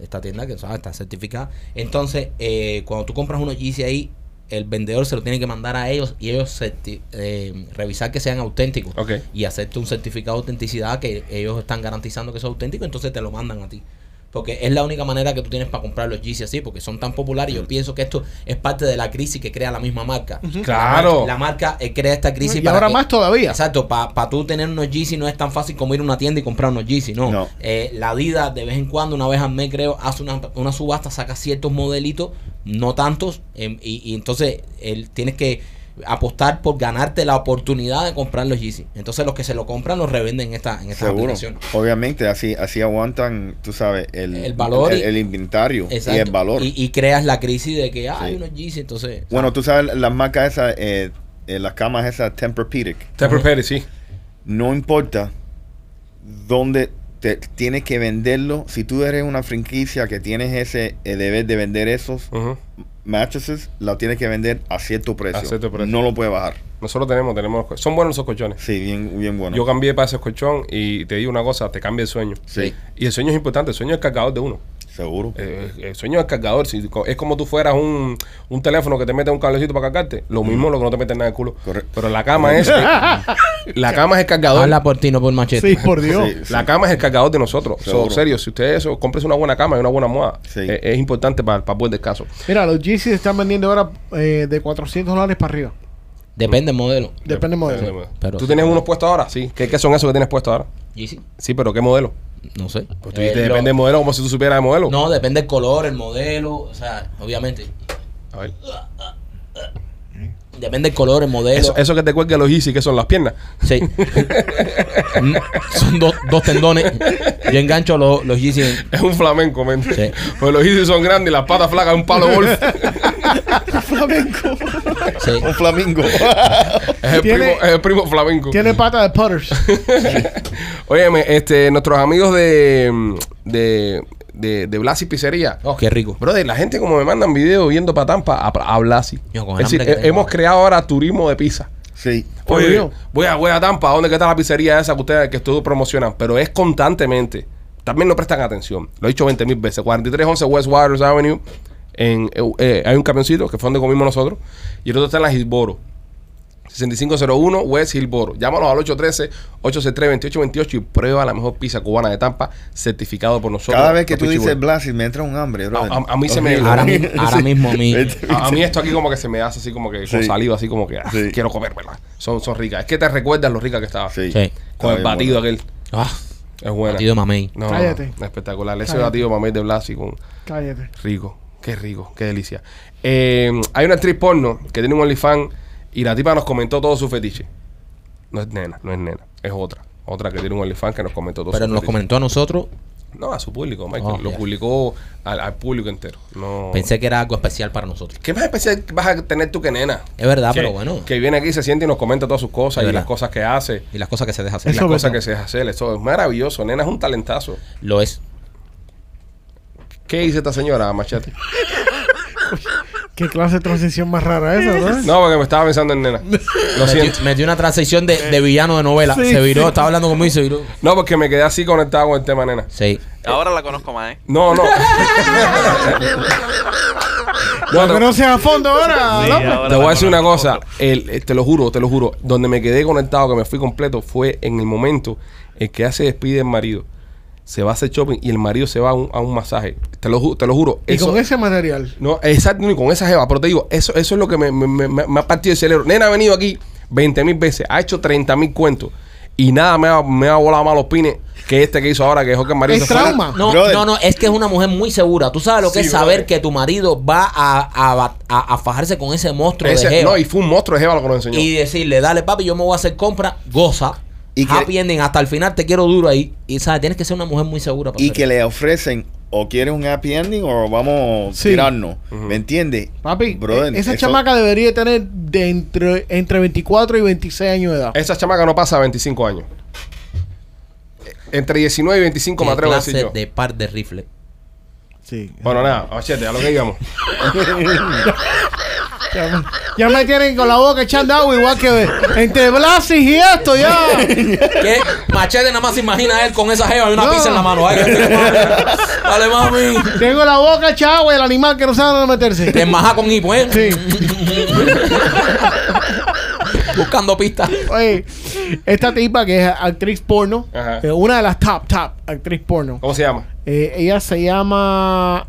[SPEAKER 3] esta tienda que ¿sabes? está certificada. Entonces eh, cuando tú compras unos Yeezy ahí, el vendedor se lo tiene que mandar a ellos y ellos certi- eh, revisar que sean auténticos
[SPEAKER 1] Ok.
[SPEAKER 3] y hacerte un certificado de autenticidad que ellos están garantizando que es auténtico, entonces te lo mandan a ti. Porque es la única manera que tú tienes para comprar los Yeezy así, porque son tan populares. y Yo pienso que esto es parte de la crisis que crea la misma marca.
[SPEAKER 1] Claro.
[SPEAKER 3] La marca, eh, crea esta crisis
[SPEAKER 4] y ahora
[SPEAKER 3] que-
[SPEAKER 4] más todavía.
[SPEAKER 3] Exacto, para tú tener unos Yeezy no es tan fácil como ir a una tienda y comprar unos Yeezy, no.
[SPEAKER 5] No.
[SPEAKER 3] Eh, la Adidas de vez en cuando, una vez al mes creo, hace una, una subasta, saca ciertos modelitos, no tantos, em, y, y entonces él, tienes que apostar por ganarte la oportunidad de comprar los Yeezy. Entonces los que se lo compran los revenden en esta en estas
[SPEAKER 5] Seguro.
[SPEAKER 3] aplicaciones.
[SPEAKER 5] Obviamente, así, así aguantan, tú sabes, el,
[SPEAKER 3] El valor
[SPEAKER 5] el,
[SPEAKER 3] y-
[SPEAKER 5] el inventario y el
[SPEAKER 3] Exacto.
[SPEAKER 5] valor.
[SPEAKER 3] Y, y creas la crisis de que ah, hay
[SPEAKER 5] Sí.
[SPEAKER 3] unos Yeezy, entonces...
[SPEAKER 5] bueno, tú sabes, las marcas esas, eh, eh, las camas esas Tempur-Pedic,
[SPEAKER 1] Temper Pedic, sí.
[SPEAKER 5] no importa dónde te tienes que venderlo, si tú eres una franquicia que tienes ese eh, deber de vender esos
[SPEAKER 1] Ujú.
[SPEAKER 5] mattresses, la tienes que vender a cierto precio.
[SPEAKER 1] A cierto precio.
[SPEAKER 5] No lo puede bajar.
[SPEAKER 1] Nosotros tenemos, tenemos. Son buenos esos colchones.
[SPEAKER 5] Sí, bien, bien bueno.
[SPEAKER 1] Yo cambié para esos colchón y te digo una cosa, te cambia el sueño.
[SPEAKER 5] Sí.
[SPEAKER 1] Y el sueño es importante, el sueño es el cargador de uno.
[SPEAKER 5] Seguro.
[SPEAKER 1] Eh, el sueño es cargador. Si, co- es como tú fueras un, un teléfono que te mete un cablecito para cargarte. Lo mismo lo que no te meten nada en el culo.
[SPEAKER 5] Correcto.
[SPEAKER 1] Pero la cama es. la cama es el cargador.
[SPEAKER 3] Habla por ti, no por machete.
[SPEAKER 4] Sí, por Dios.
[SPEAKER 5] Sí, sí.
[SPEAKER 1] La cama es el cargador de nosotros. So,
[SPEAKER 5] Seguro.
[SPEAKER 1] serio, si ustedes eso, cómprese una buena cama y una buena almohada.
[SPEAKER 5] Sí.
[SPEAKER 1] Eh, es importante para, para buen descanso.
[SPEAKER 4] Mira, los Yeezys están vendiendo ahora eh, de 400 dólares para arriba.
[SPEAKER 3] Depende del modelo.
[SPEAKER 4] Depende del modelo.
[SPEAKER 1] Depende del modelo.
[SPEAKER 3] Pero
[SPEAKER 1] ¿Tú
[SPEAKER 3] sí.
[SPEAKER 1] tienes unos puestos ahora? Sí. ¿Qué, qué son esos que tienes puestos ahora?
[SPEAKER 3] Yeezy,
[SPEAKER 1] Sí, pero ¿qué modelo?
[SPEAKER 3] no sé.
[SPEAKER 1] Pues tú
[SPEAKER 3] Eh,
[SPEAKER 1] dijiste,
[SPEAKER 3] lo-
[SPEAKER 1] depende del modelo, como si tú supieras de modelo.
[SPEAKER 3] No, depende el color, el modelo, o sea, obviamente.
[SPEAKER 1] A ver.
[SPEAKER 3] Depende el color, el modelo.
[SPEAKER 1] Eso, eso que te cuelga los easy, que son las piernas.
[SPEAKER 3] Sí. Mm, Son dos, dos tendones. Yo engancho los, los Yeezy en-
[SPEAKER 1] Es un flamenco, men.
[SPEAKER 3] Sí.
[SPEAKER 1] Pues los easy son grandes y las patas flacas de un palo de golf.
[SPEAKER 3] sí.
[SPEAKER 5] Un flamingo.
[SPEAKER 1] Es el, primo,
[SPEAKER 4] Tiene-
[SPEAKER 1] es el primo flamenco.
[SPEAKER 4] Tiene pata de putters.
[SPEAKER 1] Óyeme, este, nuestros amigos de, de, de, de Blasi Pizzería.
[SPEAKER 3] Oh, qué rico.
[SPEAKER 1] Brother, la gente como me mandan videos viendo para Tampa a, a Blasi.
[SPEAKER 3] Yo con
[SPEAKER 1] Es decir,
[SPEAKER 3] hambre que
[SPEAKER 1] he-
[SPEAKER 3] tengo.
[SPEAKER 1] hemos creado ahora turismo de pizza.
[SPEAKER 5] sí.
[SPEAKER 4] Por
[SPEAKER 1] Oye,
[SPEAKER 4] Dios.
[SPEAKER 1] voy a, voy a Tampa, ¿dónde que está la pizzería esa que ustedes que ustedes promocionan? Pero es constantemente. También no prestan atención. Lo he dicho 20 mil veces. 4311 West Waters Avenue. En, eh, eh, hay un camioncito que fue donde comimos nosotros. Y el otro está en la Gilboro. 6501 West Hillboro. Llámanos al 813-863-2828 y prueba la mejor pizza cubana de Tampa, certificado por nosotros.
[SPEAKER 5] Cada vez que
[SPEAKER 1] los
[SPEAKER 5] tú dices
[SPEAKER 1] Pichiboy.
[SPEAKER 5] Blasi, me entra un hambre, bro.
[SPEAKER 1] A- a- a mí se me-
[SPEAKER 3] Ahora, mi- ahora mismo a mí.
[SPEAKER 5] Este,
[SPEAKER 1] A, a mí esto aquí como que se me hace así como que con
[SPEAKER 5] Sí.
[SPEAKER 1] saliva, así como que ah,
[SPEAKER 5] Sí.
[SPEAKER 1] quiero comérmela. Son, son ricas. Es que te recuerdas lo rica que estaba.
[SPEAKER 5] Sí.
[SPEAKER 3] Sí.
[SPEAKER 1] Con el
[SPEAKER 5] Está bien
[SPEAKER 1] batido
[SPEAKER 5] bueno.
[SPEAKER 1] aquel.
[SPEAKER 3] Ah,
[SPEAKER 1] Es buena.
[SPEAKER 3] batido mamey.
[SPEAKER 1] No,
[SPEAKER 4] Cállate.
[SPEAKER 1] no, espectacular. Ese
[SPEAKER 4] Cállate.
[SPEAKER 1] batido mamey de Blasi con
[SPEAKER 4] Cállate.
[SPEAKER 1] rico. Qué rico, qué delicia. Eh, hay una actriz porno que tiene un OnlyFans y la tipa nos comentó todo su fetiche. No es nena, no es nena. Es otra. Otra que tiene un OnlyFans que nos comentó todo
[SPEAKER 3] Pero
[SPEAKER 1] su
[SPEAKER 3] nos
[SPEAKER 1] fetiche.
[SPEAKER 3] comentó a nosotros.
[SPEAKER 1] No, a su público, Michael.
[SPEAKER 3] Oh,
[SPEAKER 1] lo
[SPEAKER 3] ya.
[SPEAKER 1] publicó al, al público entero. No.
[SPEAKER 3] Pensé que era algo especial para nosotros.
[SPEAKER 1] ¿Qué más especial vas a tener tú que nena?
[SPEAKER 3] Es verdad,
[SPEAKER 1] que,
[SPEAKER 3] pero bueno.
[SPEAKER 1] Que viene aquí, se siente y nos comenta todas sus cosas
[SPEAKER 3] Es
[SPEAKER 1] y las
[SPEAKER 3] verdad.
[SPEAKER 1] cosas que hace.
[SPEAKER 3] Y las cosas que se deja
[SPEAKER 1] Y
[SPEAKER 3] hacer.
[SPEAKER 1] las
[SPEAKER 4] Eso es
[SPEAKER 1] cosas
[SPEAKER 4] verdad.
[SPEAKER 1] que se hace. Eso es maravilloso. Nena es un talentazo.
[SPEAKER 3] Lo es.
[SPEAKER 1] ¿Qué dice esta señora, Machete?
[SPEAKER 4] ¿Qué clase de transición más rara esa, no?
[SPEAKER 1] No, porque me estaba pensando en nena. Lo
[SPEAKER 3] Metió,
[SPEAKER 1] siento.
[SPEAKER 3] metió una transición de, de villano de novela.
[SPEAKER 4] Sí,
[SPEAKER 3] se viró,
[SPEAKER 4] sí.
[SPEAKER 3] estaba hablando conmigo y se viró.
[SPEAKER 1] No, porque me quedé así conectado con el tema, nena.
[SPEAKER 3] Sí.
[SPEAKER 6] Ahora la conozco más, ¿eh?
[SPEAKER 1] No, no.
[SPEAKER 4] Lo
[SPEAKER 1] no, te,
[SPEAKER 4] conoces a fondo ahora,
[SPEAKER 6] Sí,
[SPEAKER 4] López.
[SPEAKER 6] ahora
[SPEAKER 1] te
[SPEAKER 6] la
[SPEAKER 1] voy a decir una
[SPEAKER 6] conozco.
[SPEAKER 1] cosa. El- eh, te lo juro, te lo juro. Donde me quedé conectado, que me fui completo, fue en el momento en que hace despide el marido. Se va a hacer shopping y el marido se va a un, a un masaje. Te lo, ju- te lo juro.
[SPEAKER 4] Y
[SPEAKER 1] eso-
[SPEAKER 4] con ese material.
[SPEAKER 1] No, exacto, ni con esa jeva, pero te digo, eso, eso es lo que me, me- me- me ha partido el cerebro. Nena ha venido aquí 20 mil veces, ha hecho 30 mil cuentos y nada me ha, me ha volado más los pines que este que hizo ahora, que dejó que el marido
[SPEAKER 4] Es
[SPEAKER 1] se fuera.
[SPEAKER 4] trauma.
[SPEAKER 3] No,
[SPEAKER 5] Brother.
[SPEAKER 3] no, no, es que es una mujer muy segura. Tú sabes lo que
[SPEAKER 1] Sí,
[SPEAKER 3] es saber
[SPEAKER 1] brother.
[SPEAKER 3] que tu marido va a, a bat- a- a fajarse con ese monstruo
[SPEAKER 1] Ese-
[SPEAKER 3] de jeva.
[SPEAKER 1] no, y fue un monstruo de jeva lo que nos enseñó.
[SPEAKER 3] y decirle, dale papi, yo me voy a hacer compra, goza.
[SPEAKER 5] Y que-
[SPEAKER 3] happy ending, hasta el final te quiero duro ahí. Y sabes, tienes que ser una mujer muy segura para
[SPEAKER 5] Y
[SPEAKER 3] hacer
[SPEAKER 5] que
[SPEAKER 3] eso.
[SPEAKER 5] le ofrecen o quieres un happy ending o vamos a
[SPEAKER 4] Sí.
[SPEAKER 5] tirarnos. ¿Me entiendes?
[SPEAKER 4] Papi,
[SPEAKER 5] Brother,
[SPEAKER 4] eh, esa
[SPEAKER 5] eso-
[SPEAKER 4] chamaca debería tener de entre, entre 24 y 26 años de edad.
[SPEAKER 1] Esa chamaca no pasa 25 años. Eh, Entre 19 y 25 me
[SPEAKER 3] ¿Qué
[SPEAKER 1] atrevo a
[SPEAKER 3] clase
[SPEAKER 1] decir yo.
[SPEAKER 3] de par de rifle.
[SPEAKER 4] Sí.
[SPEAKER 1] Bueno, nada, machete, a lo que digamos.
[SPEAKER 4] Ya me, ya me tienen con la boca echando agua igual que entre Blasis y esto ya.
[SPEAKER 3] ¿Qué? Machete nada más se imagina a él con esa jeva y una
[SPEAKER 4] No.
[SPEAKER 3] pizza en la mano. Ay, dale, mami.
[SPEAKER 4] Tengo la boca echada agua y el animal que no sabe dónde meterse.
[SPEAKER 3] Te enmaja con hipo, ¿eh?
[SPEAKER 4] Sí.
[SPEAKER 3] Buscando pistas.
[SPEAKER 4] Oye, esta tipa que es actriz porno,
[SPEAKER 1] Ajá. Oh.
[SPEAKER 4] eh, una de las top, top actriz porno.
[SPEAKER 1] ¿Cómo se llama?
[SPEAKER 4] Eh, ella se llama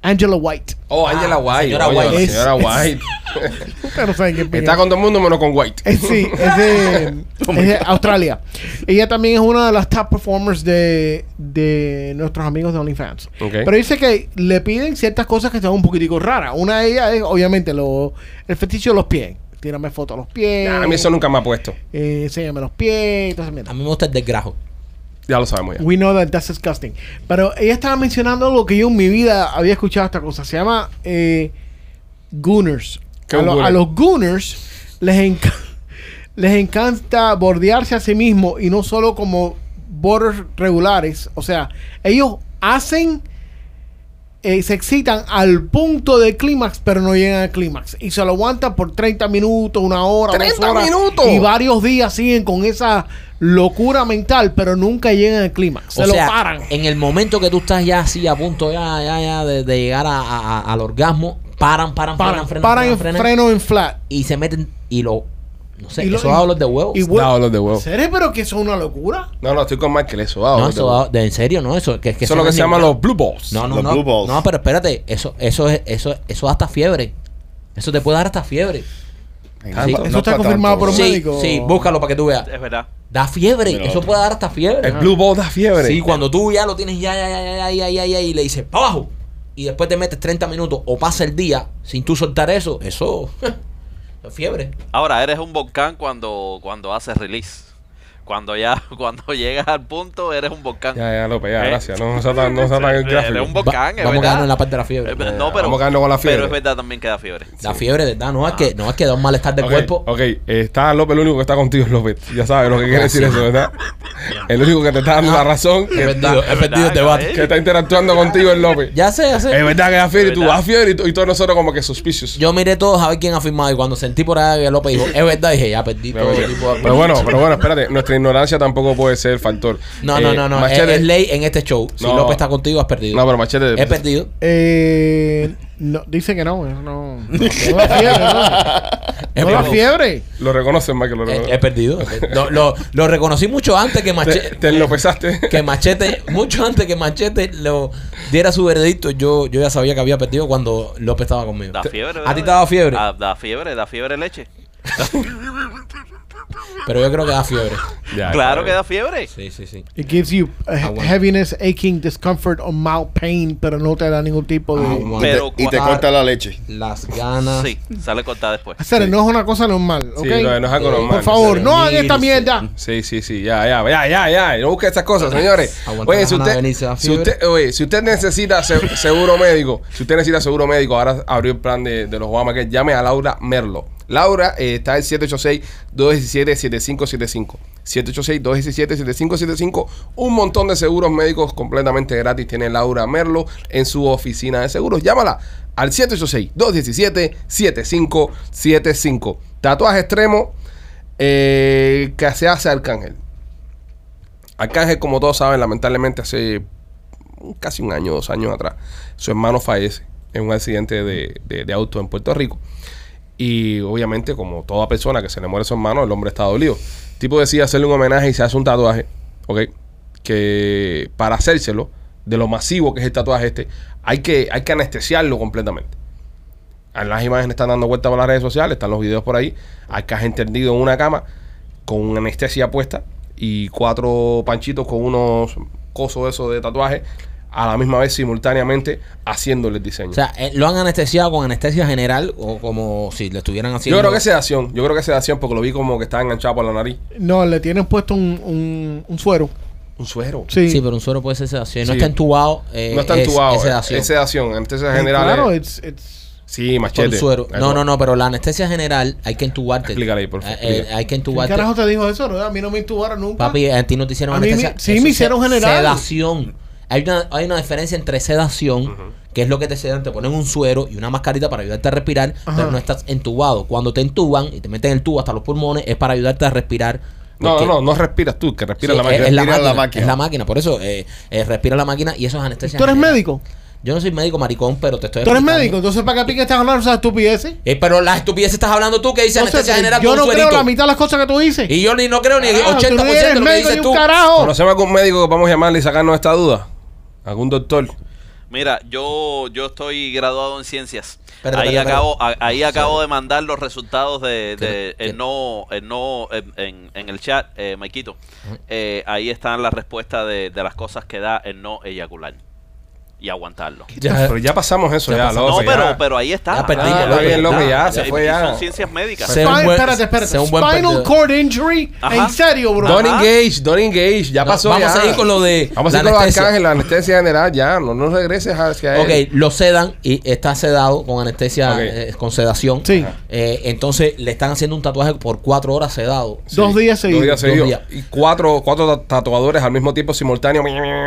[SPEAKER 4] Angela White.
[SPEAKER 1] Oh,
[SPEAKER 3] Ah,
[SPEAKER 1] Angela White.
[SPEAKER 3] señora
[SPEAKER 1] oye,
[SPEAKER 3] White.
[SPEAKER 1] la señora White.
[SPEAKER 4] Ustedes no saben qué
[SPEAKER 1] Está con todo el mundo menos con White.
[SPEAKER 4] Eh, sí, es de,
[SPEAKER 1] Oh
[SPEAKER 4] es de Australia. Ella también es una de las top performers de, de nuestros amigos de OnlyFans.
[SPEAKER 1] Ok.
[SPEAKER 4] Pero dice que le piden ciertas cosas que son un poquitico raras. Una de ellas es, obviamente, lo, el fetiche de los pies. Tírame foto a los pies.
[SPEAKER 1] Nah, a mí eso nunca me ha puesto.
[SPEAKER 4] eh, enséñame los pies. y toda esa mierda.
[SPEAKER 3] A mí me gusta el desgrajo.
[SPEAKER 1] Ya lo sabemos ya.
[SPEAKER 4] We know that that's disgusting. Pero ella estaba mencionando algo que yo en mi vida había escuchado esta cosa. Se llama eh, Gooners.
[SPEAKER 1] ¿Qué
[SPEAKER 4] a,
[SPEAKER 1] es un
[SPEAKER 4] lo-
[SPEAKER 1] gooner?
[SPEAKER 4] a los Gooners les, enca- les encanta bordearse a sí mismo y no solo como borders regulares. O sea, ellos hacen, eh, se excitan al punto de clímax, pero no llegan al clímax. Y se lo aguantan por 30 minutos, una hora, dos
[SPEAKER 1] 30
[SPEAKER 4] horas.
[SPEAKER 1] minutos.
[SPEAKER 4] Y varios días siguen con esa locura mental, pero nunca llegan al clímax. Se
[SPEAKER 3] o
[SPEAKER 4] lo
[SPEAKER 3] sea,
[SPEAKER 4] paran.
[SPEAKER 3] En el momento que tú estás ya así a punto ya, ya, ya de, de llegar a- a- a- al orgasmo, paran, paran,
[SPEAKER 4] Paran,
[SPEAKER 3] paran, frenan,
[SPEAKER 4] paran
[SPEAKER 3] frenan,
[SPEAKER 4] en
[SPEAKER 3] frenan,
[SPEAKER 4] freno en flat.
[SPEAKER 3] y se meten y lo no sé,
[SPEAKER 4] Y lo-
[SPEAKER 3] esos hablos de huevos.
[SPEAKER 4] y
[SPEAKER 1] No,
[SPEAKER 4] hue-
[SPEAKER 1] los de huevo.
[SPEAKER 4] ¿En serio? ¿Pero que eso es una locura?
[SPEAKER 1] No, no, estoy con Michael. Eso, ah,
[SPEAKER 3] no,
[SPEAKER 1] los de huevo.
[SPEAKER 3] eso, de, en serio, no, eso que, que
[SPEAKER 1] Eso es lo
[SPEAKER 3] no
[SPEAKER 1] que se
[SPEAKER 3] ni-
[SPEAKER 1] llaman los blue balls.
[SPEAKER 3] No, no,
[SPEAKER 5] Los
[SPEAKER 3] no.
[SPEAKER 5] blue balls.
[SPEAKER 3] No, pero espérate, eso eso es eso eso da hasta fiebre. Eso te puede dar hasta fiebre.
[SPEAKER 5] No,
[SPEAKER 3] Sí.
[SPEAKER 5] no
[SPEAKER 4] Eso está
[SPEAKER 5] pa'
[SPEAKER 4] confirmado por un
[SPEAKER 5] tanto.
[SPEAKER 3] sí,
[SPEAKER 4] médico.
[SPEAKER 3] sí, búscalo para que tú veas.
[SPEAKER 6] Es verdad.
[SPEAKER 3] Da fiebre,
[SPEAKER 5] Pero-
[SPEAKER 3] eso puede dar hasta fiebre.
[SPEAKER 1] El blue ball da fiebre.
[SPEAKER 3] Sí, cuando tú ya lo tienes ya, ya, ya, ya, ya, ya, ya, y le dices, para abajo, y después te metes 30 minutos o pasa el día sin tú soltar eso, eso es fiebre.
[SPEAKER 6] Ahora, eres un volcán cuando, cuando haces release. Cuando ya, cuando llegas al punto, eres un volcán.
[SPEAKER 1] Ya, ya, López, ya,
[SPEAKER 6] ¿Eh?
[SPEAKER 1] gracias. No sea tan, no sea tan
[SPEAKER 6] Eres
[SPEAKER 1] gráfico.
[SPEAKER 6] un volcán,
[SPEAKER 3] Va-
[SPEAKER 6] es
[SPEAKER 3] vamos a
[SPEAKER 6] verdad.
[SPEAKER 3] quedarnos en la parte de la fiebre.
[SPEAKER 6] Eh, no, pero,
[SPEAKER 1] Vamos a quedarnos con la fiebre.
[SPEAKER 6] pero es verdad también que da fiebre.
[SPEAKER 3] La fiebre, ¿verdad? No, es
[SPEAKER 6] Ah.
[SPEAKER 3] que, no, es que da un malestar de
[SPEAKER 1] Ok,
[SPEAKER 3] cuerpo.
[SPEAKER 1] Ok, eh, está López, el único que está contigo es López. Ya sabes lo que quiere decir eso, ¿verdad? El único que te está dando la razón,
[SPEAKER 3] He
[SPEAKER 1] que,
[SPEAKER 3] perdido, he perdido el
[SPEAKER 6] verdad,
[SPEAKER 3] debate.
[SPEAKER 1] que está interactuando contigo es López.
[SPEAKER 3] Ya sé, ya sé.
[SPEAKER 1] Es verdad que da fiebre y tú
[SPEAKER 6] verdad.
[SPEAKER 1] da fiebre y, tú- y todos nosotros como que suspicious.
[SPEAKER 3] Yo miré todos a ver quién ha firmado y cuando sentí por ahí que López dijo, es verdad, dije, ya perdí
[SPEAKER 1] Pero,
[SPEAKER 3] todo tipo de...
[SPEAKER 1] pero bueno, pero bueno, espérate, nuestra ignorancia tampoco puede ser factor.
[SPEAKER 3] No,
[SPEAKER 1] Eh,
[SPEAKER 3] no, no, no, es,
[SPEAKER 1] Machete-
[SPEAKER 3] es ley en este show. Si
[SPEAKER 1] No.
[SPEAKER 3] López está contigo, has perdido.
[SPEAKER 1] No, pero Machete.
[SPEAKER 3] He perdido.
[SPEAKER 4] Eh, no, dice que no, eso no. No da fiebre,
[SPEAKER 3] He
[SPEAKER 4] no. No da
[SPEAKER 3] perdido.
[SPEAKER 4] fiebre.
[SPEAKER 1] Lo reconocen, Michael, lo
[SPEAKER 3] He, he
[SPEAKER 1] reconocen.
[SPEAKER 3] perdido. Lo, lo- lo reconocí mucho antes que
[SPEAKER 1] Te,
[SPEAKER 3] Machete.
[SPEAKER 1] te enlopezaste.
[SPEAKER 3] Que Machete, mucho antes que Machete lo diera su veredicto, yo, yo ya sabía que había perdido cuando López estaba conmigo.
[SPEAKER 6] Da fiebre.
[SPEAKER 3] ¿A ti
[SPEAKER 6] brother.
[SPEAKER 3] te da fiebre?
[SPEAKER 6] Ah, da fiebre, da fiebre leche.
[SPEAKER 3] Pero yo creo que da fiebre.
[SPEAKER 1] Ya,
[SPEAKER 6] claro
[SPEAKER 1] ya.
[SPEAKER 6] que da fiebre.
[SPEAKER 3] Sí, sí, sí.
[SPEAKER 4] It gives you a he-
[SPEAKER 3] bueno.
[SPEAKER 4] heaviness, aching, discomfort or mild pain, pero no te da ningún tipo de.
[SPEAKER 3] Ah,
[SPEAKER 5] Y
[SPEAKER 3] bueno.
[SPEAKER 5] te-
[SPEAKER 6] Pero
[SPEAKER 5] y te
[SPEAKER 6] cuando-
[SPEAKER 5] corta la leche.
[SPEAKER 3] Las ganas.
[SPEAKER 6] Sí, sale cortada después.
[SPEAKER 4] Hacer, no es una cosa normal, ¿ok? Eh,
[SPEAKER 1] Sí, no, no es algo
[SPEAKER 3] Por
[SPEAKER 1] normal.
[SPEAKER 4] Por favor, no hagan esta
[SPEAKER 3] Venirse.
[SPEAKER 4] mierda.
[SPEAKER 1] Sí, sí, sí, ya, ya, ya, ya, ya. No busquen esas cosas, señores.
[SPEAKER 3] Aguantar
[SPEAKER 1] Oye,
[SPEAKER 3] las
[SPEAKER 1] si
[SPEAKER 3] ganas de
[SPEAKER 1] usted,
[SPEAKER 3] venirse a
[SPEAKER 1] si
[SPEAKER 3] fiebre.
[SPEAKER 1] usted, oye, si usted necesita se- seguro médico, si usted necesita seguro médico, ahora abrió el plan de, de los Obama que llame a Laura Merlo. Laura eh, está en 786-217-7575. 786-217-7575. Un montón de seguros médicos completamente gratis tiene Laura Merlo en su oficina de seguros. Llámala al 786-217-7575. Tatuaje extremo eh, que se hace Arcángel. Arcángel, como todos saben, lamentablemente hace casi un año, dos años atrás, su hermano fallece en un accidente de, de- de auto en Puerto Rico. Y obviamente, como toda persona que se le muere su hermano, el hombre está dolido. El tipo decide hacerle un homenaje y se hace un tatuaje, ¿ok? Que para hacérselo, de lo masivo que es el tatuaje este, hay que, hay que anestesiarlo completamente. Las imágenes están dando vueltas por las redes sociales, están los videos por ahí. Arcángel tendido en una cama con una anestesia puesta y cuatro panchitos con unos cosos esos de tatuaje a la misma vez simultáneamente haciéndole el diseño.
[SPEAKER 3] O sea, eh, lo han anestesiado con anestesia general o como si le estuvieran haciendo.
[SPEAKER 1] yo creo que es sedación, yo creo que es sedación porque lo vi como que estaba enganchado por la nariz.
[SPEAKER 4] No, le tienen puesto un, un, un suero.
[SPEAKER 1] Un suero.
[SPEAKER 4] Sí.
[SPEAKER 3] Sí, pero un suero puede ser sedación. No
[SPEAKER 1] Sí.
[SPEAKER 3] está entubado. eh,
[SPEAKER 1] no está
[SPEAKER 3] es-
[SPEAKER 1] entubado.
[SPEAKER 3] Es sedación.
[SPEAKER 1] Es sedación, anestesia
[SPEAKER 4] Eh,
[SPEAKER 1] general.
[SPEAKER 4] Claro,
[SPEAKER 1] es-
[SPEAKER 4] it's- it's-
[SPEAKER 1] sí,
[SPEAKER 3] Por
[SPEAKER 1] machete.
[SPEAKER 3] el suero. No, no, no, pero la anestesia general hay que entubarte.
[SPEAKER 1] Explícale ahí, por favor,
[SPEAKER 3] Eh, eh,
[SPEAKER 1] explica.
[SPEAKER 3] hay que
[SPEAKER 4] ¿Quién
[SPEAKER 3] entubarte.
[SPEAKER 4] carajo te dijo eso? no? A mí no me intubaron nunca.
[SPEAKER 3] Papi, a ti no te hicieron
[SPEAKER 4] A mí me-
[SPEAKER 3] anestesia.
[SPEAKER 4] sí
[SPEAKER 3] Eso
[SPEAKER 4] me
[SPEAKER 3] es
[SPEAKER 4] hicieron general.
[SPEAKER 3] Sedación. Hay una, hay una diferencia entre sedación, que es lo que te sedan, te ponen un suero y una mascarita para ayudarte a respirar,
[SPEAKER 4] Ajá.
[SPEAKER 3] pero no estás entubado. Cuando te entuban y te meten el tubo hasta los pulmones, es para ayudarte a respirar.
[SPEAKER 1] No,
[SPEAKER 3] porque-
[SPEAKER 1] no, no, no respiras tú, que
[SPEAKER 3] Sí,
[SPEAKER 1] respira la
[SPEAKER 3] es-
[SPEAKER 1] máquina.
[SPEAKER 3] es, la
[SPEAKER 5] Respira
[SPEAKER 3] máquina,
[SPEAKER 5] la máquina.
[SPEAKER 3] es la máquina, por eso eh, eh, respira la máquina y eso es anestesia.
[SPEAKER 4] ¿Tú eres
[SPEAKER 3] general.
[SPEAKER 4] médico?
[SPEAKER 3] Yo no soy médico maricón, pero te estoy
[SPEAKER 4] ¿Tú eres
[SPEAKER 3] explicando.
[SPEAKER 4] médico? Entonces, ¿para qué este a ti que estás hablando esas estupideces?
[SPEAKER 3] Eh, pero las estupideces estás hablando tú que dices
[SPEAKER 4] Entonces,
[SPEAKER 3] anestesia general
[SPEAKER 4] yo
[SPEAKER 3] con
[SPEAKER 4] no
[SPEAKER 3] un
[SPEAKER 4] creo
[SPEAKER 3] suerito.
[SPEAKER 4] la mitad de las cosas que tú dices.
[SPEAKER 3] Y yo ni no creo ni el
[SPEAKER 4] Carajo,
[SPEAKER 3] 80%
[SPEAKER 4] tú no eres
[SPEAKER 3] de lo que
[SPEAKER 4] médico
[SPEAKER 3] dices
[SPEAKER 4] ni
[SPEAKER 3] tú.
[SPEAKER 4] un carajo.
[SPEAKER 1] ¿Conocemos algún médico que vamos a llamarle y sacarnos esta duda? ¿Algún doctor?
[SPEAKER 6] Mira, yo, yo estoy graduado en ciencias.
[SPEAKER 3] Espérate,
[SPEAKER 6] ahí
[SPEAKER 3] espérate,
[SPEAKER 6] acabo, a- ahí acabo de mandar los resultados de,
[SPEAKER 3] Que-
[SPEAKER 6] de-
[SPEAKER 3] que-
[SPEAKER 6] el no, el no en, en- en el chat, eh, Maikito. Eh, ahí están las respuestas de, de las cosas que da el no eyacular. y aguantarlo.
[SPEAKER 3] Ya,
[SPEAKER 1] Pero ya pasamos eso,
[SPEAKER 3] Ya
[SPEAKER 1] ya,
[SPEAKER 3] pasó.
[SPEAKER 1] loco,
[SPEAKER 6] No,
[SPEAKER 1] ya.
[SPEAKER 6] pero, pero ahí está.
[SPEAKER 3] Ya perdí,
[SPEAKER 1] Ah,
[SPEAKER 3] ya
[SPEAKER 1] está bien,
[SPEAKER 3] perdí.
[SPEAKER 1] loco, ya, se
[SPEAKER 6] Y-
[SPEAKER 1] fue
[SPEAKER 6] y
[SPEAKER 1] ya.
[SPEAKER 6] son ciencias médicas.
[SPEAKER 3] Sea un
[SPEAKER 4] Spine-
[SPEAKER 3] buen-
[SPEAKER 4] espérate, espérate.
[SPEAKER 3] sea un buen
[SPEAKER 4] Spinal
[SPEAKER 3] perdedor.
[SPEAKER 4] cord injury.
[SPEAKER 6] Ajá.
[SPEAKER 4] En serio, bro.
[SPEAKER 1] Don't
[SPEAKER 6] Ajá.
[SPEAKER 1] engage, don't engage, ya pasó
[SPEAKER 3] Vamos
[SPEAKER 1] ya.
[SPEAKER 3] a seguir con lo de
[SPEAKER 1] Vamos a
[SPEAKER 3] la
[SPEAKER 1] seguir con los
[SPEAKER 3] anestesia.
[SPEAKER 1] arcajes, la anestesia general, ya, no, no regreses hacia él.
[SPEAKER 4] eh.
[SPEAKER 3] Ok, lo sedan y está sedado con anestesia,
[SPEAKER 1] Ok.
[SPEAKER 3] eh, con sedación.
[SPEAKER 4] Sí.
[SPEAKER 3] Eh, entonces le están haciendo un tatuaje por cuatro horas sedado.
[SPEAKER 4] Dos días
[SPEAKER 1] Dos días
[SPEAKER 4] seguidos.
[SPEAKER 1] seguidos.
[SPEAKER 3] días.
[SPEAKER 1] Y cuatro, cuatro ta- tatuadores al mismo tiempo simultáneo.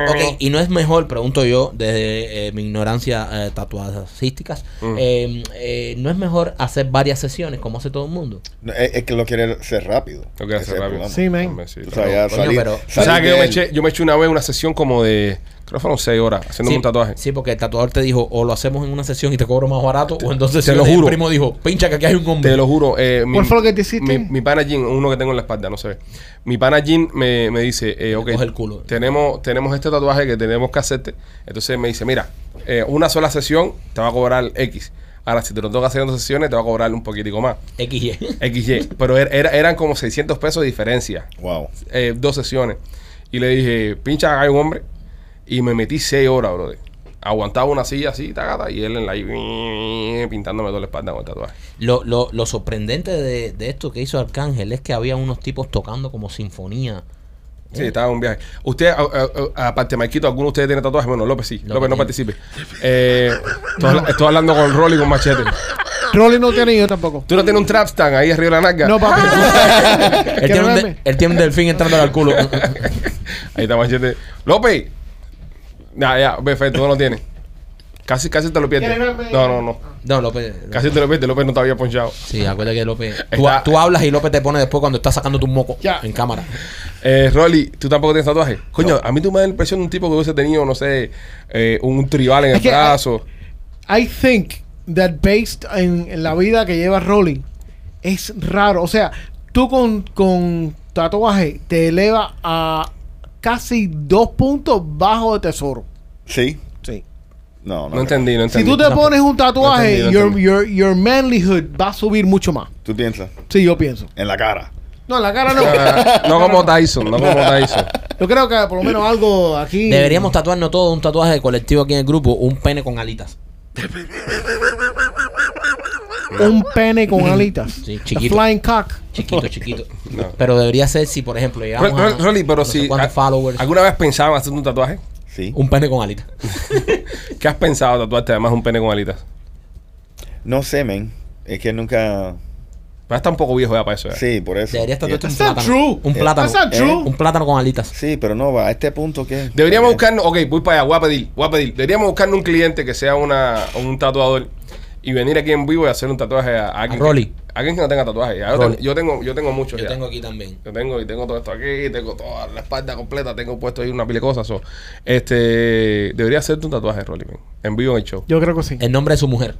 [SPEAKER 3] Ok, y no es mejor, pregunto yo, desde eh, mi ignorancia eh, tatuajistas,
[SPEAKER 1] Mm.
[SPEAKER 3] eh, eh, no es mejor hacer varias sesiones como hace todo el mundo.
[SPEAKER 5] No, es, es que lo quiere hacer rápido.
[SPEAKER 1] Lo que hace
[SPEAKER 5] Ese
[SPEAKER 1] rápido.
[SPEAKER 5] programa.
[SPEAKER 4] Sí, man.
[SPEAKER 1] Sí,
[SPEAKER 5] O
[SPEAKER 1] está
[SPEAKER 5] sea,
[SPEAKER 1] loco.
[SPEAKER 5] ya
[SPEAKER 3] Coño,
[SPEAKER 5] salir-
[SPEAKER 3] pero-
[SPEAKER 1] O sea,
[SPEAKER 5] salir
[SPEAKER 1] que
[SPEAKER 5] de
[SPEAKER 1] yo me,
[SPEAKER 5] él.
[SPEAKER 1] eché, yo me eché una vez una sesión como de. Creo que fueron seis horas haciendo
[SPEAKER 3] Sí,
[SPEAKER 1] un tatuaje.
[SPEAKER 3] Sí, porque el tatuador te dijo, o lo hacemos en una sesión y te cobro más barato, o entonces
[SPEAKER 1] te
[SPEAKER 3] si
[SPEAKER 1] lo
[SPEAKER 3] el
[SPEAKER 1] juro.
[SPEAKER 3] primo dijo, pincha que aquí hay un hombre.
[SPEAKER 1] Te lo juro. eh, mi,
[SPEAKER 4] ¿Cuál fue lo que te
[SPEAKER 1] Mi,
[SPEAKER 4] hiciste?
[SPEAKER 1] mi pana Jin, uno que tengo en la espalda, no se ve. Mi pana Jin me, me dice, eh, ok,
[SPEAKER 3] coge el culo.
[SPEAKER 1] Tenemos, tenemos este tatuaje que tenemos que hacerte. Entonces me dice, mira, eh, una sola sesión te va a cobrar X. Ahora, si te lo tengo que hacer en dos sesiones, te va a cobrar un poquitico más.
[SPEAKER 3] XY.
[SPEAKER 1] XY. Pero er- era- eran como 600 pesos de diferencia.
[SPEAKER 5] Wow.
[SPEAKER 1] eh, dos sesiones. Y le dije, pincha, hay un hombre. Y me metí seis horas, brother. Aguantaba una silla así, tagata, y él en la ahí, pintándome toda la espalda con el tatuaje.
[SPEAKER 3] Lo, lo, lo sorprendente de, de esto que hizo Arcángel es que había unos tipos tocando como sinfonía.
[SPEAKER 1] Sí, estaba en un viaje. Usted, a- a- a- aparte, Marquito, ¿alguno de ustedes tiene tatuajes? Bueno, López sí.
[SPEAKER 3] López
[SPEAKER 1] López no
[SPEAKER 3] tiene.
[SPEAKER 1] participe. Eh, estoy, habla- estoy hablando con Rolly y con Machete.
[SPEAKER 4] Rolly no tiene y yo tampoco.
[SPEAKER 1] ¿Tú no tienes un trapstand ahí arriba de la narga?
[SPEAKER 4] No, papi.
[SPEAKER 3] Él
[SPEAKER 4] Que
[SPEAKER 3] tiene,
[SPEAKER 4] no
[SPEAKER 3] un de-
[SPEAKER 4] me-
[SPEAKER 3] él tiene un delfín entrando al culo.
[SPEAKER 1] Ahí está Machete. ¡López! Ya, ya, perfecto, no lo tienes. Casi, casi te lo pierdes.
[SPEAKER 4] ¿Quieres verme?
[SPEAKER 1] No, no, no.
[SPEAKER 3] no, López.
[SPEAKER 1] Casi te lo pierdes. López no te había ponchado.
[SPEAKER 3] Sí, acuérdate que López. Tú,
[SPEAKER 1] Está-
[SPEAKER 3] tú hablas y López te pone después cuando estás sacando tu moco
[SPEAKER 4] Ya.
[SPEAKER 3] en cámara.
[SPEAKER 1] Eh, Rolly, ¿tú tampoco tienes tatuaje? Coño, a mí tú me da la impresión de un tipo que hubiese tenido, no sé, eh, un tribal en el
[SPEAKER 4] Es que-
[SPEAKER 1] brazo.
[SPEAKER 4] I think that based en, en la vida que lleva Rolly, es raro. O sea, tú con, con tatuaje te eleva a casi dos puntos bajo de tesoro.
[SPEAKER 5] Sí.
[SPEAKER 4] Sí.
[SPEAKER 5] No, no.
[SPEAKER 1] No entendí, no
[SPEAKER 4] ah, Si
[SPEAKER 1] entendí.
[SPEAKER 4] tú te pones un tatuaje,
[SPEAKER 1] No entendí, no
[SPEAKER 4] your,
[SPEAKER 1] entendí.
[SPEAKER 4] your, your manlyhood va a subir mucho más.
[SPEAKER 5] Tú piensas
[SPEAKER 4] Sí, yo pienso.
[SPEAKER 5] en la cara.
[SPEAKER 4] No, en la cara no.
[SPEAKER 1] Ah, No como Tyson, no como Tyson.
[SPEAKER 4] Yo creo que por lo menos algo aquí.
[SPEAKER 3] Deberíamos tatuarnos todos un tatuaje de colectivo aquí en el grupo, un pene con alitas.
[SPEAKER 4] Un pene con alitas.
[SPEAKER 3] Sí,
[SPEAKER 4] A
[SPEAKER 3] chiquito.
[SPEAKER 4] Flying cock.
[SPEAKER 3] Chiquito, chiquito. Pero debería ser si, por ejemplo, llegamos
[SPEAKER 1] Ro- Ro-
[SPEAKER 3] a
[SPEAKER 1] Rolly, pero
[SPEAKER 3] no sé
[SPEAKER 1] si
[SPEAKER 3] cuántos
[SPEAKER 1] a-
[SPEAKER 3] followers,
[SPEAKER 1] alguna vez pensaba en hacerte un tatuaje,
[SPEAKER 5] Sí.
[SPEAKER 3] un pene con alitas.
[SPEAKER 1] ¿qué has pensado tatuarte además de un pene con alitas?
[SPEAKER 5] No sé, men. Es que nunca.
[SPEAKER 1] Pero está un poco viejo ya para eso. ya.
[SPEAKER 5] Sí, por eso.
[SPEAKER 3] Deberías tatuarte un
[SPEAKER 4] That's not
[SPEAKER 3] plátano.
[SPEAKER 4] true.
[SPEAKER 3] Un plátano. Eh,
[SPEAKER 4] That's not
[SPEAKER 1] Oh.
[SPEAKER 4] true.
[SPEAKER 3] Un plátano con alitas.
[SPEAKER 5] Sí, pero no, va a este punto que.
[SPEAKER 1] Deberíamos
[SPEAKER 5] que-
[SPEAKER 1] buscarnos, ok, voy para allá, voy a pedir, voy a pedir. Deberíamos buscarnos un cliente que sea una, un tatuador y venir aquí en vivo y hacer un tatuaje a, alguien.
[SPEAKER 3] A Rolly.
[SPEAKER 1] que- a alguien que no tenga tatuaje. Ya, yo,
[SPEAKER 3] Rolly.
[SPEAKER 1] tengo, yo tengo, yo tengo muchos
[SPEAKER 3] Yo
[SPEAKER 1] ya.
[SPEAKER 3] tengo aquí también.
[SPEAKER 1] Yo tengo, y tengo todo esto aquí, tengo toda la espalda completa, tengo puesto ahí una pila de cosas. so, este, debería hacerte un tatuaje, Rolly, man, en vivo en el show.
[SPEAKER 4] Yo creo que sí.
[SPEAKER 3] El nombre de su mujer.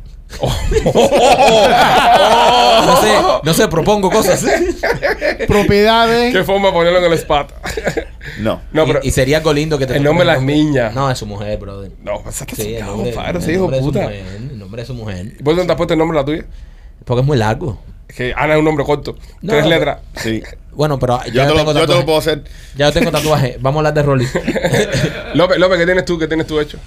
[SPEAKER 3] No sé, no sé, propongo cosas. Eh,
[SPEAKER 4] Propiedades.
[SPEAKER 1] ¿Qué forma de ponerlo en el spot?
[SPEAKER 5] No.
[SPEAKER 1] no,
[SPEAKER 3] Y-
[SPEAKER 1] pero.
[SPEAKER 3] y, sería algo lindo que te
[SPEAKER 1] el nombre de las niñas.
[SPEAKER 3] No, es su mujer, brother.
[SPEAKER 1] no, pasa que
[SPEAKER 3] Sí,
[SPEAKER 1] se
[SPEAKER 3] el
[SPEAKER 1] cagó,
[SPEAKER 3] nombre,
[SPEAKER 1] padre,
[SPEAKER 3] el
[SPEAKER 1] ese hijo
[SPEAKER 3] nombre
[SPEAKER 1] de
[SPEAKER 3] de su
[SPEAKER 1] puta.
[SPEAKER 3] mujer, el nombre de su mujer.
[SPEAKER 1] ¿Y ¿Por qué no te has puesto el nombre de la tuya?
[SPEAKER 3] Porque es muy largo.
[SPEAKER 1] Que Ana es un nombre corto.
[SPEAKER 3] No,
[SPEAKER 1] tres
[SPEAKER 3] no,
[SPEAKER 1] letras.
[SPEAKER 5] Sí.
[SPEAKER 3] Bueno, pero
[SPEAKER 5] Yo,
[SPEAKER 3] ya
[SPEAKER 5] te,
[SPEAKER 3] yo
[SPEAKER 5] lo,
[SPEAKER 3] tengo
[SPEAKER 5] yo te lo
[SPEAKER 3] tatuaje.
[SPEAKER 5] puedo hacer.
[SPEAKER 3] Ya yo tengo tatuaje. Vamos a hablar de Rolly.
[SPEAKER 1] López, López, ¿qué tienes tú? ¿Qué tienes tú hecho?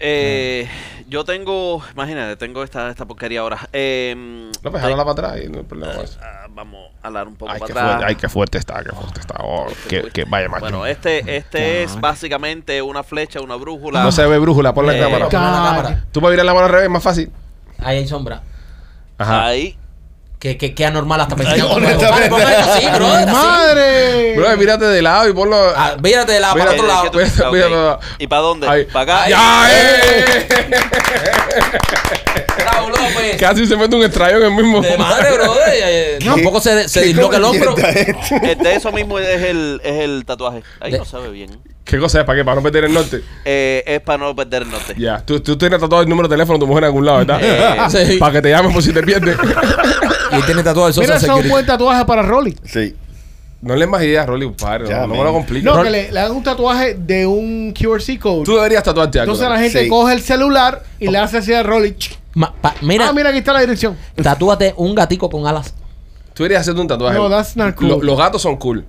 [SPEAKER 6] Eh, yo tengo, imagínate, tengo esta, esta porquería ahora. Eh,
[SPEAKER 1] López,
[SPEAKER 6] ay,
[SPEAKER 1] jálala para atrás y no hay problema con eso.
[SPEAKER 6] ah, vamos a hablar un poco
[SPEAKER 1] Ay,
[SPEAKER 6] para
[SPEAKER 1] qué
[SPEAKER 6] atrás.
[SPEAKER 1] fuerte, ay, qué fuerte está, qué fuerte está. Oh, que, que vaya Martín.
[SPEAKER 6] Bueno, este, este es básicamente una flecha, una brújula.
[SPEAKER 1] No se ve brújula, ponla en
[SPEAKER 6] Eh,
[SPEAKER 1] cámara.
[SPEAKER 3] Ponlo en la cámara.
[SPEAKER 1] Tú puedes virar la mano al revés, más fácil.
[SPEAKER 3] Ahí hay sombra.
[SPEAKER 6] Ahí.
[SPEAKER 3] Que, que queda normal hasta pensar.
[SPEAKER 5] honestamente.
[SPEAKER 3] así, brother, así.
[SPEAKER 4] ¡Madre!
[SPEAKER 1] Bro, mírate de lado y ponlo.
[SPEAKER 3] Ah, Mírate de la para
[SPEAKER 1] Mírate,
[SPEAKER 3] otro
[SPEAKER 6] Eh,
[SPEAKER 3] lado.
[SPEAKER 6] que tú-
[SPEAKER 1] mira,
[SPEAKER 6] ah, ok.
[SPEAKER 1] mira, mira.
[SPEAKER 6] ¿Y para dónde?
[SPEAKER 1] Ahí.
[SPEAKER 6] ¿Para acá?
[SPEAKER 1] ¡Ya, eh!
[SPEAKER 3] Bravo, López.
[SPEAKER 1] Casi se mete un extraño en el mismo.
[SPEAKER 3] eh. De madre, brother. Eh, eh, Tampoco se, se
[SPEAKER 5] ¿Qué
[SPEAKER 3] disloca el hombro.
[SPEAKER 5] mierda es esto?
[SPEAKER 6] Eh, de eso mismo es el, es el tatuaje. Ahí
[SPEAKER 3] De-
[SPEAKER 6] no se ve bien.
[SPEAKER 1] ¿Qué cosa es? ¿Para qué? ¿Para no perder el norte?
[SPEAKER 6] Eh, es para no perder el norte.
[SPEAKER 1] Ya. Tú, tú tienes tatuado el número de teléfono de tu mujer en algún lado, ¿verdad?
[SPEAKER 6] Eh,
[SPEAKER 3] Sí.
[SPEAKER 1] Para que te llamen por si te pierdes.
[SPEAKER 3] Y él tiene tatuado el
[SPEAKER 4] Mira,
[SPEAKER 3] social
[SPEAKER 4] eso es un buen
[SPEAKER 3] security.
[SPEAKER 4] tatuaje para Rolly.
[SPEAKER 5] Sí.
[SPEAKER 1] no le des más ideas, Rolly, padre.
[SPEAKER 5] Ya,
[SPEAKER 1] no, no me
[SPEAKER 5] man.
[SPEAKER 1] lo compliques.
[SPEAKER 4] No,
[SPEAKER 1] Rol-
[SPEAKER 4] que le, le hagan un tatuaje de un QRC code.
[SPEAKER 1] Tú deberías tatuarte algo.
[SPEAKER 4] Entonces la
[SPEAKER 1] Rolly.
[SPEAKER 4] gente
[SPEAKER 5] Sí.
[SPEAKER 4] coge el celular y le hace así a Rolly.
[SPEAKER 3] Ma- pa- mira,
[SPEAKER 4] Ah, mira, aquí está la dirección.
[SPEAKER 3] tatúate un gatico con alas.
[SPEAKER 1] Tú deberías hacerte un tatuaje.
[SPEAKER 4] No, that's not
[SPEAKER 1] Lo-
[SPEAKER 4] cool.
[SPEAKER 1] los gatos son cool.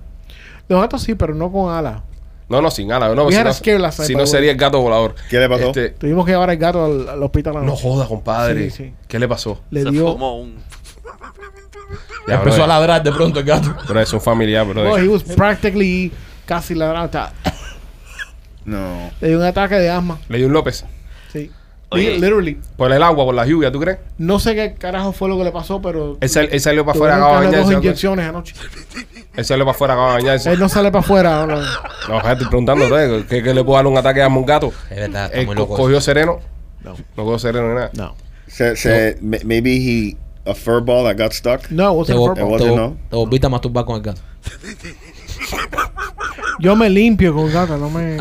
[SPEAKER 4] Los gatos sí, pero no con alas.
[SPEAKER 1] No, no, sin alas. No,
[SPEAKER 4] We
[SPEAKER 1] si
[SPEAKER 4] had
[SPEAKER 1] no,
[SPEAKER 4] a scaleless
[SPEAKER 1] si no
[SPEAKER 4] iPad,
[SPEAKER 1] sería el gato volador.
[SPEAKER 5] ¿Qué le pasó?
[SPEAKER 1] Este,
[SPEAKER 4] Tuvimos que llevar al gato al, al hospital.
[SPEAKER 1] no
[SPEAKER 4] anoche.
[SPEAKER 1] joda, compadre.
[SPEAKER 4] Sí, sí.
[SPEAKER 1] ¿Qué le pasó?
[SPEAKER 4] Le
[SPEAKER 6] Se
[SPEAKER 4] dio.
[SPEAKER 6] fumó un...
[SPEAKER 1] Ya,
[SPEAKER 3] Empezó
[SPEAKER 1] brother.
[SPEAKER 3] a ladrar de pronto el gato.
[SPEAKER 1] Pero es un familiar, bro.
[SPEAKER 4] No, Oh, he was practically casi ladrando. o sea,
[SPEAKER 5] No.
[SPEAKER 4] Le dio un ataque de asma.
[SPEAKER 1] Le dio un López.
[SPEAKER 4] Sí.
[SPEAKER 6] Oye.
[SPEAKER 4] Literally.
[SPEAKER 1] Por el agua, por la lluvia, ¿tú crees?
[SPEAKER 4] No sé qué carajo fue lo que le pasó, pero.
[SPEAKER 1] Él, sal- él salió para
[SPEAKER 4] tuvieron
[SPEAKER 1] afuera,
[SPEAKER 4] que
[SPEAKER 1] acaba de
[SPEAKER 4] darle dos
[SPEAKER 1] bañarse. ¿no?
[SPEAKER 4] inyecciones anoche.
[SPEAKER 1] Él salió para afuera, acaba de bañarse.
[SPEAKER 4] Él no sale para afuera. no.
[SPEAKER 1] No, ojalá, estoy preguntando, bro, ¿qué, qué le puedo dar un ataque a un gato?
[SPEAKER 3] Es verdad, está
[SPEAKER 1] Él
[SPEAKER 3] muy
[SPEAKER 1] co-
[SPEAKER 3] loco
[SPEAKER 1] cogió sereno.
[SPEAKER 4] No.
[SPEAKER 1] No cogió sereno ni nada.
[SPEAKER 4] No.
[SPEAKER 5] Se, se, ma- Maybe he. A fur ball that got stuck.
[SPEAKER 4] No, it
[SPEAKER 3] Te,
[SPEAKER 4] wasn't
[SPEAKER 3] vol-
[SPEAKER 4] purple.
[SPEAKER 5] It
[SPEAKER 3] te,
[SPEAKER 5] wasn't,
[SPEAKER 3] vol-
[SPEAKER 5] no.
[SPEAKER 3] te volviste a masturbar con el gato.
[SPEAKER 4] Yo me limpio con gata, no me.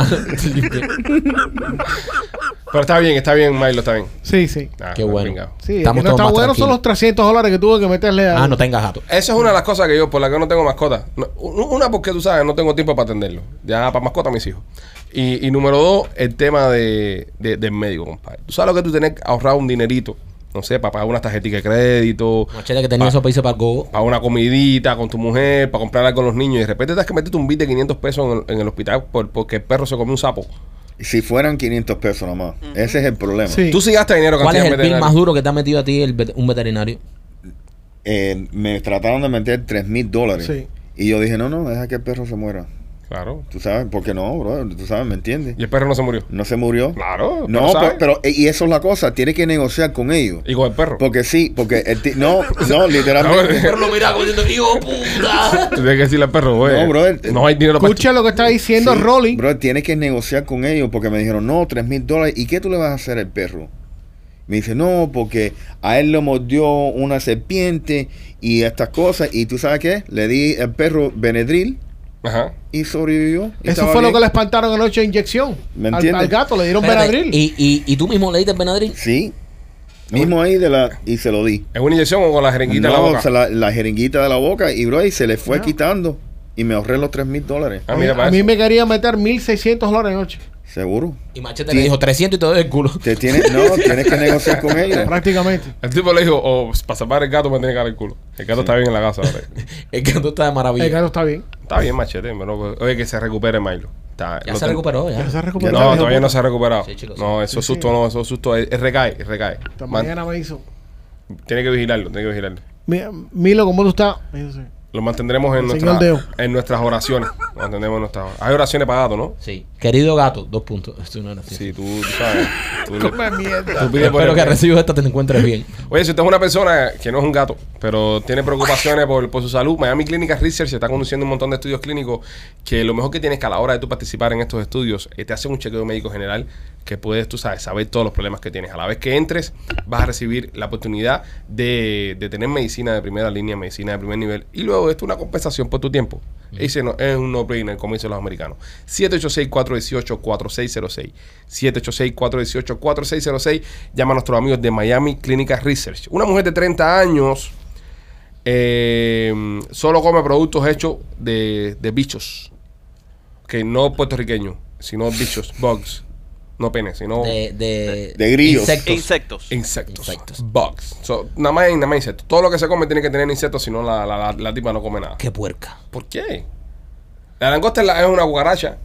[SPEAKER 1] Pero está bien, está bien, Milo, está bien.
[SPEAKER 4] Sí, sí.
[SPEAKER 1] Ah,
[SPEAKER 3] Qué
[SPEAKER 1] no,
[SPEAKER 3] bueno.
[SPEAKER 1] pringao.
[SPEAKER 4] Sí, el
[SPEAKER 3] Estamos
[SPEAKER 4] que no
[SPEAKER 3] todos
[SPEAKER 4] está
[SPEAKER 3] más
[SPEAKER 4] bueno son
[SPEAKER 3] tranquilos.
[SPEAKER 4] los 300 dólares que tuve que meterle a.
[SPEAKER 3] Ah, no tengas gato.
[SPEAKER 1] Eso es una de las cosas que yo, por la que no tengo mascota. No, u- Una, porque tú sabes, no tengo tiempo para atenderlo. Ya para mascota, mis hijos. Y, y número dos, el tema de, de- del médico, compadre. Tú sabes lo que tú tenés ahorrado un dinerito. No sé, para pagar unas tarjetitas de crédito.
[SPEAKER 3] Machete que tenía esos países para el gogo.
[SPEAKER 1] Para una comidita con tu mujer, para comprar algo con los niños. Y de repente te has que meterte un bit de 500 pesos en el, en el hospital por- porque el perro se comió un sapo.
[SPEAKER 5] Si fueran 500 pesos nomás. Ese es el problema.
[SPEAKER 4] Sí.
[SPEAKER 1] Tú sí gastas dinero
[SPEAKER 3] ¿Cuál es
[SPEAKER 1] cantidad
[SPEAKER 3] el bill
[SPEAKER 1] veterinaria.
[SPEAKER 3] más duro que te ha metido a ti el vet- un veterinario?
[SPEAKER 5] Eh, me trataron de meter 3 mil dólares.
[SPEAKER 4] Sí.
[SPEAKER 5] Y yo dije, no, no, deja que el perro se muera.
[SPEAKER 1] Claro.
[SPEAKER 5] Tú sabes, porque no, bro. Tú sabes, ¿me entiendes?
[SPEAKER 1] Y el perro no se murió.
[SPEAKER 5] No se murió.
[SPEAKER 1] Claro. el perro
[SPEAKER 5] No,
[SPEAKER 1] sabe.
[SPEAKER 5] pero, pero- eh, y eso es la cosa. Tienes que negociar con ellos.
[SPEAKER 1] Y con el perro.
[SPEAKER 5] Porque sí, porque el ti- no, no, literalmente.
[SPEAKER 1] No,
[SPEAKER 3] mira como diciendo, hijo puta.
[SPEAKER 1] Tú tienes que decirle al perro, güey.
[SPEAKER 5] No, brother.
[SPEAKER 1] No hay dinero para
[SPEAKER 4] Escucha lo que está diciendo
[SPEAKER 5] Sí,
[SPEAKER 4] Rolly.
[SPEAKER 5] Bro, tienes que negociar con ellos porque me dijeron, no, 3 mil dólares. ¿Y qué tú le vas a hacer al perro? Me dice, no, porque a él lo mordió una serpiente y estas cosas. ¿Y tú sabes qué? Le di al perro Benedril
[SPEAKER 1] Ajá.
[SPEAKER 5] y sobrevivió. y
[SPEAKER 4] Eso
[SPEAKER 5] estaba
[SPEAKER 4] fue lo
[SPEAKER 5] bien.
[SPEAKER 4] que le espantaron anoche inyección.
[SPEAKER 5] ¿Me
[SPEAKER 4] Al-
[SPEAKER 5] entiendes?
[SPEAKER 4] Al, gato le dieron Benadryl.
[SPEAKER 3] ¿Y, y, ¿Y tú mismo le diste el Benadryl?
[SPEAKER 5] Sí. Mismo ahí de la... Y se lo di.
[SPEAKER 1] ¿Es una inyección o con la jeringuita en
[SPEAKER 5] No,
[SPEAKER 1] la boca?
[SPEAKER 5] o sea, la, la jeringuita de la boca y, bro, y se le fue quitando. Y me ahorré los 3 mil dólares.
[SPEAKER 1] Ah, mira, para
[SPEAKER 4] a mí
[SPEAKER 1] eso.
[SPEAKER 4] me quería meter 1600 dólares anoche.
[SPEAKER 5] Seguro.
[SPEAKER 3] Y Machete
[SPEAKER 5] Sí.
[SPEAKER 3] le dijo 300 y te doy el culo.
[SPEAKER 5] Te tienes, no, tienes que negociar con ellos.
[SPEAKER 4] Prácticamente.
[SPEAKER 1] El tipo le dijo, oh, para salvar el gato me tiene que dar el culo. El gato está bien en la casa ahora.
[SPEAKER 3] El gato está de maravilla.
[SPEAKER 4] El gato está bien.
[SPEAKER 1] está bien, machete. Pero, oye, que se recupere Milo. Está,
[SPEAKER 3] ya
[SPEAKER 1] lo
[SPEAKER 3] se
[SPEAKER 1] ten-
[SPEAKER 3] recuperó, ya.
[SPEAKER 4] Ya se
[SPEAKER 1] No,
[SPEAKER 4] recuperó. Ya dijo,
[SPEAKER 1] todavía no se ha recuperado.
[SPEAKER 3] Sí, chicos,
[SPEAKER 1] no, eso es susto, no, eso es susto. Él, él recae, él recae.
[SPEAKER 4] "Esta
[SPEAKER 1] Man-
[SPEAKER 4] mañana me hizo.
[SPEAKER 1] tiene que vigilarlo, tiene que vigilarlo.
[SPEAKER 4] "Mi- Milo, ¿cómo tú estás? Me dice,
[SPEAKER 1] Lo mantendremos en,
[SPEAKER 4] Enseñó
[SPEAKER 1] nuestra-
[SPEAKER 4] el dedo.
[SPEAKER 1] en nuestras oraciones. Lo mantendremos en nuestras oraciones. Hay oraciones para gato, ¿no?
[SPEAKER 3] Sí. Querido gato, dos puntos. Esto no era así.
[SPEAKER 1] Sí, tú, tú sabes. Tú le-
[SPEAKER 4] Come mierda.
[SPEAKER 1] tú pides por
[SPEAKER 3] Espero
[SPEAKER 1] el-
[SPEAKER 3] que recibas esta te encuentres bien.
[SPEAKER 1] Oye, si usted es una persona que no es un gato, pero tiene preocupaciones por, por su salud, Miami Clinical Research está conduciendo un montón de estudios clínicos que lo mejor que tienes que a la hora de tú participar en estos estudios, eh, te hacen un chequeo médico general que puedes, tú sabes, saber todos los problemas que tienes. A la vez que entres, vas a recibir la oportunidad de, de tener medicina de primera línea, medicina de primer nivel, y luego de esto una compensación por tu tiempo. Y dice, no, es un no-brainer, como dicen los americanos. 786-418-4606. 786-418-4606. Llama a nuestros amigos de Miami Clinical Research. Una mujer de 30 años eh, solo come productos hechos de, de bichos. Que no puertorriqueños, sino bichos, bugs. No penes, sino
[SPEAKER 3] De, de,
[SPEAKER 5] De grillos.
[SPEAKER 3] Insectos.
[SPEAKER 6] Insectos.
[SPEAKER 1] insectos.
[SPEAKER 3] Insectos.
[SPEAKER 1] Bugs. So, nada más, nada más insectos. Todo lo que se come tiene que tener insectos, si no la, la, la- la tipa no come nada.
[SPEAKER 3] Qué puerca.
[SPEAKER 1] ¿Por qué? La langosta es, la- es una cucaracha.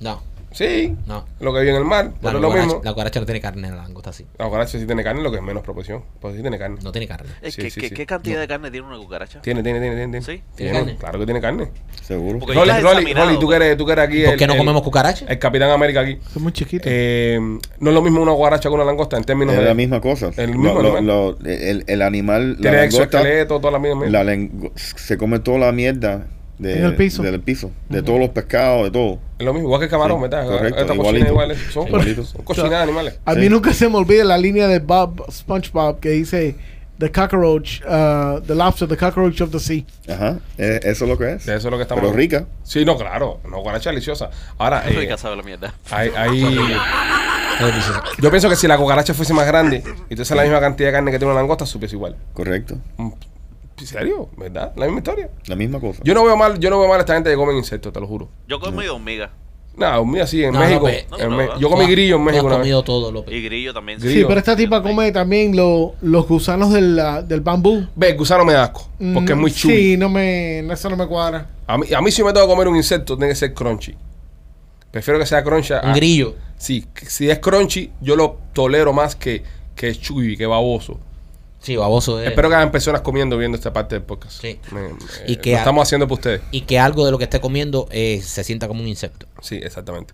[SPEAKER 3] No,
[SPEAKER 1] Sí.
[SPEAKER 3] no.
[SPEAKER 1] Lo que vive en el mar,
[SPEAKER 3] La,
[SPEAKER 1] pero es lo
[SPEAKER 3] cucaracha-
[SPEAKER 1] mismo.
[SPEAKER 3] la cucaracha no tiene carne, la langosta sí.
[SPEAKER 1] La cucaracha sí tiene carne, lo que es menos proporción. Pues sí tiene carne.
[SPEAKER 3] No tiene carne.
[SPEAKER 6] Es
[SPEAKER 1] Sí,
[SPEAKER 6] que,
[SPEAKER 1] sí,
[SPEAKER 6] que-
[SPEAKER 1] sí.
[SPEAKER 6] ¿Qué cantidad de carne tiene una cucaracha?
[SPEAKER 1] Tiene, tiene, tiene, tiene. tiene.
[SPEAKER 6] ¿Sí?
[SPEAKER 3] ¿Tiene carne?
[SPEAKER 1] Claro que tiene carne.
[SPEAKER 5] Seguro.
[SPEAKER 6] Porque yo
[SPEAKER 1] Rolly,
[SPEAKER 6] las he
[SPEAKER 1] Rolly,
[SPEAKER 6] examinado,
[SPEAKER 1] Rolly, tú que eres, tú que eres aquí.
[SPEAKER 3] ¿Por
[SPEAKER 1] el-
[SPEAKER 3] qué no
[SPEAKER 1] el-
[SPEAKER 3] comemos cucaracha?
[SPEAKER 1] El Capitán América aquí.
[SPEAKER 4] Es muy chiquito.
[SPEAKER 1] Eh, no es lo mismo una cucaracha que una langosta en términos
[SPEAKER 5] Es
[SPEAKER 1] de.
[SPEAKER 5] la misma cosa.
[SPEAKER 1] El mismo
[SPEAKER 5] Lo- lo-
[SPEAKER 1] animal.
[SPEAKER 5] lo- el, el animal, la
[SPEAKER 1] Tiene
[SPEAKER 5] langosta,
[SPEAKER 1] exoesqueleto, toda la misma.
[SPEAKER 5] la lengo- se come toda la mierda de,
[SPEAKER 4] En el piso.
[SPEAKER 5] del piso, de todos los pescados, de todo.
[SPEAKER 1] Es lo mismo, igual que el camarón,
[SPEAKER 5] Sí,
[SPEAKER 1] ¿verdad?
[SPEAKER 5] correcto,
[SPEAKER 1] Estas cochinas
[SPEAKER 5] igualito.
[SPEAKER 1] iguales. Son,
[SPEAKER 5] Igualito.
[SPEAKER 1] son cochinadas de animales.
[SPEAKER 4] A mí
[SPEAKER 5] Sí.
[SPEAKER 4] nunca se me olvida la línea de Bob SpongeBob que dice The cockroach, uh, the lobster, the cockroach of the sea.
[SPEAKER 5] Ajá, eh, eso es lo que es.
[SPEAKER 1] De eso es lo que estamos
[SPEAKER 5] Pero rica.
[SPEAKER 1] Sí, no, claro. Una cucaracha deliciosa. Ahora, eh,
[SPEAKER 6] Rica sabe la mierda.
[SPEAKER 1] hay. hay
[SPEAKER 3] Qué delicioso.
[SPEAKER 1] Yo pienso que si la cucaracha fuese más grande y tuviese la misma cantidad de carne que tiene una langosta, supiese igual.
[SPEAKER 5] Correcto.
[SPEAKER 1] Mm, ¿En serio? ¿Verdad? La misma historia.
[SPEAKER 5] La misma cosa.
[SPEAKER 1] Yo no veo mal, yo no veo mal a esta gente que comen insectos, te lo juro.
[SPEAKER 6] Yo comí de hormiga.
[SPEAKER 1] Nada, mira, sí, en
[SPEAKER 3] No,
[SPEAKER 1] México.
[SPEAKER 3] López.
[SPEAKER 1] en
[SPEAKER 6] No,
[SPEAKER 1] Me-
[SPEAKER 6] no, no.
[SPEAKER 1] yo comí
[SPEAKER 3] Tú has-
[SPEAKER 1] grillo en
[SPEAKER 3] tú
[SPEAKER 1] México
[SPEAKER 3] Has
[SPEAKER 1] una vez.
[SPEAKER 3] comido todo, López.
[SPEAKER 6] Y grillo también.
[SPEAKER 1] Grillo.
[SPEAKER 4] Sí, pero esta tipa come también lo- los gusanos del, ah, del bambú.
[SPEAKER 1] Ve, el gusano me da asco, porque es muy
[SPEAKER 4] Mm,
[SPEAKER 1] chulo.
[SPEAKER 4] Sí, no me, no, eso no me cuadra.
[SPEAKER 1] A, mí, a mí si me tengo que comer un insecto, tiene que ser crunchy. Prefiero que sea crunchy. a-
[SPEAKER 3] Un grillo.
[SPEAKER 1] Sí, que- si es crunchy, yo lo tolero más que, que chubby, que baboso.
[SPEAKER 3] Sí, baboso es.
[SPEAKER 1] Espero que hayan personas comiendo viendo esta parte del podcast.
[SPEAKER 3] Sí.
[SPEAKER 1] Me- me-
[SPEAKER 3] Y que
[SPEAKER 1] lo
[SPEAKER 3] a-
[SPEAKER 1] estamos haciendo para ustedes.
[SPEAKER 3] Y que algo de lo que esté comiendo eh, se sienta como un insecto.
[SPEAKER 1] Sí, exactamente.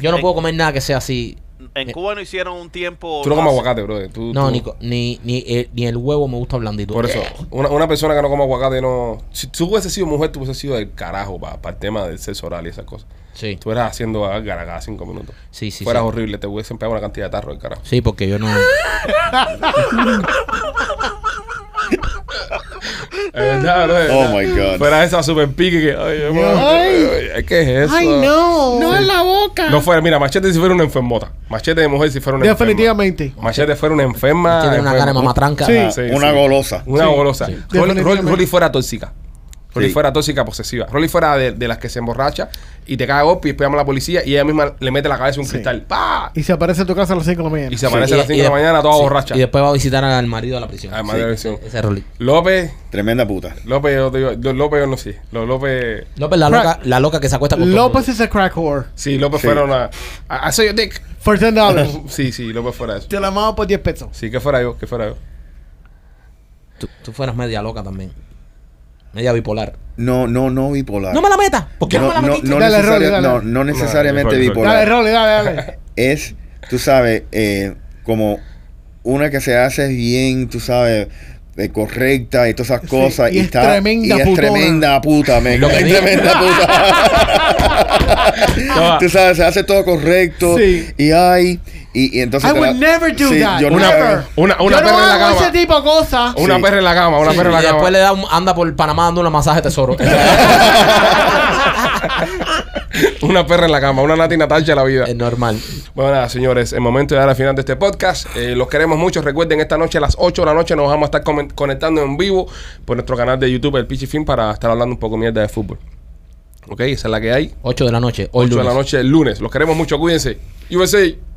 [SPEAKER 3] Yo no
[SPEAKER 6] En-
[SPEAKER 3] puedo comer nada que sea así.
[SPEAKER 6] En Cuba no hicieron un tiempo.
[SPEAKER 1] Eh. Tú no comes
[SPEAKER 6] hace-
[SPEAKER 1] aguacate, brother. Tú-
[SPEAKER 3] No,
[SPEAKER 1] tú-
[SPEAKER 3] ni, co- ni, ni, eh, ni el huevo me gusta blandito.
[SPEAKER 1] Por eso, una, una persona que no come aguacate no. Si tú hubieses sido mujer, tú hubieses sido del carajo para el tema del sexo oral y esas cosas.
[SPEAKER 3] Sí,
[SPEAKER 1] Tú eras haciendo garagá cada cinco minutos.
[SPEAKER 3] sí, sí.
[SPEAKER 1] Fueras
[SPEAKER 3] sí.
[SPEAKER 1] horrible, te hubiesen pegado una cantidad de tarros del carajo.
[SPEAKER 3] Sí, porque yo no.
[SPEAKER 1] Es verdad, Eh, brother,
[SPEAKER 5] Oh
[SPEAKER 1] es verdad.
[SPEAKER 5] my God.
[SPEAKER 1] Fuera esa super pique que. Ay,
[SPEAKER 4] Ay.
[SPEAKER 1] ay, ¿Qué es eso?
[SPEAKER 4] Ay, no. No es la boca.
[SPEAKER 1] No fuera, mira, Machete si fuera una enfermota. Machete de mujer si fuera una enferma.
[SPEAKER 4] Definitivamente.
[SPEAKER 1] Machete fuera una enferma.
[SPEAKER 3] Tiene
[SPEAKER 1] enferma.
[SPEAKER 3] una cara de mamatranca.
[SPEAKER 4] Sí.
[SPEAKER 1] Sí,
[SPEAKER 5] una
[SPEAKER 1] sí.
[SPEAKER 5] golosa.
[SPEAKER 1] Una golosa. Rolly, Rolly-
[SPEAKER 4] definitivamente.
[SPEAKER 1] Rolly fuera tóxica. Rolly
[SPEAKER 5] Sí.
[SPEAKER 1] fuera tóxica posesiva. Rolly fuera de, de las que se emborracha y te cae a golpe y después llama a la policía y ella misma le mete la cabeza en un cristal. ¡Pah!
[SPEAKER 4] Y se aparece en tu casa a las 5 de la
[SPEAKER 1] Y
[SPEAKER 4] mañana.
[SPEAKER 1] se aparece
[SPEAKER 3] Y-
[SPEAKER 1] a las 5 de
[SPEAKER 3] y
[SPEAKER 1] la
[SPEAKER 3] de-
[SPEAKER 1] mañana toda
[SPEAKER 3] sí,
[SPEAKER 1] borracha. Ah.
[SPEAKER 3] Y después va a visitar al marido a la prisión.
[SPEAKER 1] Además de la versión.
[SPEAKER 3] Ese es Rolly.
[SPEAKER 1] López,
[SPEAKER 5] Tremenda puta.
[SPEAKER 1] López, yo, digo- yo- López yo no sé. Lo- López.
[SPEAKER 3] López, la
[SPEAKER 4] Crack.
[SPEAKER 3] loca, la loca que se acuesta con todo el
[SPEAKER 4] López
[SPEAKER 3] mundo.
[SPEAKER 4] is a crack whore.
[SPEAKER 1] Sí, López
[SPEAKER 5] Sí.
[SPEAKER 1] fuera una. I, I saw your dick.
[SPEAKER 4] For $10.
[SPEAKER 1] Sí, sí, López fuera eso.
[SPEAKER 4] Te la mando por 10 pesos.
[SPEAKER 1] Sí, que fuera yo, que fuera yo.
[SPEAKER 3] Tú, tú fueras media loca también. Media bipolar.
[SPEAKER 5] No, no, no bipolar.
[SPEAKER 3] ¡No me la metas! ¿Por qué no,
[SPEAKER 5] no,
[SPEAKER 3] me la
[SPEAKER 5] no,
[SPEAKER 3] metiste?
[SPEAKER 5] no
[SPEAKER 4] Dale,
[SPEAKER 5] necesaria-
[SPEAKER 4] Rolly, dale.
[SPEAKER 5] no, no necesariamente
[SPEAKER 1] Rolly, Rolly.
[SPEAKER 4] Dale,
[SPEAKER 5] bipolar.
[SPEAKER 4] Rolly, dale, dale.
[SPEAKER 5] Es, tú sabes, eh, como una que se hace bien, tú sabes, de correcta y todas esas cosas.
[SPEAKER 4] y es tremenda
[SPEAKER 5] y es
[SPEAKER 4] putona.
[SPEAKER 5] tremenda puta, me
[SPEAKER 3] Lo que
[SPEAKER 5] es
[SPEAKER 3] diga.
[SPEAKER 5] tremenda puta. tú sabes, se hace todo correcto.
[SPEAKER 4] Sí.
[SPEAKER 5] Y hay. Y, y entonces.
[SPEAKER 4] I
[SPEAKER 5] te
[SPEAKER 4] would never do
[SPEAKER 5] Sí,
[SPEAKER 4] that.
[SPEAKER 5] yo
[SPEAKER 1] Una-
[SPEAKER 5] nunca-
[SPEAKER 1] Una, una
[SPEAKER 4] yo no
[SPEAKER 1] perra en la
[SPEAKER 4] hago
[SPEAKER 1] cama.
[SPEAKER 4] ese tipo de cosas.
[SPEAKER 1] Una
[SPEAKER 5] Sí.
[SPEAKER 1] perra en la cama, una perra en
[SPEAKER 3] y
[SPEAKER 1] la
[SPEAKER 3] después le
[SPEAKER 1] cama.
[SPEAKER 3] da un, anda por Panamá dando una masaje tesoro.
[SPEAKER 1] Una perra en la cama, una Nati Natacha de la vida.
[SPEAKER 3] es normal.
[SPEAKER 1] Bueno, nada, señores, el momento de dar al final de este podcast. Eh, los queremos mucho. Recuerden, esta noche a las 8 de la noche nos vamos a estar comen- conectando en vivo por nuestro canal de YouTube, El Pichifín, para estar hablando un poco mierda de fútbol. Ok, esa es la que hay.
[SPEAKER 3] 8 de la noche. Hoy
[SPEAKER 1] 8 de la
[SPEAKER 3] lunes.
[SPEAKER 1] noche, el lunes. Los queremos mucho, cuídense. USA.